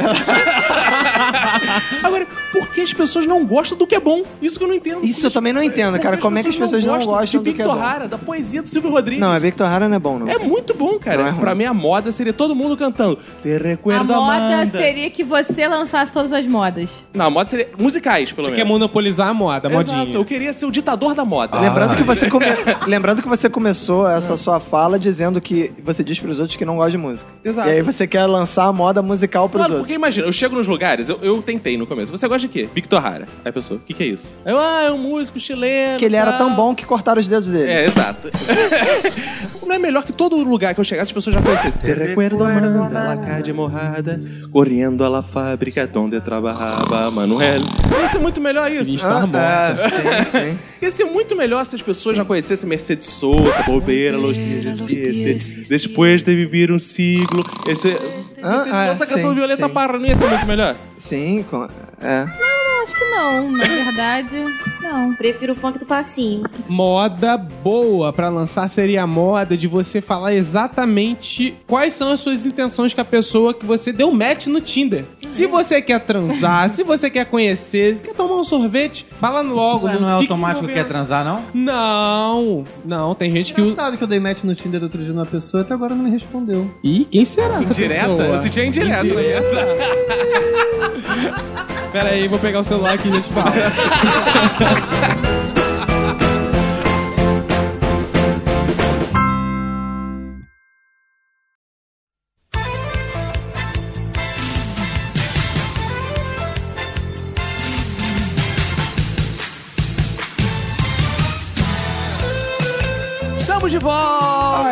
S1: Agora, por que as pessoas não gostam do que é bom? Isso que eu não entendo.
S2: Isso eu também não entendo, cara. Como é que as pessoas não gostam
S1: de
S2: do que é bom?
S1: Victor Hara, da poesia do Silvio Rodrigues?
S2: Não, é Victor Hara não é bom, não.
S1: É muito bom,
S2: Não
S1: cara.
S2: é ruim.
S1: pra mim, a moda seria todo mundo cantando. Te
S3: A
S1: recuerdo,
S3: moda
S1: Amanda.
S3: seria que você lançasse todas as modas.
S1: Não, a moda seria musicais, pelo
S7: Quer
S1: menos.
S7: monopolizar a moda, a
S1: Exato, eu
S7: modinha.
S1: queria ser o ditador da moda.
S2: Lembrando que, você come- Lembrando que você começou essa sua fala dizendo que você diz pros outros que não gosta de música.
S1: Exato.
S2: E aí você quer lançar a moda musical pros
S1: Claro, porque
S2: outros.
S1: imagina, eu chego nos lugares, eu, eu tentei no começo. Você gosta de quê? Victor Hara. Aí a pessoa, o que, que é isso? Aí eu, ah, é um músico chileno.
S2: Porque ele era
S1: tal."
S2: tão bom que cortaram os dedos dele.
S1: É, exato. Não é melhor que todo lugar que eu chegasse as pessoas já conhecessem. Te recuerdo, Amanda, la calle morrada, correndo a la fábrica donde trabajaba Manuel. Ia ser muito melhor isso.
S2: Ah, é, sim, sim.
S1: Ia ser muito melhor se as pessoas já conhecessem Mercedes Souza, Bobeira, Los 17, depois de viver um siglo. Esse,
S2: Ah,
S1: Mercedes
S2: ah,
S1: Souza cantou
S2: sim,
S1: Violeta
S2: sim.
S1: Parra, não ia ser muito melhor?
S2: Sim, com... é.
S3: Não, acho que não, na verdade. Não.
S5: Prefiro o funk do passinho.
S7: Moda boa pra lançar seria a moda de você falar exatamente quais são as suas intenções com a pessoa que você deu match no Tinder.
S6: Uhum.
S7: Se você quer transar, se você quer conhecer, se quer tomar um sorvete, fala logo.
S6: Não é
S7: fique
S6: automático que quer
S7: envolvendo.
S6: transar, não?
S7: Não, não, tem gente que. usa.
S4: Engraçado que eu dei match no Tinder outro dia numa pessoa e até agora não me respondeu.
S7: Ih, quem será essa
S1: Direta?
S7: pessoa?
S1: Eu senti a indireta. né?
S7: Pera aí, vou pegar o celular aqui e a gente fala.
S1: Estamos de volta!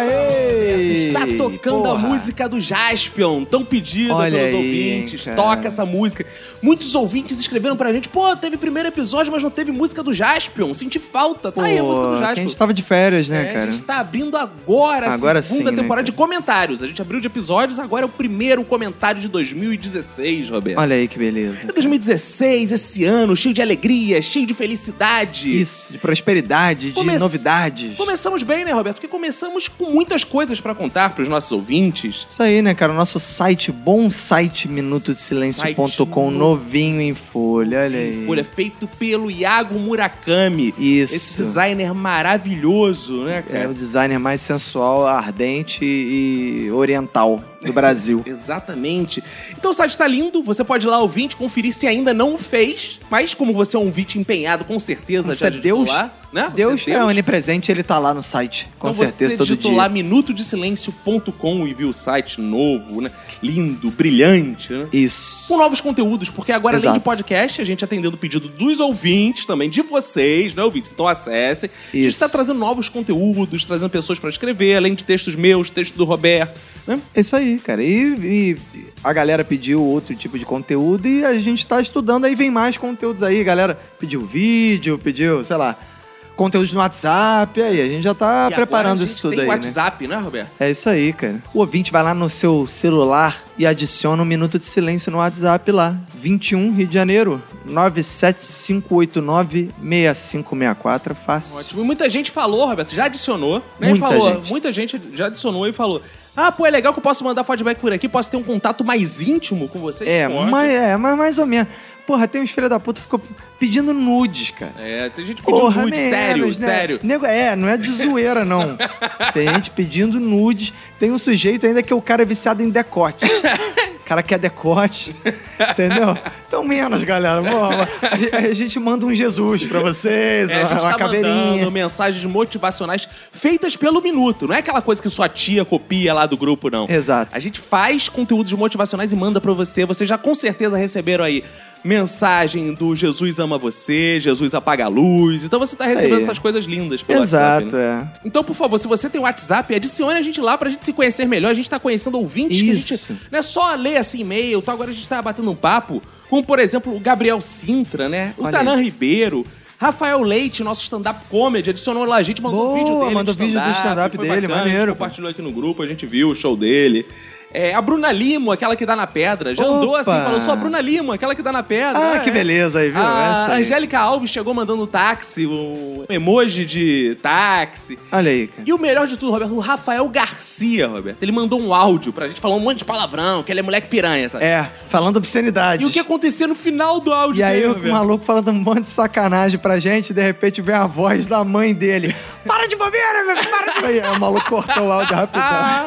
S1: Está tocando a
S2: porra.
S1: música do Jaspion, tão pedida
S2: Olha
S1: pelos
S2: aí,
S1: ouvintes.
S2: cara.
S1: Toca essa música. Muitos ouvintes escreveram pra gente: pô, teve primeiro episódio, mas não teve música do Jaspion. Senti falta. Tá aí a música do
S2: Pô,
S1: Jaspion.
S2: que A gente tava de férias, né,
S1: É,
S2: cara?
S1: A gente tá abrindo agora a
S2: Agora
S1: segunda
S2: sim, né,
S1: temporada
S2: cara?
S1: de comentários. A gente abriu de episódios, agora é o primeiro comentário de 2016, Roberto.
S2: Olha aí que beleza.
S1: É 2016, esse ano, cheio de alegria, cheio de felicidade.
S2: Isso, de prosperidade,
S1: Come-
S2: de novidades.
S1: Começamos bem, né, Roberto? Porque começamos com muitas coisas pra contar pros nossos ouvintes.
S2: Isso aí, né, cara? O nosso site, bom site, minutodesilencio.com,
S1: Site
S2: novinho em folha, olha aí.
S1: Folha é feito pelo Iago Murakami. Esse
S2: Isso.
S1: designer maravilhoso, né,
S2: É
S1: cara?
S2: o designer mais sensual, ardente e oriental do Brasil.
S1: Exatamente. Então o site tá lindo, você pode ir lá ouvinte, conferir se ainda não o fez, mas como você é um ouvinte empenhado, com certeza
S2: Você
S1: já
S2: é
S1: digitou
S2: Deus.
S1: lá, né? Você
S2: Deus é onipresente, ele tá lá no site, com
S1: então
S2: certeza,
S1: você
S2: todo
S1: digitou
S2: dia.
S1: lá minutodesilencio.com e viu o site novo, né? Lindo, brilhante, né?
S2: Isso.
S1: Com novos conteúdos, porque agora, além
S2: Exato.
S1: de podcast, a gente é atendendo o pedido dos ouvintes também, de vocês, né, ouvintes? Então acessem. A gente
S2: Isso.
S1: tá trazendo novos conteúdos, trazendo pessoas pra escrever, além de textos meus, texto do Roberto,
S7: né?
S2: É isso aí, cara. E, e a galera pediu outro tipo de conteúdo e a gente tá estudando, aí vem mais conteúdos aí. A galera pediu vídeo, pediu, sei lá, conteúdos no WhatsApp, aí a gente já tá
S1: E
S2: preparando
S1: agora a gente
S2: isso tudo
S1: tem
S2: aí, né?
S1: WhatsApp, né, Roberto?
S2: É isso aí, cara. O ouvinte vai lá no seu celular e adiciona um minuto de silêncio no WhatsApp lá. 21 Rio de Janeiro, 97589-6564. Fácil.
S1: Ótimo. E muita gente falou, Roberto, já adicionou, né?
S2: Muita
S1: falou,
S2: gente.
S1: muita gente já adicionou e falou: Ah, pô, é legal que eu posso mandar feedback por aqui, posso ter um contato mais íntimo com vocês.
S2: É,
S1: Pode.
S2: mas, é, mas mais ou menos. Porra, tem uns filha da puta que ficou pedindo nudes, cara.
S1: É, tem gente pedindo nude,
S2: menos,
S1: sério,
S2: né?
S1: sério.
S2: Nego, é, não é de zoeira, não. Tem gente pedindo nudes. Tem um sujeito ainda que o cara é viciado em decote. O cara quer decote, entendeu? Então menos, galera. Porra, a a gente manda um Jesus pra vocês,
S1: É, a gente
S2: uma
S1: tá
S2: caveirinha.
S1: mandando mensagens motivacionais feitas pelo minuto. Não é aquela coisa que sua tia copia lá do grupo, não.
S2: Exato.
S1: A gente faz conteúdos motivacionais e manda pra você. Vocês já com certeza receberam aí mensagem do Jesus ama você, Jesus apaga a luz. Então você tá
S2: Isso
S1: recebendo
S2: aí.
S1: essas coisas lindas pelo WhatsApp, né?
S2: Exato, é.
S1: Então, por favor, se você tem WhatsApp, adicione a gente lá pra gente se conhecer melhor. A gente tá conhecendo ouvintes que a
S2: Isso.
S1: gente. Não é só ler assim e-mail, tal. agora a gente tá batendo um papo. com, por exemplo, o Gabriel Sintra, né? O
S2: Olha
S1: Tanan Ribeiro. Rafael Leite, nosso stand-up comedy, adicionou lá a gente, mandou um
S2: Boa,
S1: vídeo dele.
S2: mandou
S1: de
S2: vídeo do stand-up
S1: foi
S2: dele,
S1: bacana, a gente
S2: maneiro, pô.
S1: compartilhou aqui no grupo, a gente viu o show dele. É, a Bruna Limo, aquela que dá na pedra, já andou
S2: Opa!
S1: assim, falou só a Bruna Limo, aquela que dá na pedra.
S2: Ah,
S1: Ah,
S2: que
S1: é.
S2: beleza aí, viu?
S1: A
S2: Essa aí.
S1: Ah, Angélica Alves chegou mandando táxi, um emoji de táxi.
S2: Olha aí, cara.
S1: E o melhor de tudo, Roberto, o Rafael Garcia, Roberto, ele mandou um áudio pra gente falar um monte de palavrão, que ele é moleque piranha, sabe?
S2: É, falando obscenidade.
S1: E o que aconteceu no final do áudio
S2: E aí
S1: dele,
S2: o
S1: Roberto?
S2: maluco falando um monte de sacanagem pra gente, e de repente vem a voz da mãe dele. Para de bobeira, meu, para de bobeira. Aí O maluco cortou o áudio rapidão.
S1: Ah,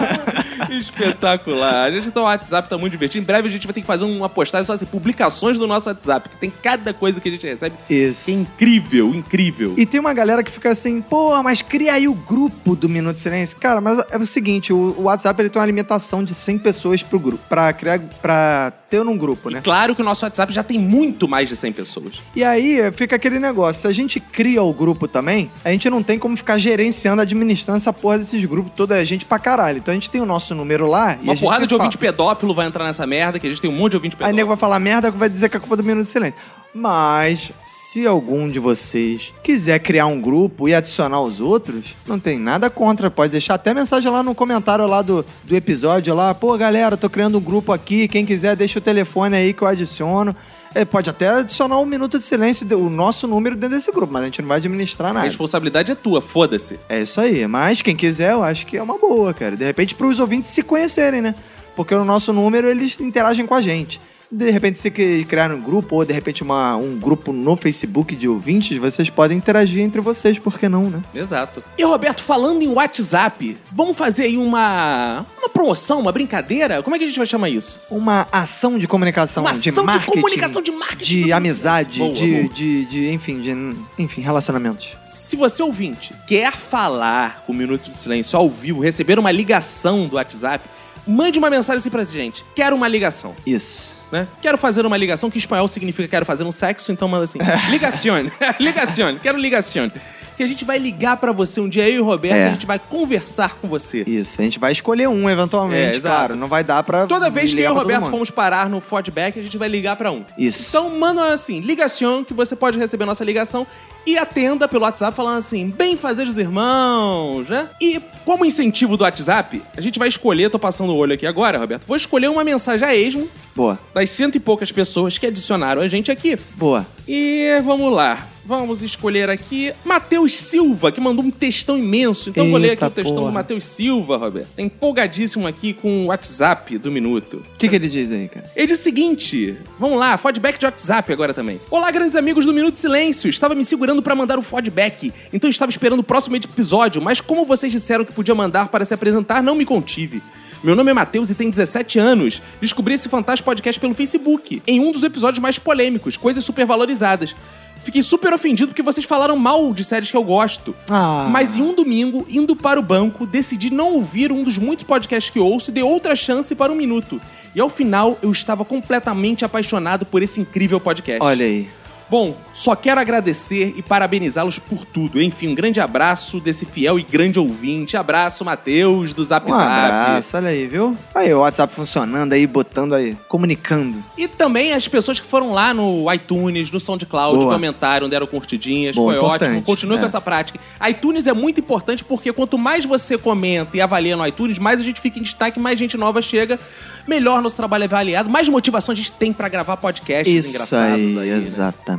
S1: espetacular. A gente tá no WhatsApp, tá muito divertido. Em breve a gente vai ter que fazer uma postagem só assim, publicações do nosso WhatsApp, que tem cada coisa que a gente recebe.
S2: Isso.
S1: É incrível, incrível.
S2: E tem uma galera que fica assim, pô, mas cria aí o grupo do Minuto de Silêncio. Cara, mas é o seguinte, o o WhatsApp ele tem uma limitação de 100 pessoas pro grupo, pra criar, pra ter num grupo, né?
S1: Claro que o nosso WhatsApp já tem muito mais de 100 pessoas.
S2: E aí fica aquele negócio, se a gente cria o grupo também, a gente não tem como ficar gerenciando, administrando essa porra desses grupos, toda a gente pra caralho. Então a gente tem o nosso número lá. e a
S1: Uma
S2: gente
S1: porrada de
S2: fala-
S1: ouvinte pedófilo vai entrar nessa merda, que a gente tem um monte de ouvinte
S2: Aí
S1: pedófilo.
S2: nego vai falar merda, vai dizer que é culpa do Minuto de Silêncio. Mas, se algum de vocês quiser criar um grupo e adicionar os outros, não tem nada contra. Pode deixar até mensagem lá no comentário lá do, do episódio lá. Pô, galera, tô criando um grupo aqui. Quem quiser, deixa o telefone aí que eu adiciono. É, pode até adicionar um minuto de silêncio, o nosso número dentro desse grupo, mas a gente não vai administrar
S1: A
S2: nada.
S1: responsabilidade é tua, foda-se.
S2: É isso aí. Mas quem quiser, eu acho que é uma boa, cara. De repente, para os ouvintes se conhecerem, né? Porque o nosso número, eles interagem com a gente. De repente, se que- criar um grupo ou de repente uma- um grupo no Facebook de ouvintes, vocês podem interagir entre vocês, por que não, né?
S1: Exato. E Roberto, falando em WhatsApp, vamos fazer aí uma uma promoção, uma brincadeira? Como é que a gente vai chamar isso?
S2: Uma ação de comunicação,
S1: uma
S2: Então, de
S1: ação de,
S2: marketing,
S1: comunicação de marketing. do
S2: de
S1: mundo.
S2: amizade,
S1: Boa,
S2: de,
S1: boa.
S2: de- de- enfim, de, enfim, relacionamentos.
S1: Se você ouvinte quer falar com o Minuto de Silêncio ao vivo, receber uma ligação do WhatsApp, mande uma mensagem assim pra gente. Quero uma ligação,
S2: Isso.
S1: né? Quero fazer uma ligação, que em espanhol significa quero fazer um sexo, então manda assim. Ligacione, ligacione, quero ligacione. Que a gente vai ligar pra você um dia, eu e o Roberto, e
S2: É.
S1: a gente vai conversar com você.
S2: Isso. A gente vai escolher um
S1: É,
S2: eventualmente,
S1: exato.
S2: claro. Não vai dar pra.
S1: Toda vez que eu
S2: ligar
S1: e o
S2: pra todo
S1: Roberto
S2: mundo.
S1: fomos parar no feedback, a gente vai ligar pra um.
S2: Isso.
S1: Então manda assim, ligação, que você pode receber nossa ligação e atenda pelo WhatsApp falando assim, bem fazer os irmãos, né? E como incentivo do WhatsApp, a gente vai escolher, tô passando o olho aqui agora, Roberto, vou escolher uma mensagem a esmo
S2: Boa,
S1: das cento e poucas pessoas que adicionaram a gente aqui.
S2: boa.
S1: E vamos lá. Vamos escolher aqui Matheus Silva, que mandou um textão imenso. Então eu vou ler aqui
S2: Eita
S1: o textão
S2: porra.
S1: do Matheus Silva, Roberto. Tá empolgadíssimo aqui com o WhatsApp do minuto.
S2: O que, que ele diz aí, cara?
S1: Ele diz o seguinte: vamos lá, feedback de WhatsApp agora também. Olá, grandes amigos do Minuto de Silêncio. Estava me segurando para mandar o feedback, então estava esperando o próximo episódio, mas como vocês disseram que podia mandar para se apresentar, não me contive. Meu nome é Matheus e tenho 17 anos. Descobri esse fantástico podcast pelo Facebook, em um dos episódios mais polêmicos, coisas supervalorizadas. Fiquei super ofendido porque vocês falaram mal de séries que eu gosto.
S2: Ah.
S1: Mas em um domingo, indo para o banco, decidi não ouvir um dos muitos podcasts que ouço e dei outra chance para um minuto. E ao final, eu estava completamente apaixonado por esse incrível podcast.
S2: Olha aí.
S1: Bom, só quero agradecer e parabenizá-los por tudo. Enfim, um grande abraço desse fiel e grande ouvinte. Abraço, Matheus, do Zap
S2: Um
S1: Zap.
S2: abraço, olha aí, viu? Aí, o WhatsApp funcionando aí, botando aí, comunicando.
S1: E também as pessoas que foram lá no iTunes, no SoundCloud,
S2: Boa.
S1: comentaram, deram curtidinhas,
S2: Boa,
S1: foi
S2: importante,
S1: ótimo. Continue
S2: né?
S1: com essa prática. iTunes é muito importante porque quanto mais você comenta e avalia no iTunes, mais a gente fica em destaque, mais gente nova chega, melhor nosso trabalho é avaliado, mais motivação a gente tem pra gravar podcasts
S2: Isso
S1: engraçados
S2: aí,
S1: aí. né?
S2: exatamente.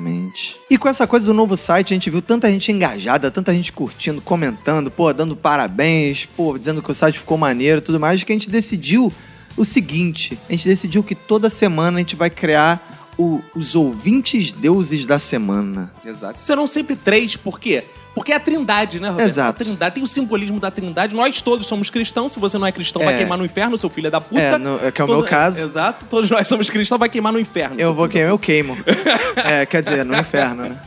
S2: E com essa coisa do novo site, a gente viu tanta gente engajada, tanta gente curtindo, comentando, pô, dando parabéns, pô, dizendo que o site ficou maneiro e tudo mais, que a gente decidiu o seguinte: a gente decidiu que toda semana a gente vai criar o- os ouvintes deuses da semana.
S1: Exato. Serão sempre três, por quê? Porque é a trindade, né, Roberto?
S2: Exato.
S1: A trindade tem o simbolismo da trindade. Nós todos somos cristãos. Se você não é cristão, vai
S2: É.
S1: queimar no inferno, seu filho é da puta.
S2: É, no- é que é o meu
S1: Todo-
S2: caso.
S1: Exato. Todos nós somos cristãos, vai queimar no inferno.
S2: Eu
S1: seu
S2: vou
S1: filho.
S2: queimar, eu queimo. É, quer dizer, no inferno, né?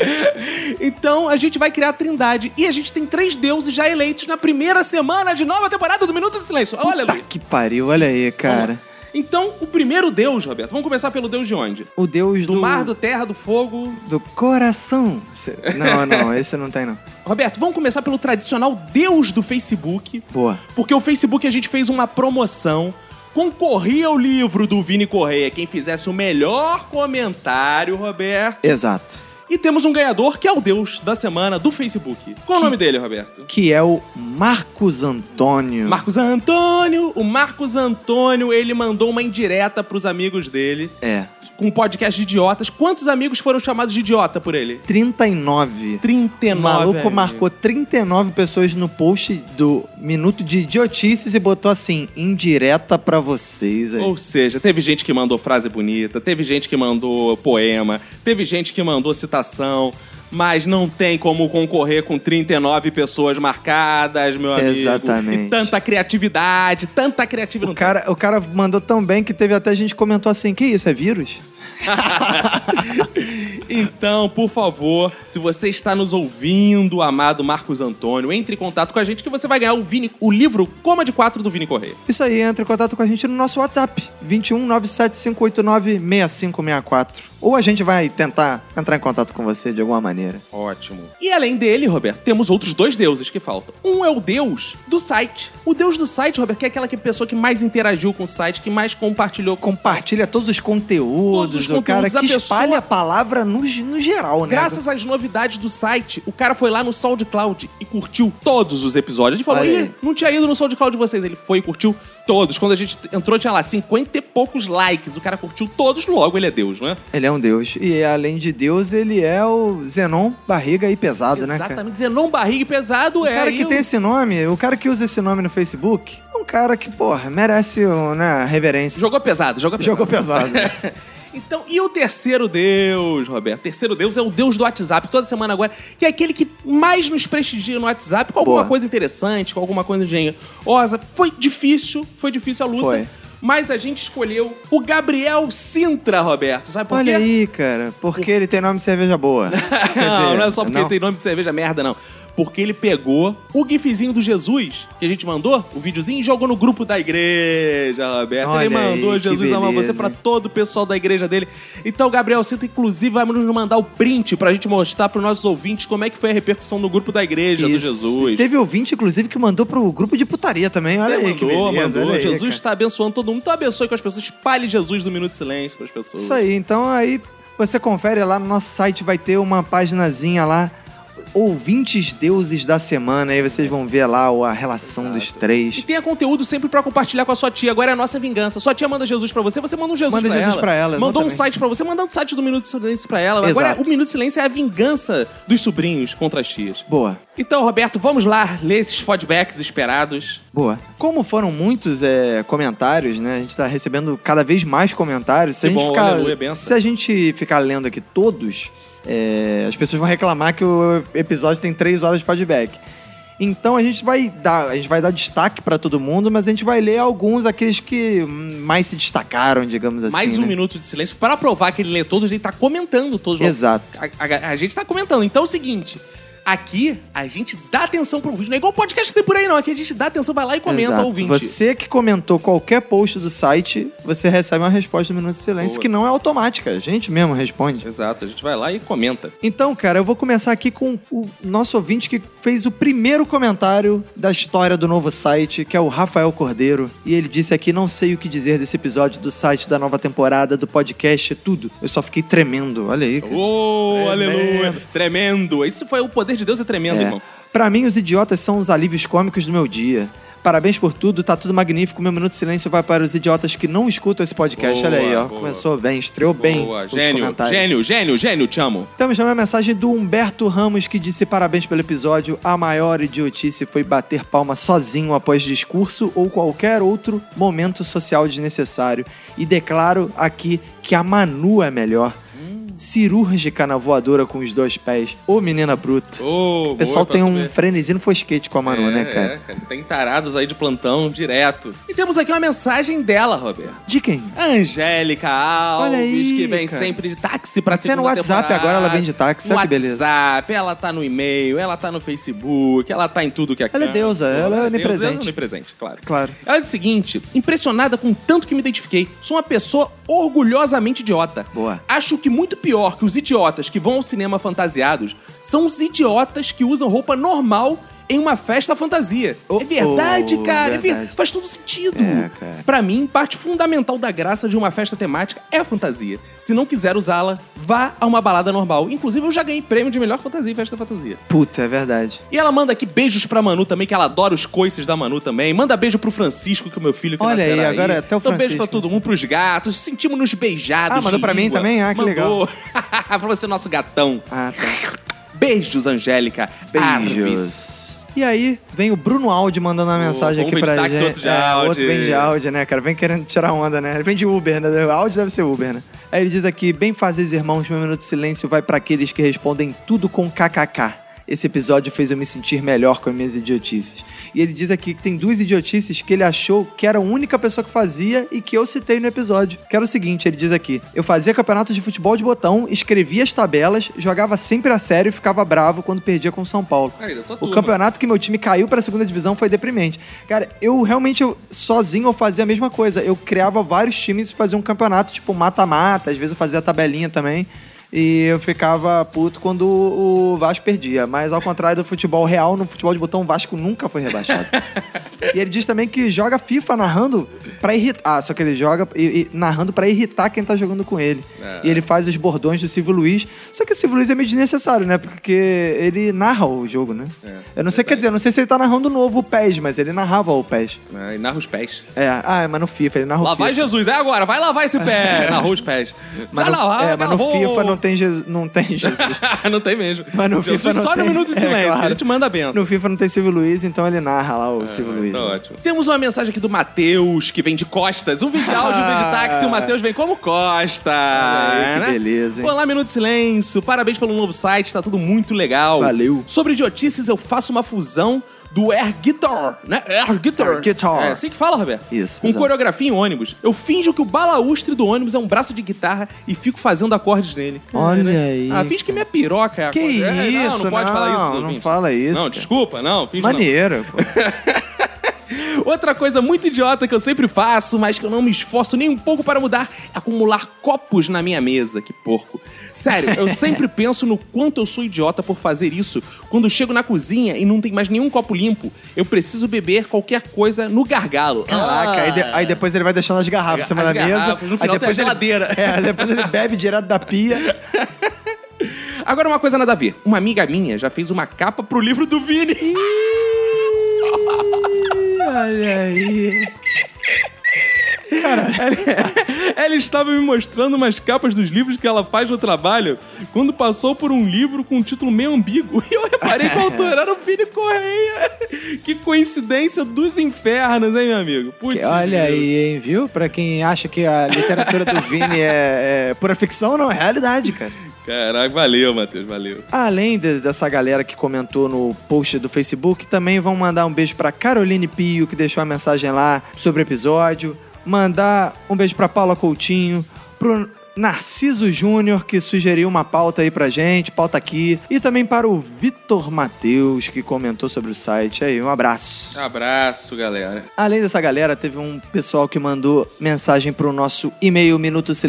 S1: Então a gente vai criar a trindade. E a gente tem três deuses já eleitos na primeira semana de nova temporada do Minuto de Silêncio. Aleluia!
S2: Puta que pariu, olha aí, cara.
S1: Então, o primeiro deus, Roberto, vamos começar pelo deus de onde?
S2: O deus
S1: Do
S2: do
S1: mar, do terra, do fogo.
S2: do coração. Cê- Não, não, esse não tem não.
S1: Roberto, vamos começar pelo tradicional deus do Facebook.
S2: Boa.
S1: Porque o Facebook a gente fez uma promoção. Concorria o livro do Vini Correia. Quem fizesse o melhor comentário, Roberto.
S2: Exato.
S1: E temos um ganhador que é o Deus da semana do Facebook. Qual o nome dele, Roberto?
S2: Que é o Marcos Antônio.
S1: Marcos Antônio. O Marcos Antônio, ele mandou uma indireta pros amigos dele.
S2: É.
S1: Com um podcast de idiotas. Quantos amigos foram chamados de idiota por ele?
S2: 39.
S1: 39.
S2: O maluco
S1: amigo.
S2: marcou 39 pessoas no post do Minuto de Idiotices e botou assim, indireta pra vocês aí.
S1: Ou seja, teve gente que mandou frase bonita, teve gente que mandou poema, teve gente que mandou citação, mas não tem como concorrer com 39 pessoas marcadas, meu amigo.
S2: Exatamente.
S1: E tanta criatividade, tanta criatividade.
S2: O cara, o cara mandou tão bem que teve até gente que comentou assim, que isso, é vírus?
S1: Então, por favor, se você está nos ouvindo, amado Marcos Antônio, entre em contato com a gente que você vai ganhar o, Vini- o livro Coma de 4 do Vini Correia.
S2: Isso aí, entra em contato com a gente no nosso WhatsApp, 21 6564 Ou a gente vai tentar entrar em contato com você de alguma maneira.
S1: Ótimo. E além dele, Roberto, temos outros dois deuses que faltam. Um é o deus do site. O deus do site, Roberto, que é aquela que pessoa que mais interagiu com o site, que mais compartilhou com o site.
S2: Compartilha todos os conteúdos
S1: Todos os
S2: do
S1: conteúdos,
S2: cara,
S1: a
S2: que
S1: pessoa-
S2: espalha a palavra no, no geral, né?
S1: Graças às novidades do site, o cara foi lá no SoundCloud e curtiu todos os episódios. Ele falou,
S2: Olha aí.
S1: Ih, não tinha ido no SoundCloud de vocês. Ele foi e curtiu todos. Quando a gente entrou, tinha lá 50 e poucos likes. O cara curtiu todos, logo ele é deus, não é?
S2: Ele é um deus. E além de deus, ele é o Zenon barriga e pesado, né, cara?
S1: Exatamente. Zenon Barriga e Pesado
S2: O
S1: é...
S2: cara
S1: aí
S2: que
S1: o-
S2: tem esse nome, o cara que usa esse nome no Facebook, é um cara que, porra, merece uma reverência.
S1: Jogou pesado, jogou pesado.
S2: Jogou pesado. né?
S1: Então, e o terceiro deus, Roberto? O terceiro deus é o deus do WhatsApp, toda semana agora, que é aquele que mais nos prestigia no WhatsApp, com alguma
S2: Boa.
S1: coisa interessante, com alguma coisa engenhosa. Foi difícil, foi difícil a luta.
S2: Foi.
S1: Mas a gente escolheu o Gabriel Sintra, Roberto. Sabe por quê?
S2: Olha aí, cara, porque ele tem nome de cerveja boa. Quer
S1: não,
S2: dizer,
S1: não é só porque
S2: não.
S1: tem nome de cerveja merda, não. Porque ele pegou o gifzinho do Jesus que a gente mandou, o videozinho, e jogou no grupo da igreja, Roberto.
S2: Olha
S1: ele mandou
S2: aí, que
S1: Jesus ama
S2: beleza,
S1: você pra
S2: hein?
S1: todo o pessoal da igreja dele. Então, Gabriel Cinta, inclusive, vai nos mandar o print pra gente mostrar pros nossos ouvintes como é que foi a repercussão no grupo da igreja do
S2: Isso.
S1: Jesus. É,
S2: Teve ouvinte, inclusive, que mandou pro grupo de putaria também. Olha aí, que
S1: mandou,
S2: beleza,
S1: mandou.
S2: olha aí,
S1: Jesus
S2: cara.
S1: está abençoando todo mundo. Então abençoe com as pessoas. Espalhe Jesus do Minuto de Silêncio com as pessoas.
S2: Isso aí, então aí você confere lá no nosso site, vai ter uma paginazinha lá, ouvintes deuses da semana, aí vocês vão ver lá o- a relação dos
S1: E
S2: três.
S1: tenha conteúdo sempre pra compartilhar com a sua tia. Agora é a nossa vingança. Sua tia manda Jesus pra você, você manda um Jesus
S2: Manda
S1: pra
S2: Jesus
S1: ela.
S2: pra ela,
S1: Mandou um
S2: exatamente.
S1: site pra você, manda um site do Minuto de Silêncio pra ela. Agora
S2: Exato.
S1: o Minuto de Silêncio é a vingança dos sobrinhos contra as tias.
S2: Boa,
S1: Então, Roberto, vamos lá ler esses feedbacks esperados.
S2: boa. Como foram muitos é, comentários, né? A gente tá recebendo cada vez mais comentários. Se,
S1: Que
S2: a gente,
S1: bom,
S2: ficar,
S1: aleluia, benção.
S2: se a gente ficar lendo aqui todos, é, as pessoas vão reclamar que o episódio tem três horas de feedback. Então a gente vai dar, a gente vai dar destaque pra todo mundo, mas a gente vai ler alguns aqueles que hum, mais se destacaram, digamos assim.
S1: Mais um
S2: né?
S1: minuto de silêncio para provar que ele lê todos, ele tá comentando todos.
S2: Exato.
S1: A, a- a gente tá comentando. Então é o seguinte. Aqui, a gente dá atenção pro vídeo. Não é igual podcast que tem por aí, não. Aqui a gente dá atenção, vai lá e comenta,
S2: Exato.
S1: ouvinte.
S2: Você que comentou qualquer post do site, você recebe uma resposta do Minuto de Silêncio,
S1: Boa.
S2: que não é automática. A gente mesmo responde.
S1: Exato, a gente vai lá e comenta.
S2: Então, cara, eu vou começar aqui com o nosso ouvinte que fez o primeiro comentário da história do novo site, que é o Rafael Cordeiro. E ele disse aqui: não sei o que dizer desse episódio do site da nova temporada, do podcast, tudo. Eu só fiquei tremendo. Olha aí. cara.
S1: Oh, aleluia! Tremendo! Isso foi o poder de Deus é tremendo,
S2: É.
S1: irmão.
S2: Pra mim, os idiotas são os alívios cômicos do meu dia. Parabéns por tudo, tá tudo magnífico. Meu minuto de silêncio vai para os idiotas que não escutam esse podcast.
S1: Boa,
S2: Olha aí, ó.
S1: boa.
S2: Começou bem, estreou bem.
S1: Boa,
S2: os
S1: gênio,
S2: comentários.
S1: gênio, gênio, gênio, te amo.
S2: Temos também Então a mensagem do Humberto Ramos que disse parabéns pelo episódio. A maior idiotice foi bater palma sozinho após discurso ou qualquer outro momento social desnecessário. E declaro aqui que a Manu é melhor. Cirúrgica na voadora com os dois pés. Ô menina bruta.
S1: Oh,
S2: O pessoal tem um frenesi no fosquete com a Manu,
S1: é,
S2: né, cara?
S1: É, cara. Tem tarados aí de plantão direto. E temos aqui uma mensagem dela, Roberto.
S2: De quem?
S1: A Angélica Alves,
S2: Olha aí,
S1: que vem
S2: cara.
S1: sempre de táxi pra
S2: Até
S1: segunda
S2: no WhatsApp
S1: temporada.
S2: agora ela vem de táxi,
S1: No
S2: sabe que beleza.
S1: WhatsApp, ela tá no e-mail, ela tá no Facebook, ela tá em tudo que é
S2: Ela é
S1: canto.
S2: deusa, ela é
S1: deusa,
S2: onipresente.
S1: ela é onipresente, claro.
S2: Claro.
S1: Ela diz o seguinte: impressionada com o tanto que me identifiquei, sou uma pessoa orgulhosamente idiota.
S2: Boa.
S1: Acho que muito pior que os idiotas que vão ao cinema fantasiados são os idiotas que usam roupa normal em uma festa fantasia.
S2: Oh,
S1: é verdade,
S2: oh,
S1: cara. é ver-
S2: verdade.
S1: Faz todo sentido.
S2: É, cara.
S1: Pra mim, parte fundamental da graça de uma festa temática é a fantasia. Se não quiser usá-la, vá a uma balada normal. Inclusive, eu já ganhei prêmio de melhor fantasia em festa fantasia.
S2: Puta, é verdade.
S1: E ela manda aqui beijos pra Manu também, que ela adora os coices da Manu também. Manda beijo pro Francisco, que é o meu filho que
S2: Olha
S1: nascerá
S2: aí, agora é até o
S1: Então beijo
S2: Francisco,
S1: pra todo mundo, pros gatos. Sentimos-nos beijados.
S2: Ah, mandou
S1: de
S2: pra mim
S1: língua.
S2: também? Ah, que
S1: mandou. pra você, nosso gatão.
S2: Ah, tá.
S1: Beijos, Angélica. Arves.
S2: Beijos. E aí, vem o Bruno Aldi mandando uma mensagem
S1: um
S2: aqui
S1: vem de
S2: pra
S1: táxi,
S2: gente.
S1: outro de
S2: É,
S1: Audi.
S2: outro vem de Audi, né, cara? Vem querendo tirar onda, né? Ele vem de Uber, né? O Audi deve ser Uber, né? Aí ele diz aqui: bem fazer os irmãos, meu minuto de silêncio vai pra aqueles que respondem tudo com kkk. Esse episódio fez eu me sentir melhor com as minhas idiotices. E ele diz aqui que tem duas idiotices que ele achou que era a única pessoa que fazia e que eu citei no episódio. Que era o seguinte, ele diz aqui: Eu fazia campeonatos de futebol de botão, escrevia as tabelas, jogava sempre a sério e ficava bravo quando perdia com o São Paulo.
S1: Aí, eu tô
S2: O
S1: turma.
S2: campeonato que meu time caiu pra segunda divisão foi deprimente. Cara, eu realmente, eu, sozinho, eu fazia a mesma coisa. Eu criava vários times e fazia um campeonato, tipo, mata-mata. Às vezes eu fazia a tabelinha também. E eu ficava puto quando o Vasco perdia. Mas ao contrário do futebol real, no futebol de botão, o Vasco nunca foi rebaixado. e ele diz também que joga FIFA narrando pra irritar. Ah, só que ele joga e- e narrando pra irritar quem tá jogando com ele.
S1: É.
S2: E ele faz os bordões do Silvio Luiz. Só que o Silvio Luiz é meio desnecessário, né? Porque ele narra o jogo, né?
S1: É,
S2: eu não sei, quer dizer, eu não sei se ele tá narrando o novo o PES, mas ele narrava o PES.
S1: Ah, e narra os pés.
S2: É, ah, mas no FIFA, ele narra o
S1: Lá
S2: FIFA.
S1: vai Jesus, é agora, vai lavar esse pé. Narrou os pés. Vai
S2: Mas, no,
S1: lavar,
S2: é, mas no
S1: agarrou.
S2: FIFA não tem Jesus. Não tem Jesus.
S1: não tem mesmo.
S2: Mas no
S1: Jesus
S2: FIFA não
S1: só no
S2: tem.
S1: minuto de
S2: É,
S1: silêncio, que a
S2: claro.
S1: gente manda a benção.
S2: no FIFA não tem Silvio Luiz, então ele narra lá o Silvio Luiz.
S1: Tá
S2: né?
S1: ótimo. Temos uma mensagem aqui do Matheus, que vem de costas. Um vídeo de áudio, um vídeo de táxi, e o Matheus vem como Costa.
S2: Olha aí, Ah, que
S1: né?
S2: beleza, hein?
S1: Olá, Minuto de Silêncio. Parabéns pelo novo site, tá tudo muito legal.
S2: Valeu.
S1: Sobre idiotices, eu faço uma fusão do Air Guitar, né? Air Guitar.
S2: Air Guitar.
S1: É assim que fala, Roberto.
S2: Isso,
S1: Com
S2: exato.
S1: coreografia em ônibus. Eu finjo que o balaustre do ônibus é um braço de guitarra e fico fazendo acordes nele.
S2: Olha aí,
S1: Ah, finge que minha piroca é
S2: Que
S1: acorde. É, Não,
S2: isso,
S1: não pode
S2: não,
S1: falar isso pros
S2: não
S1: ouvintes.
S2: fala isso,
S1: Não,
S2: cara.
S1: desculpa, não. finge não.
S2: Maneiro, pô.
S1: Outra coisa muito idiota que eu sempre faço, mas que eu não me esforço nem um pouco para mudar, é acumular copos na minha mesa. Que porco. Sério, eu sempre penso no quanto eu sou idiota por fazer isso. Quando eu chego na cozinha e não tem mais nenhum copo limpo, eu preciso beber qualquer coisa no gargalo.
S2: Caraca, aí, de- aí depois ele vai deixando as garrafas em cima
S1: Ah. As
S2: da mesa.
S1: garrafas, no final
S2: aí depois
S1: tem a geladeira.
S2: Ele, é, depois ele bebe direto da pia.
S1: Agora uma coisa nada a ver. Uma amiga minha já fez uma capa pro livro do Vini.
S2: Olha aí.
S1: Ela estava me mostrando umas capas dos livros que ela faz no trabalho quando passou por um livro com um título meio ambíguo. E eu reparei que o autor era o Vini Correia. Que coincidência dos infernos, hein, meu amigo? Putz,
S2: Olha
S1: grilo.
S2: aí, hein, viu? Pra quem acha que a literatura do Vini é, é pura ficção, não, é realidade, cara.
S1: Caraca, valeu, Matheus, valeu.
S2: Além de- dessa galera que comentou no post do Facebook, também vão mandar um beijo pra Caroline Pio, que deixou a mensagem lá sobre o episódio. Mandar um beijo pra Paula Coutinho, pro Narciso Júnior, que sugeriu uma pauta aí pra gente, pauta aqui. E também para o Vitor Matheus, que comentou sobre o site. Aí, um abraço.
S1: Abraço, galera.
S2: Além dessa galera, teve um pessoal que mandou mensagem pro nosso e-mail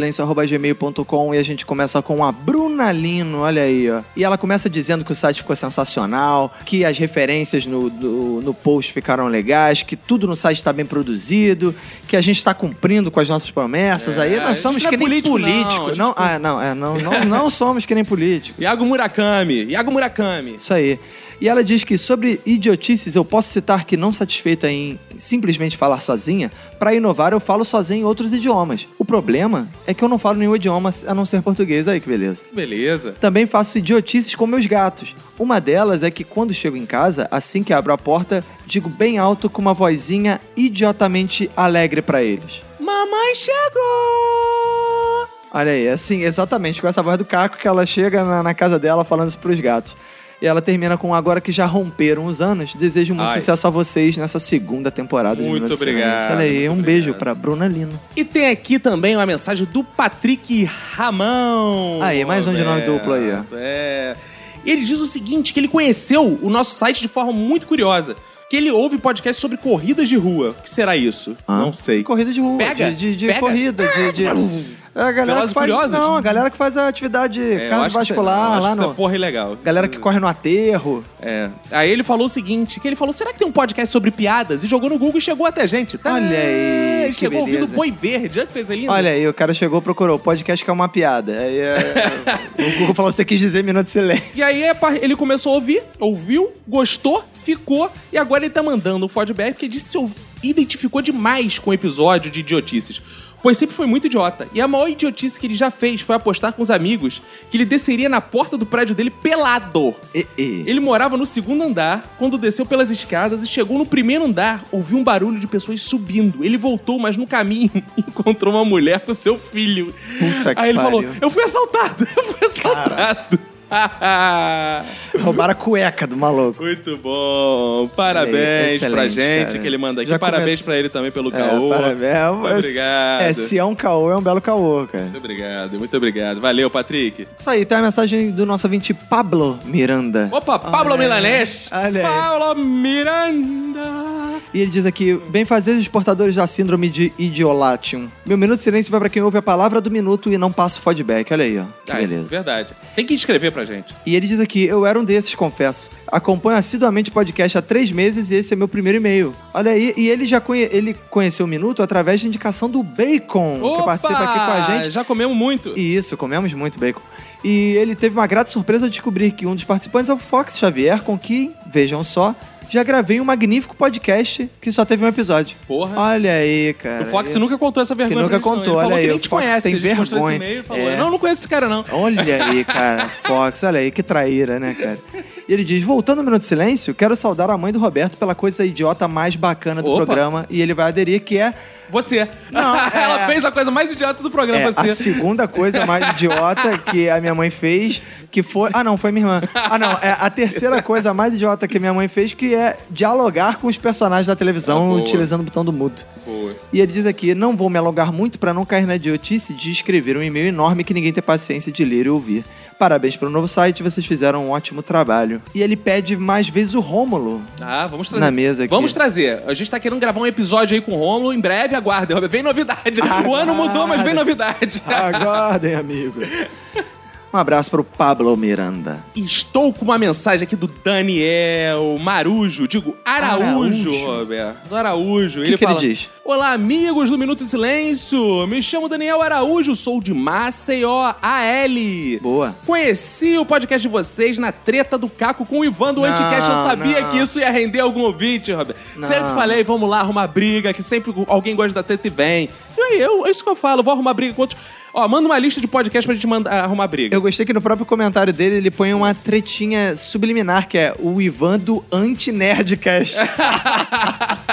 S2: minutosilencio@gmail.com e a gente começa com a Bruna Lino, olha aí, ó. E ela começa dizendo que o site ficou sensacional, que as referências no, do- no post ficaram legais, que tudo no site está bem produzido, que a gente tá cumprindo com as nossas promessas aí.
S1: a
S2: Nós
S1: gente
S2: somos
S1: não é
S2: que nem
S1: político,
S2: político,
S1: não, a gente
S2: não. Ah, não, é, não, não, não somos que nem político.
S1: Iago Murakami. Iago Murakami.
S2: Isso aí. E ela diz que sobre idiotices eu posso citar que não satisfeita em simplesmente falar sozinha, pra inovar eu falo sozinha em outros idiomas. O problema é que eu não falo nenhum idioma a não ser português, aí que beleza.
S1: Beleza.
S2: Também faço idiotices com meus gatos. Uma delas é que quando chego em casa, assim que abro a porta, digo bem alto com uma vozinha idiotamente alegre pra eles.
S1: Mamãe chegou!
S2: Olha aí, assim, exatamente com essa voz do Caco que ela chega na, na casa dela falando isso pros gatos. E ela termina com agora que já romperam os anos. Desejo muito
S1: Ai.
S2: sucesso a vocês nessa segunda temporada de
S1: Muito
S2: Minuto de Silêncio.
S1: obrigado,
S2: Olha aí,
S1: muito
S2: um beijo
S1: obrigado.
S2: pra Bruna Lino.
S1: E tem aqui também uma mensagem do Patrick Ramão.
S2: Aí, mais um de nome
S1: Roberto,
S2: duplo aí, ó.
S1: É. E ele diz o seguinte, que ele conheceu o nosso site de forma muito curiosa. Que ele ouve podcast sobre corridas de rua. O que será isso?
S2: Hã?
S1: Não sei.
S2: Corrida de rua,
S1: Pega,
S2: de, de- de
S1: pega.
S2: corrida, de. de... Ah. É a galera
S1: Velozes
S2: que
S1: e
S2: faz,
S1: Furiosos?
S2: não, a galera que faz a atividade
S1: É, eu acho que isso- eu
S2: cardiovascular
S1: acho que
S2: lá
S1: Essa
S2: no.
S1: porra é legal.
S2: Galera que corre no aterro.
S1: É. Aí ele falou o seguinte, que ele falou, será que tem um podcast sobre piadas? E jogou no Google e chegou até a gente. Tá?
S2: Olha aí,
S1: Ele
S2: que
S1: Chegou ouvindo
S2: beleza.
S1: Boi Verde. Olha que coisa linda.
S2: Olha aí, o cara chegou, procurou. Podcast que é uma piada. Aí é, o Google falou: você quis dizer minuto de silêncio.
S1: E aí é par- ele começou a ouvir, ouviu, gostou, ficou, e agora ele tá mandando o feedback porque disse que se ouv- identificou demais com o episódio de idiotices. Pois sempre foi muito idiota. E a maior idiotice que ele já fez foi apostar com os amigos que ele desceria na porta do prédio dele pelado.
S2: E, e.
S1: Ele morava no segundo andar, quando desceu pelas escadas e chegou no primeiro andar, ouviu um barulho de pessoas subindo. Ele voltou, mas no caminho encontrou uma mulher com seu filho.
S2: Puta que
S1: Aí ele
S2: pariu.
S1: falou: Eu fui assaltado, eu fui assaltado.
S2: Roubaram a cueca do maluco.
S1: Muito bom. Parabéns
S2: Excelente,
S1: pra gente
S2: cara.
S1: que ele manda aqui.
S2: Já
S1: parabéns
S2: começou-
S1: pra ele também pelo
S2: É,
S1: caô.
S2: parabéns. É,
S1: Muito obrigado.
S2: É, se é um caô, é um belo caô, cara.
S1: Muito obrigado, muito obrigado. Valeu, Patrick.
S2: Isso aí, tem a mensagem do nosso ouvinte Pablo Miranda.
S1: Opa, Pablo Milanés.
S2: Olha aí.
S1: Pablo Miranda.
S2: E ele diz aqui: bem fazer os portadores da síndrome de idiolatium. Meu minuto de silêncio vai pra quem ouve a palavra do minuto e não passa o feedback. Olha aí, ó. Que
S1: Ah,
S2: beleza.
S1: É verdade. Tem que escrever pra gente.
S2: E ele diz aqui: Eu era um desses, confesso. Acompanho assiduamente o podcast há três meses e esse é meu primeiro e-mail. Olha aí, e ele já conhe- ele conheceu o Minuto através de indicação do Bacon, que participa aqui com a gente.
S1: Já comemos muito.
S2: E isso, comemos muito bacon. E ele teve uma grata surpresa ao descobrir que um dos participantes é o Fox Xavier, com quem, vejam só, já gravei um magnífico podcast que só teve um episódio.
S1: Porra.
S2: Olha aí, cara.
S1: o Fox
S2: E-
S1: nunca contou essa vergonha.
S2: Que nunca
S1: pra gente, não.
S2: contou,
S1: Ele falou
S2: olha
S1: que
S2: aí,
S1: nem
S2: o
S1: te
S2: Fox
S1: conhece.
S2: tem
S1: a gente mostrou esse
S2: vergonha.
S1: e-mail e falou:
S2: É.
S1: Não, não conheço esse cara, não.
S2: Olha aí, cara, Fox, olha aí, que traíra, né, cara? E ele diz: voltando ao Minuto de Silêncio, quero saudar a mãe do Roberto pela coisa idiota mais bacana do
S1: Opa.
S2: programa. E ele vai aderir, que é
S1: Você.
S2: Não, é-
S1: Ela fez a coisa mais idiota do programa,
S2: É,
S1: você.
S2: a segunda coisa mais idiota que a minha mãe fez, que foi. Ah, não, foi minha irmã. Ah, não. É a terceira coisa mais idiota que minha mãe fez, que é dialogar com os personagens da
S1: Ah,
S2: televisão
S1: boa.
S2: utilizando o botão do mudo.
S1: Boa.
S2: E ele diz aqui: não vou me alongar muito pra não cair na idiotice de escrever um e-mail enorme que ninguém tem paciência de ler e ouvir. Parabéns pelo novo site, vocês fizeram um ótimo trabalho. E ele pede mais vezes o Rômulo
S1: Ah, vamos trazer.
S2: na mesa aqui.
S1: Vamos trazer. A gente tá querendo gravar um episódio aí com o Romulo. Em breve, aguardem. Roberto. Vem novidade.
S2: Ah,
S1: O ano mudou, mas vem novidade.
S2: Aguardem, amigos. Um abraço pro Pablo Miranda.
S1: Estou com uma mensagem aqui do Daniel Marujo, digo Araújo,
S2: Araújo.
S1: Roberto. Do Araújo.
S2: O que, que ele
S1: fala,
S2: diz?
S1: Olá, amigos do Minuto de Silêncio. Me chamo Daniel Araújo, sou de Maceió, AL.
S2: Boa.
S1: Conheci o podcast de vocês na treta do Caco com o Ivan do
S2: Não,
S1: Anticast. Eu sabia
S2: não.
S1: que isso ia render algum ouvinte, Roberto.
S2: Não.
S1: Sempre falei, vamos lá arrumar briga, que sempre alguém gosta da treta e vem. E aí, eu, é isso que eu falo, vou arrumar briga com outros. Ó, manda uma lista de podcast pra gente mandar, arrumar briga.
S2: Eu gostei que no próprio comentário dele ele põe uma É. tretinha subliminar, que é o Ivan do anti-nerdcast.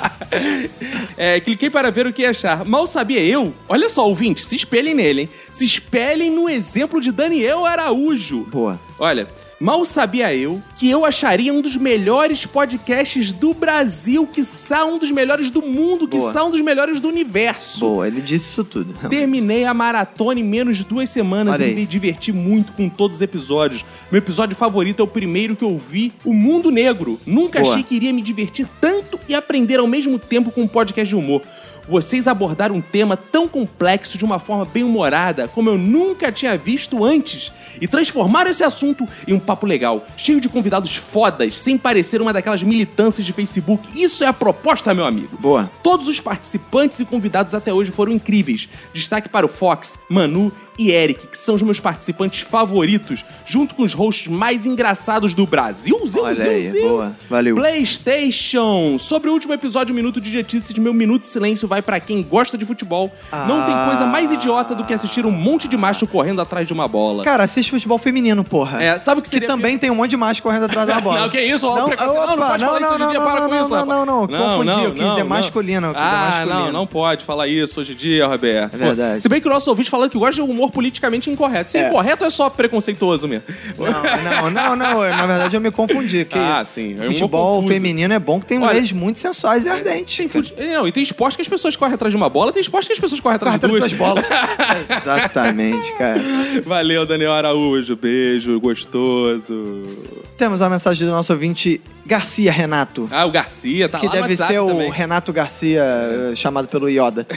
S1: É, cliquei para ver o que ia achar. Mal sabia eu. Olha só, ouvinte, se espelhem nele, hein? Se espelhem no exemplo de Daniel Araújo.
S2: Boa.
S1: Olha, mal sabia eu que eu acharia um dos melhores podcasts do Brasil, que são um dos melhores do mundo, que
S2: Boa.
S1: são um dos melhores do universo.
S2: Boa, ele disse isso tudo.
S1: Terminei a maratona em menos de duas semanas
S2: Olha
S1: e
S2: aí.
S1: me diverti muito com todos os episódios. Meu episódio favorito é o primeiro que eu vi, O Mundo Negro. Nunca
S2: Boa.
S1: achei que iria me divertir tanto e aprender ao mesmo tempo com um podcast de humor. Vocês abordaram um tema tão complexo de uma forma bem humorada, como eu nunca tinha visto antes, e transformaram esse assunto em um papo legal, cheio de convidados fodas, sem parecer uma daquelas militâncias de Facebook. Isso é a proposta, meu amigo.
S2: Boa.
S1: Todos os participantes e convidados até hoje foram incríveis. Destaque para o Fox, Manu e Eric, que são os meus participantes favoritos, junto com os hosts mais engraçados do Brasil. Ziu,
S2: Olha
S1: ziu,
S2: aí,
S1: ziu.
S2: boa. Valeu.
S1: PlayStation! Sobre o último episódio Minuto de Idiotices, meu Minuto de Silêncio vai pra quem gosta de futebol. Não
S2: Ah.
S1: tem coisa mais idiota do que assistir um monte de macho correndo atrás de uma bola.
S2: Cara, assiste futebol feminino, porra.
S1: É, sabe o que
S2: Que
S1: seria
S2: também tem um monte de macho correndo atrás da bola.
S1: Não, que isso, ó,
S2: Não,
S1: preconceito. Não, não
S2: opa,
S1: pode falar
S2: não,
S1: isso hoje em
S2: não,
S1: dia,
S2: não,
S1: para
S2: não,
S1: com isso,
S2: não,
S1: rapaz.
S2: não, não, confundi, eu quis dizer masculino, eu quis dizer
S1: ah,
S2: masculino.
S1: não, não pode falar isso hoje em dia, Roberto.
S2: É
S1: Pô,
S2: verdade.
S1: Se bem que o nosso ouvinte falando que gosta de um humor politicamente incorreto. Se é incorreto, é só preconceituoso mesmo.
S2: Não, não, não, não, eu- na verdade eu me confundi. Que
S1: Ah,
S2: isso?
S1: sim, é um
S2: Futebol
S1: confuso.
S2: feminino é bom que tem
S1: Olha-
S2: mulheres muito sensuais e ardentes.
S1: Tem fute- Não, e tem esporte que as pessoas correm atrás de uma bola, tem esporte que as pessoas correm atrás
S2: Quarta
S1: de duas.
S2: duas bolas. Exatamente, cara.
S1: Valeu, Daniel Araújo. Beijo, gostoso.
S2: Temos uma mensagem do nosso ouvinte Garcia Renato.
S1: Ah, o Garcia tá
S2: que
S1: lá no
S2: deve
S1: WhatsApp
S2: ser o
S1: também.
S2: Renato Garcia, eh, chamado pelo Yoda.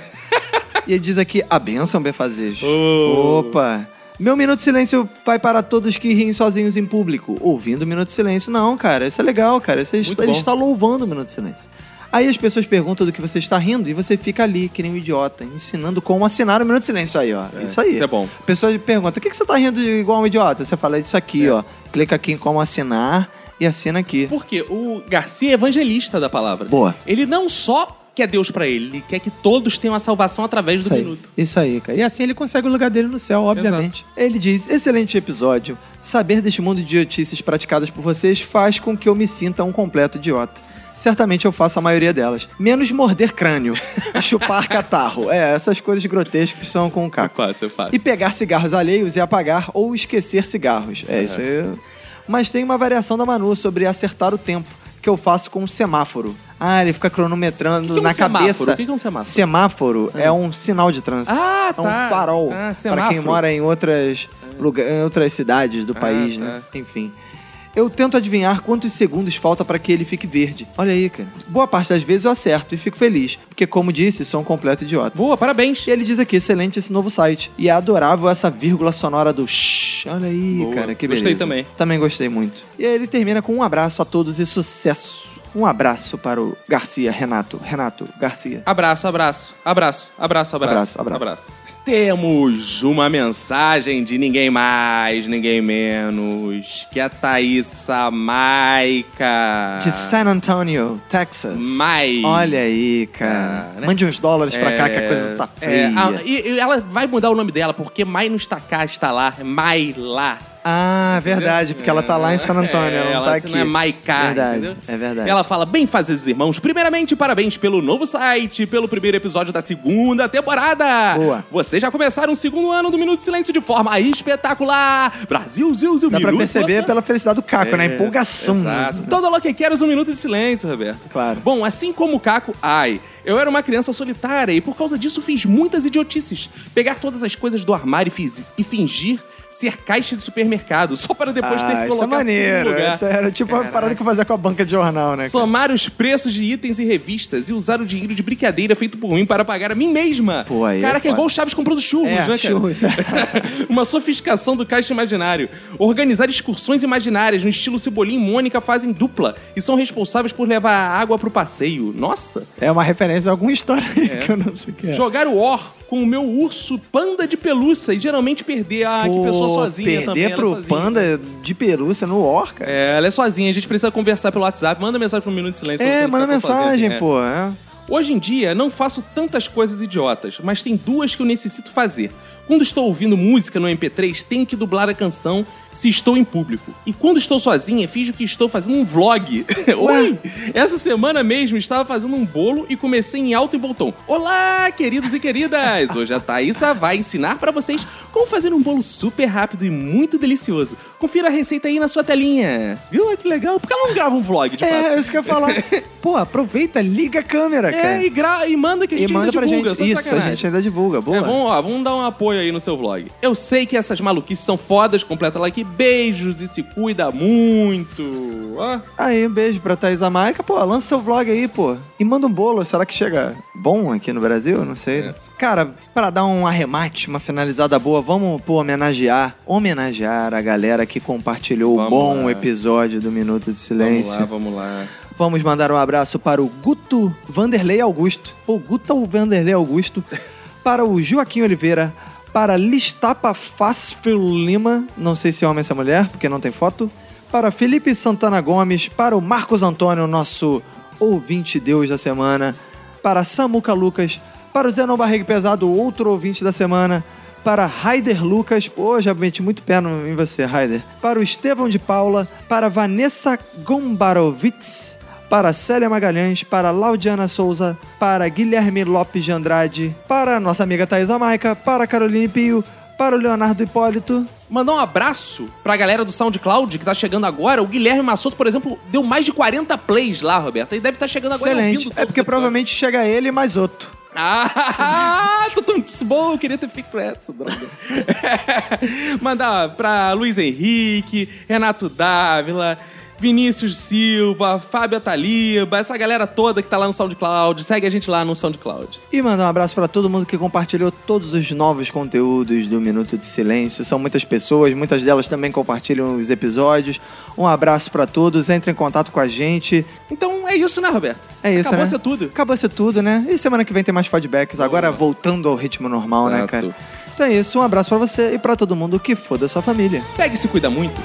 S2: e ele diz aqui: a benção, Befazes. Opa! Meu minuto de silêncio vai para todos que riem sozinhos em público. Ouvindo o minuto de silêncio. Não, cara, isso é legal, cara. Você está, ele
S1: bom.
S2: está louvando o minuto de silêncio. Aí as pessoas perguntam do que você está rindo e você fica ali, que nem um idiota, ensinando como assinar o minuto de silêncio aí, ó. isso aí.
S1: Isso é bom.
S2: A pessoa pergunta: o que, que você está rindo de igual um idiota? Você fala disso aqui, ó. Clica aqui em como assinar e assina aqui.
S1: Por quê? O Garcia é evangelista da palavra.
S2: Boa.
S1: Ele não só quer Deus pra ele, ele quer que todos tenham a salvação através do
S2: Isso aí.
S1: minuto.
S2: Isso aí, cara. E assim ele consegue o lugar dele no céu, obviamente. Ele diz: excelente episódio. Saber deste mundo de idiotices praticadas por vocês faz com que eu me sinta um completo idiota. Certamente eu faço a maioria delas. Menos morder crânio, chupar catarro. É, essas coisas grotescas são com o
S1: Eu
S2: caco.
S1: faço, eu faço.
S2: E pegar cigarros alheios e apagar ou esquecer cigarros. É, isso aí. Mas tem uma variação da Manu sobre acertar o tempo, que eu faço com um semáforo. Ah, ele fica cronometrando
S1: O que que é um
S2: na
S1: semáforo?
S2: cabeça.
S1: O que que é um semáforo?
S2: Semáforo é um sinal de trânsito.
S1: Ah,
S2: É um
S1: tá.
S2: farol.
S1: Ah,
S2: para quem
S1: semáforo. Ah.
S2: mora em outras, lugar, em outras cidades do país,
S1: tá.
S2: né? Enfim. Eu tento adivinhar quantos segundos falta para que ele fique verde. Olha aí, cara. Boa parte das vezes eu acerto e fico feliz, porque, como disse, sou um completo idiota.
S1: Boa, parabéns.
S2: E ele diz aqui, excelente esse novo site. E é adorável essa vírgula sonora do shh. Olha aí,
S1: Boa.
S2: cara, que beleza.
S1: Gostei também.
S2: Também gostei muito. E aí ele termina com um abraço a todos e sucesso. Um abraço para o Garcia, Renato. Renato, Garcia.
S1: Abraço, abraço, abraço, abraço, abraço,
S2: Abraço, abraço.
S1: Temos uma mensagem de ninguém mais, ninguém menos que a Thaís Samaica.
S2: De San Antonio, Texas.
S1: Mais.
S2: Olha aí, cara.
S1: Ah, né?
S2: Mande uns dólares pra cá que a coisa tá
S1: É,
S2: feia.
S1: a- e, e ela vai mudar o nome dela, porque Mai não está cá, está lá. É Mai lá.
S2: Ah, verdade, porque ela tá lá em San Antonio,
S1: É,
S2: ela não
S1: ela
S2: tá
S1: assim,
S2: aqui.
S1: não é Maiká,
S2: Verdade,
S1: entendeu?
S2: é verdade.
S1: Ela fala, bem fazer os irmãos. Primeiramente, parabéns pelo novo site, pelo primeiro episódio da segunda temporada.
S2: Boa.
S1: Vocês já começaram o segundo ano do Minuto de Silêncio de forma espetacular. Brasil, Zil, Zil,
S2: Dá pra
S1: Minuto-
S2: perceber pela felicidade do Caco, né? A Empolgação.
S1: É, Exato. Todo lo que queres um minuto de silêncio, Roberto.
S2: Claro.
S1: Bom, assim como o Caco, ai, eu era uma criança solitária e por causa disso fiz muitas idiotices. Pegar todas as coisas do armário e, fiz- e fingir ser caixa de supermercado, só para depois ter
S2: Ah,
S1: que
S2: isso
S1: colocar
S2: é
S1: tudo no
S2: maneiro.
S1: lugar.
S2: Isso era tipo uma parada que eu fazia com a banca de jornal, né? cara?
S1: Somar os preços de itens e revistas e usar o dinheiro de brincadeira feito por mim para pagar a mim mesma.
S2: Pô, aí é
S1: Caraca, é
S2: foda.
S1: igual o Chaves comprando churros,
S2: É,
S1: né, cara?
S2: churros,
S1: Uma sofisticação do caixa imaginário. Organizar excursões imaginárias no estilo Cebolinha e Mônica fazem dupla e são responsáveis por levar a água pro passeio. Nossa!
S2: É uma referência a alguma história aí que eu não sei o que é.
S1: Jogar o or com o meu urso panda de pelúcia e geralmente perder. Ah, que pessoa
S2: Pô,
S1: sozinha
S2: perder
S1: também. ela é
S2: pro
S1: sozinha.
S2: panda de pelúcia no Orca. É,
S1: É, ela é sozinha, a gente precisa conversar pelo WhatsApp. Manda mensagem pro Minuto de Silêncio. pra você não
S2: É, manda
S1: ficar tão sozinha
S2: mensagem,
S1: assim, é.
S2: pô. é.
S1: Hoje em dia, não faço tantas coisas idiotas, mas tem duas que eu necessito fazer. Quando estou ouvindo música no MP3, tenho que dublar a canção se estou em público. E quando estou sozinha, finjo que estou fazendo um vlog. Oi! Essa semana mesmo estava fazendo um bolo e comecei em alto e botão. Olá, queridos e queridas! Hoje a Thaisa vai ensinar para vocês como fazer um bolo super rápido e muito delicioso. Confira a receita aí na sua telinha. Viu? Olha Que legal. Por que ela não grava um vlog, de fato?
S2: É, isso que eu ia falar. Pô, aproveita, liga a câmera, cara.
S1: É, e, gra- e manda que a gente
S2: e manda
S1: ainda
S2: pra
S1: divulga,
S2: gente.
S1: só de
S2: Isso, a
S1: sacanagem.
S2: gente ainda divulga. Boa.
S1: É, vamos, ó, vamos dar um apoio aí no seu vlog. Eu sei que essas maluquices são fodas, completa like, beijos e se cuida muito. Ó,
S2: Aí, um beijo pra Thaís Amaica. Pô, lança seu vlog aí, pô. E manda um bolo. Será que chega bom aqui no Brasil? Não sei.
S1: É.
S2: né? Cara, pra dar um arremate, uma finalizada boa, vamos, pô, homenagear. Homenagear a galera que compartilhou o
S1: Vamos
S2: bom
S1: lá.
S2: episódio do Minuto de
S1: vamos
S2: Silêncio.
S1: lá, vamos lá.
S2: Vamos mandar um abraço para o Guto Vanderlei Augusto. Pô, Guto Vanderlei Augusto. Para o Joaquim Oliveira. Para Listapa Fácil Lima. Não sei se é homem ou se é mulher, porque não tem foto. Para Felipe Santana Gomes. Para o Marcos Antônio, nosso ouvinte Deus da semana. Para Samuca Lucas. Para o Zenon Barriga Pesado, outro ouvinte da semana. Para Raider Lucas. Pô, já meti muito pé no- em você, Raider. Para o Estevão de Paula. Para Vanessa Gombarovitz para Célia Magalhães, para Laudiana Souza, para Guilherme Lopes de Andrade, para nossa amiga Thaisa Maica, para Caroline Pio, para o Leonardo Hipólito.
S1: Mandar um abraço pra galera do SoundCloud que tá chegando agora. O Guilherme Massoto, por exemplo, deu mais de 40 plays lá, Roberto. E deve estar chegando agora
S2: Excelente.
S1: ouvindo todo
S2: É porque
S1: esse
S2: provavelmente chega ele e mais outro.
S1: episódio. Ah, tô tão bom, eu queria ter feito essa, droga. Mandar um pra Luiz Henrique, Renato Dávila, Vinícius Silva, Fábio Taliba, essa galera toda que tá lá no SoundCloud. Segue a gente lá no SoundCloud.
S2: E mandar um abraço para todo mundo que compartilhou todos os novos conteúdos do Minuto de Silêncio. São muitas pessoas, muitas delas também compartilham os episódios. Um abraço para todos, entre em contato com a gente.
S1: Então é isso, né, Roberto?
S2: É isso,
S1: Acabou
S2: né?
S1: ser tudo.
S2: Acabou ser tudo, né? E semana que vem tem mais feedbacks, agora voltando ao ritmo normal, né,
S1: Exato.
S2: cara? Então é isso, um abraço pra você e pra todo mundo que for da sua família.
S1: Pega e se cuida muito.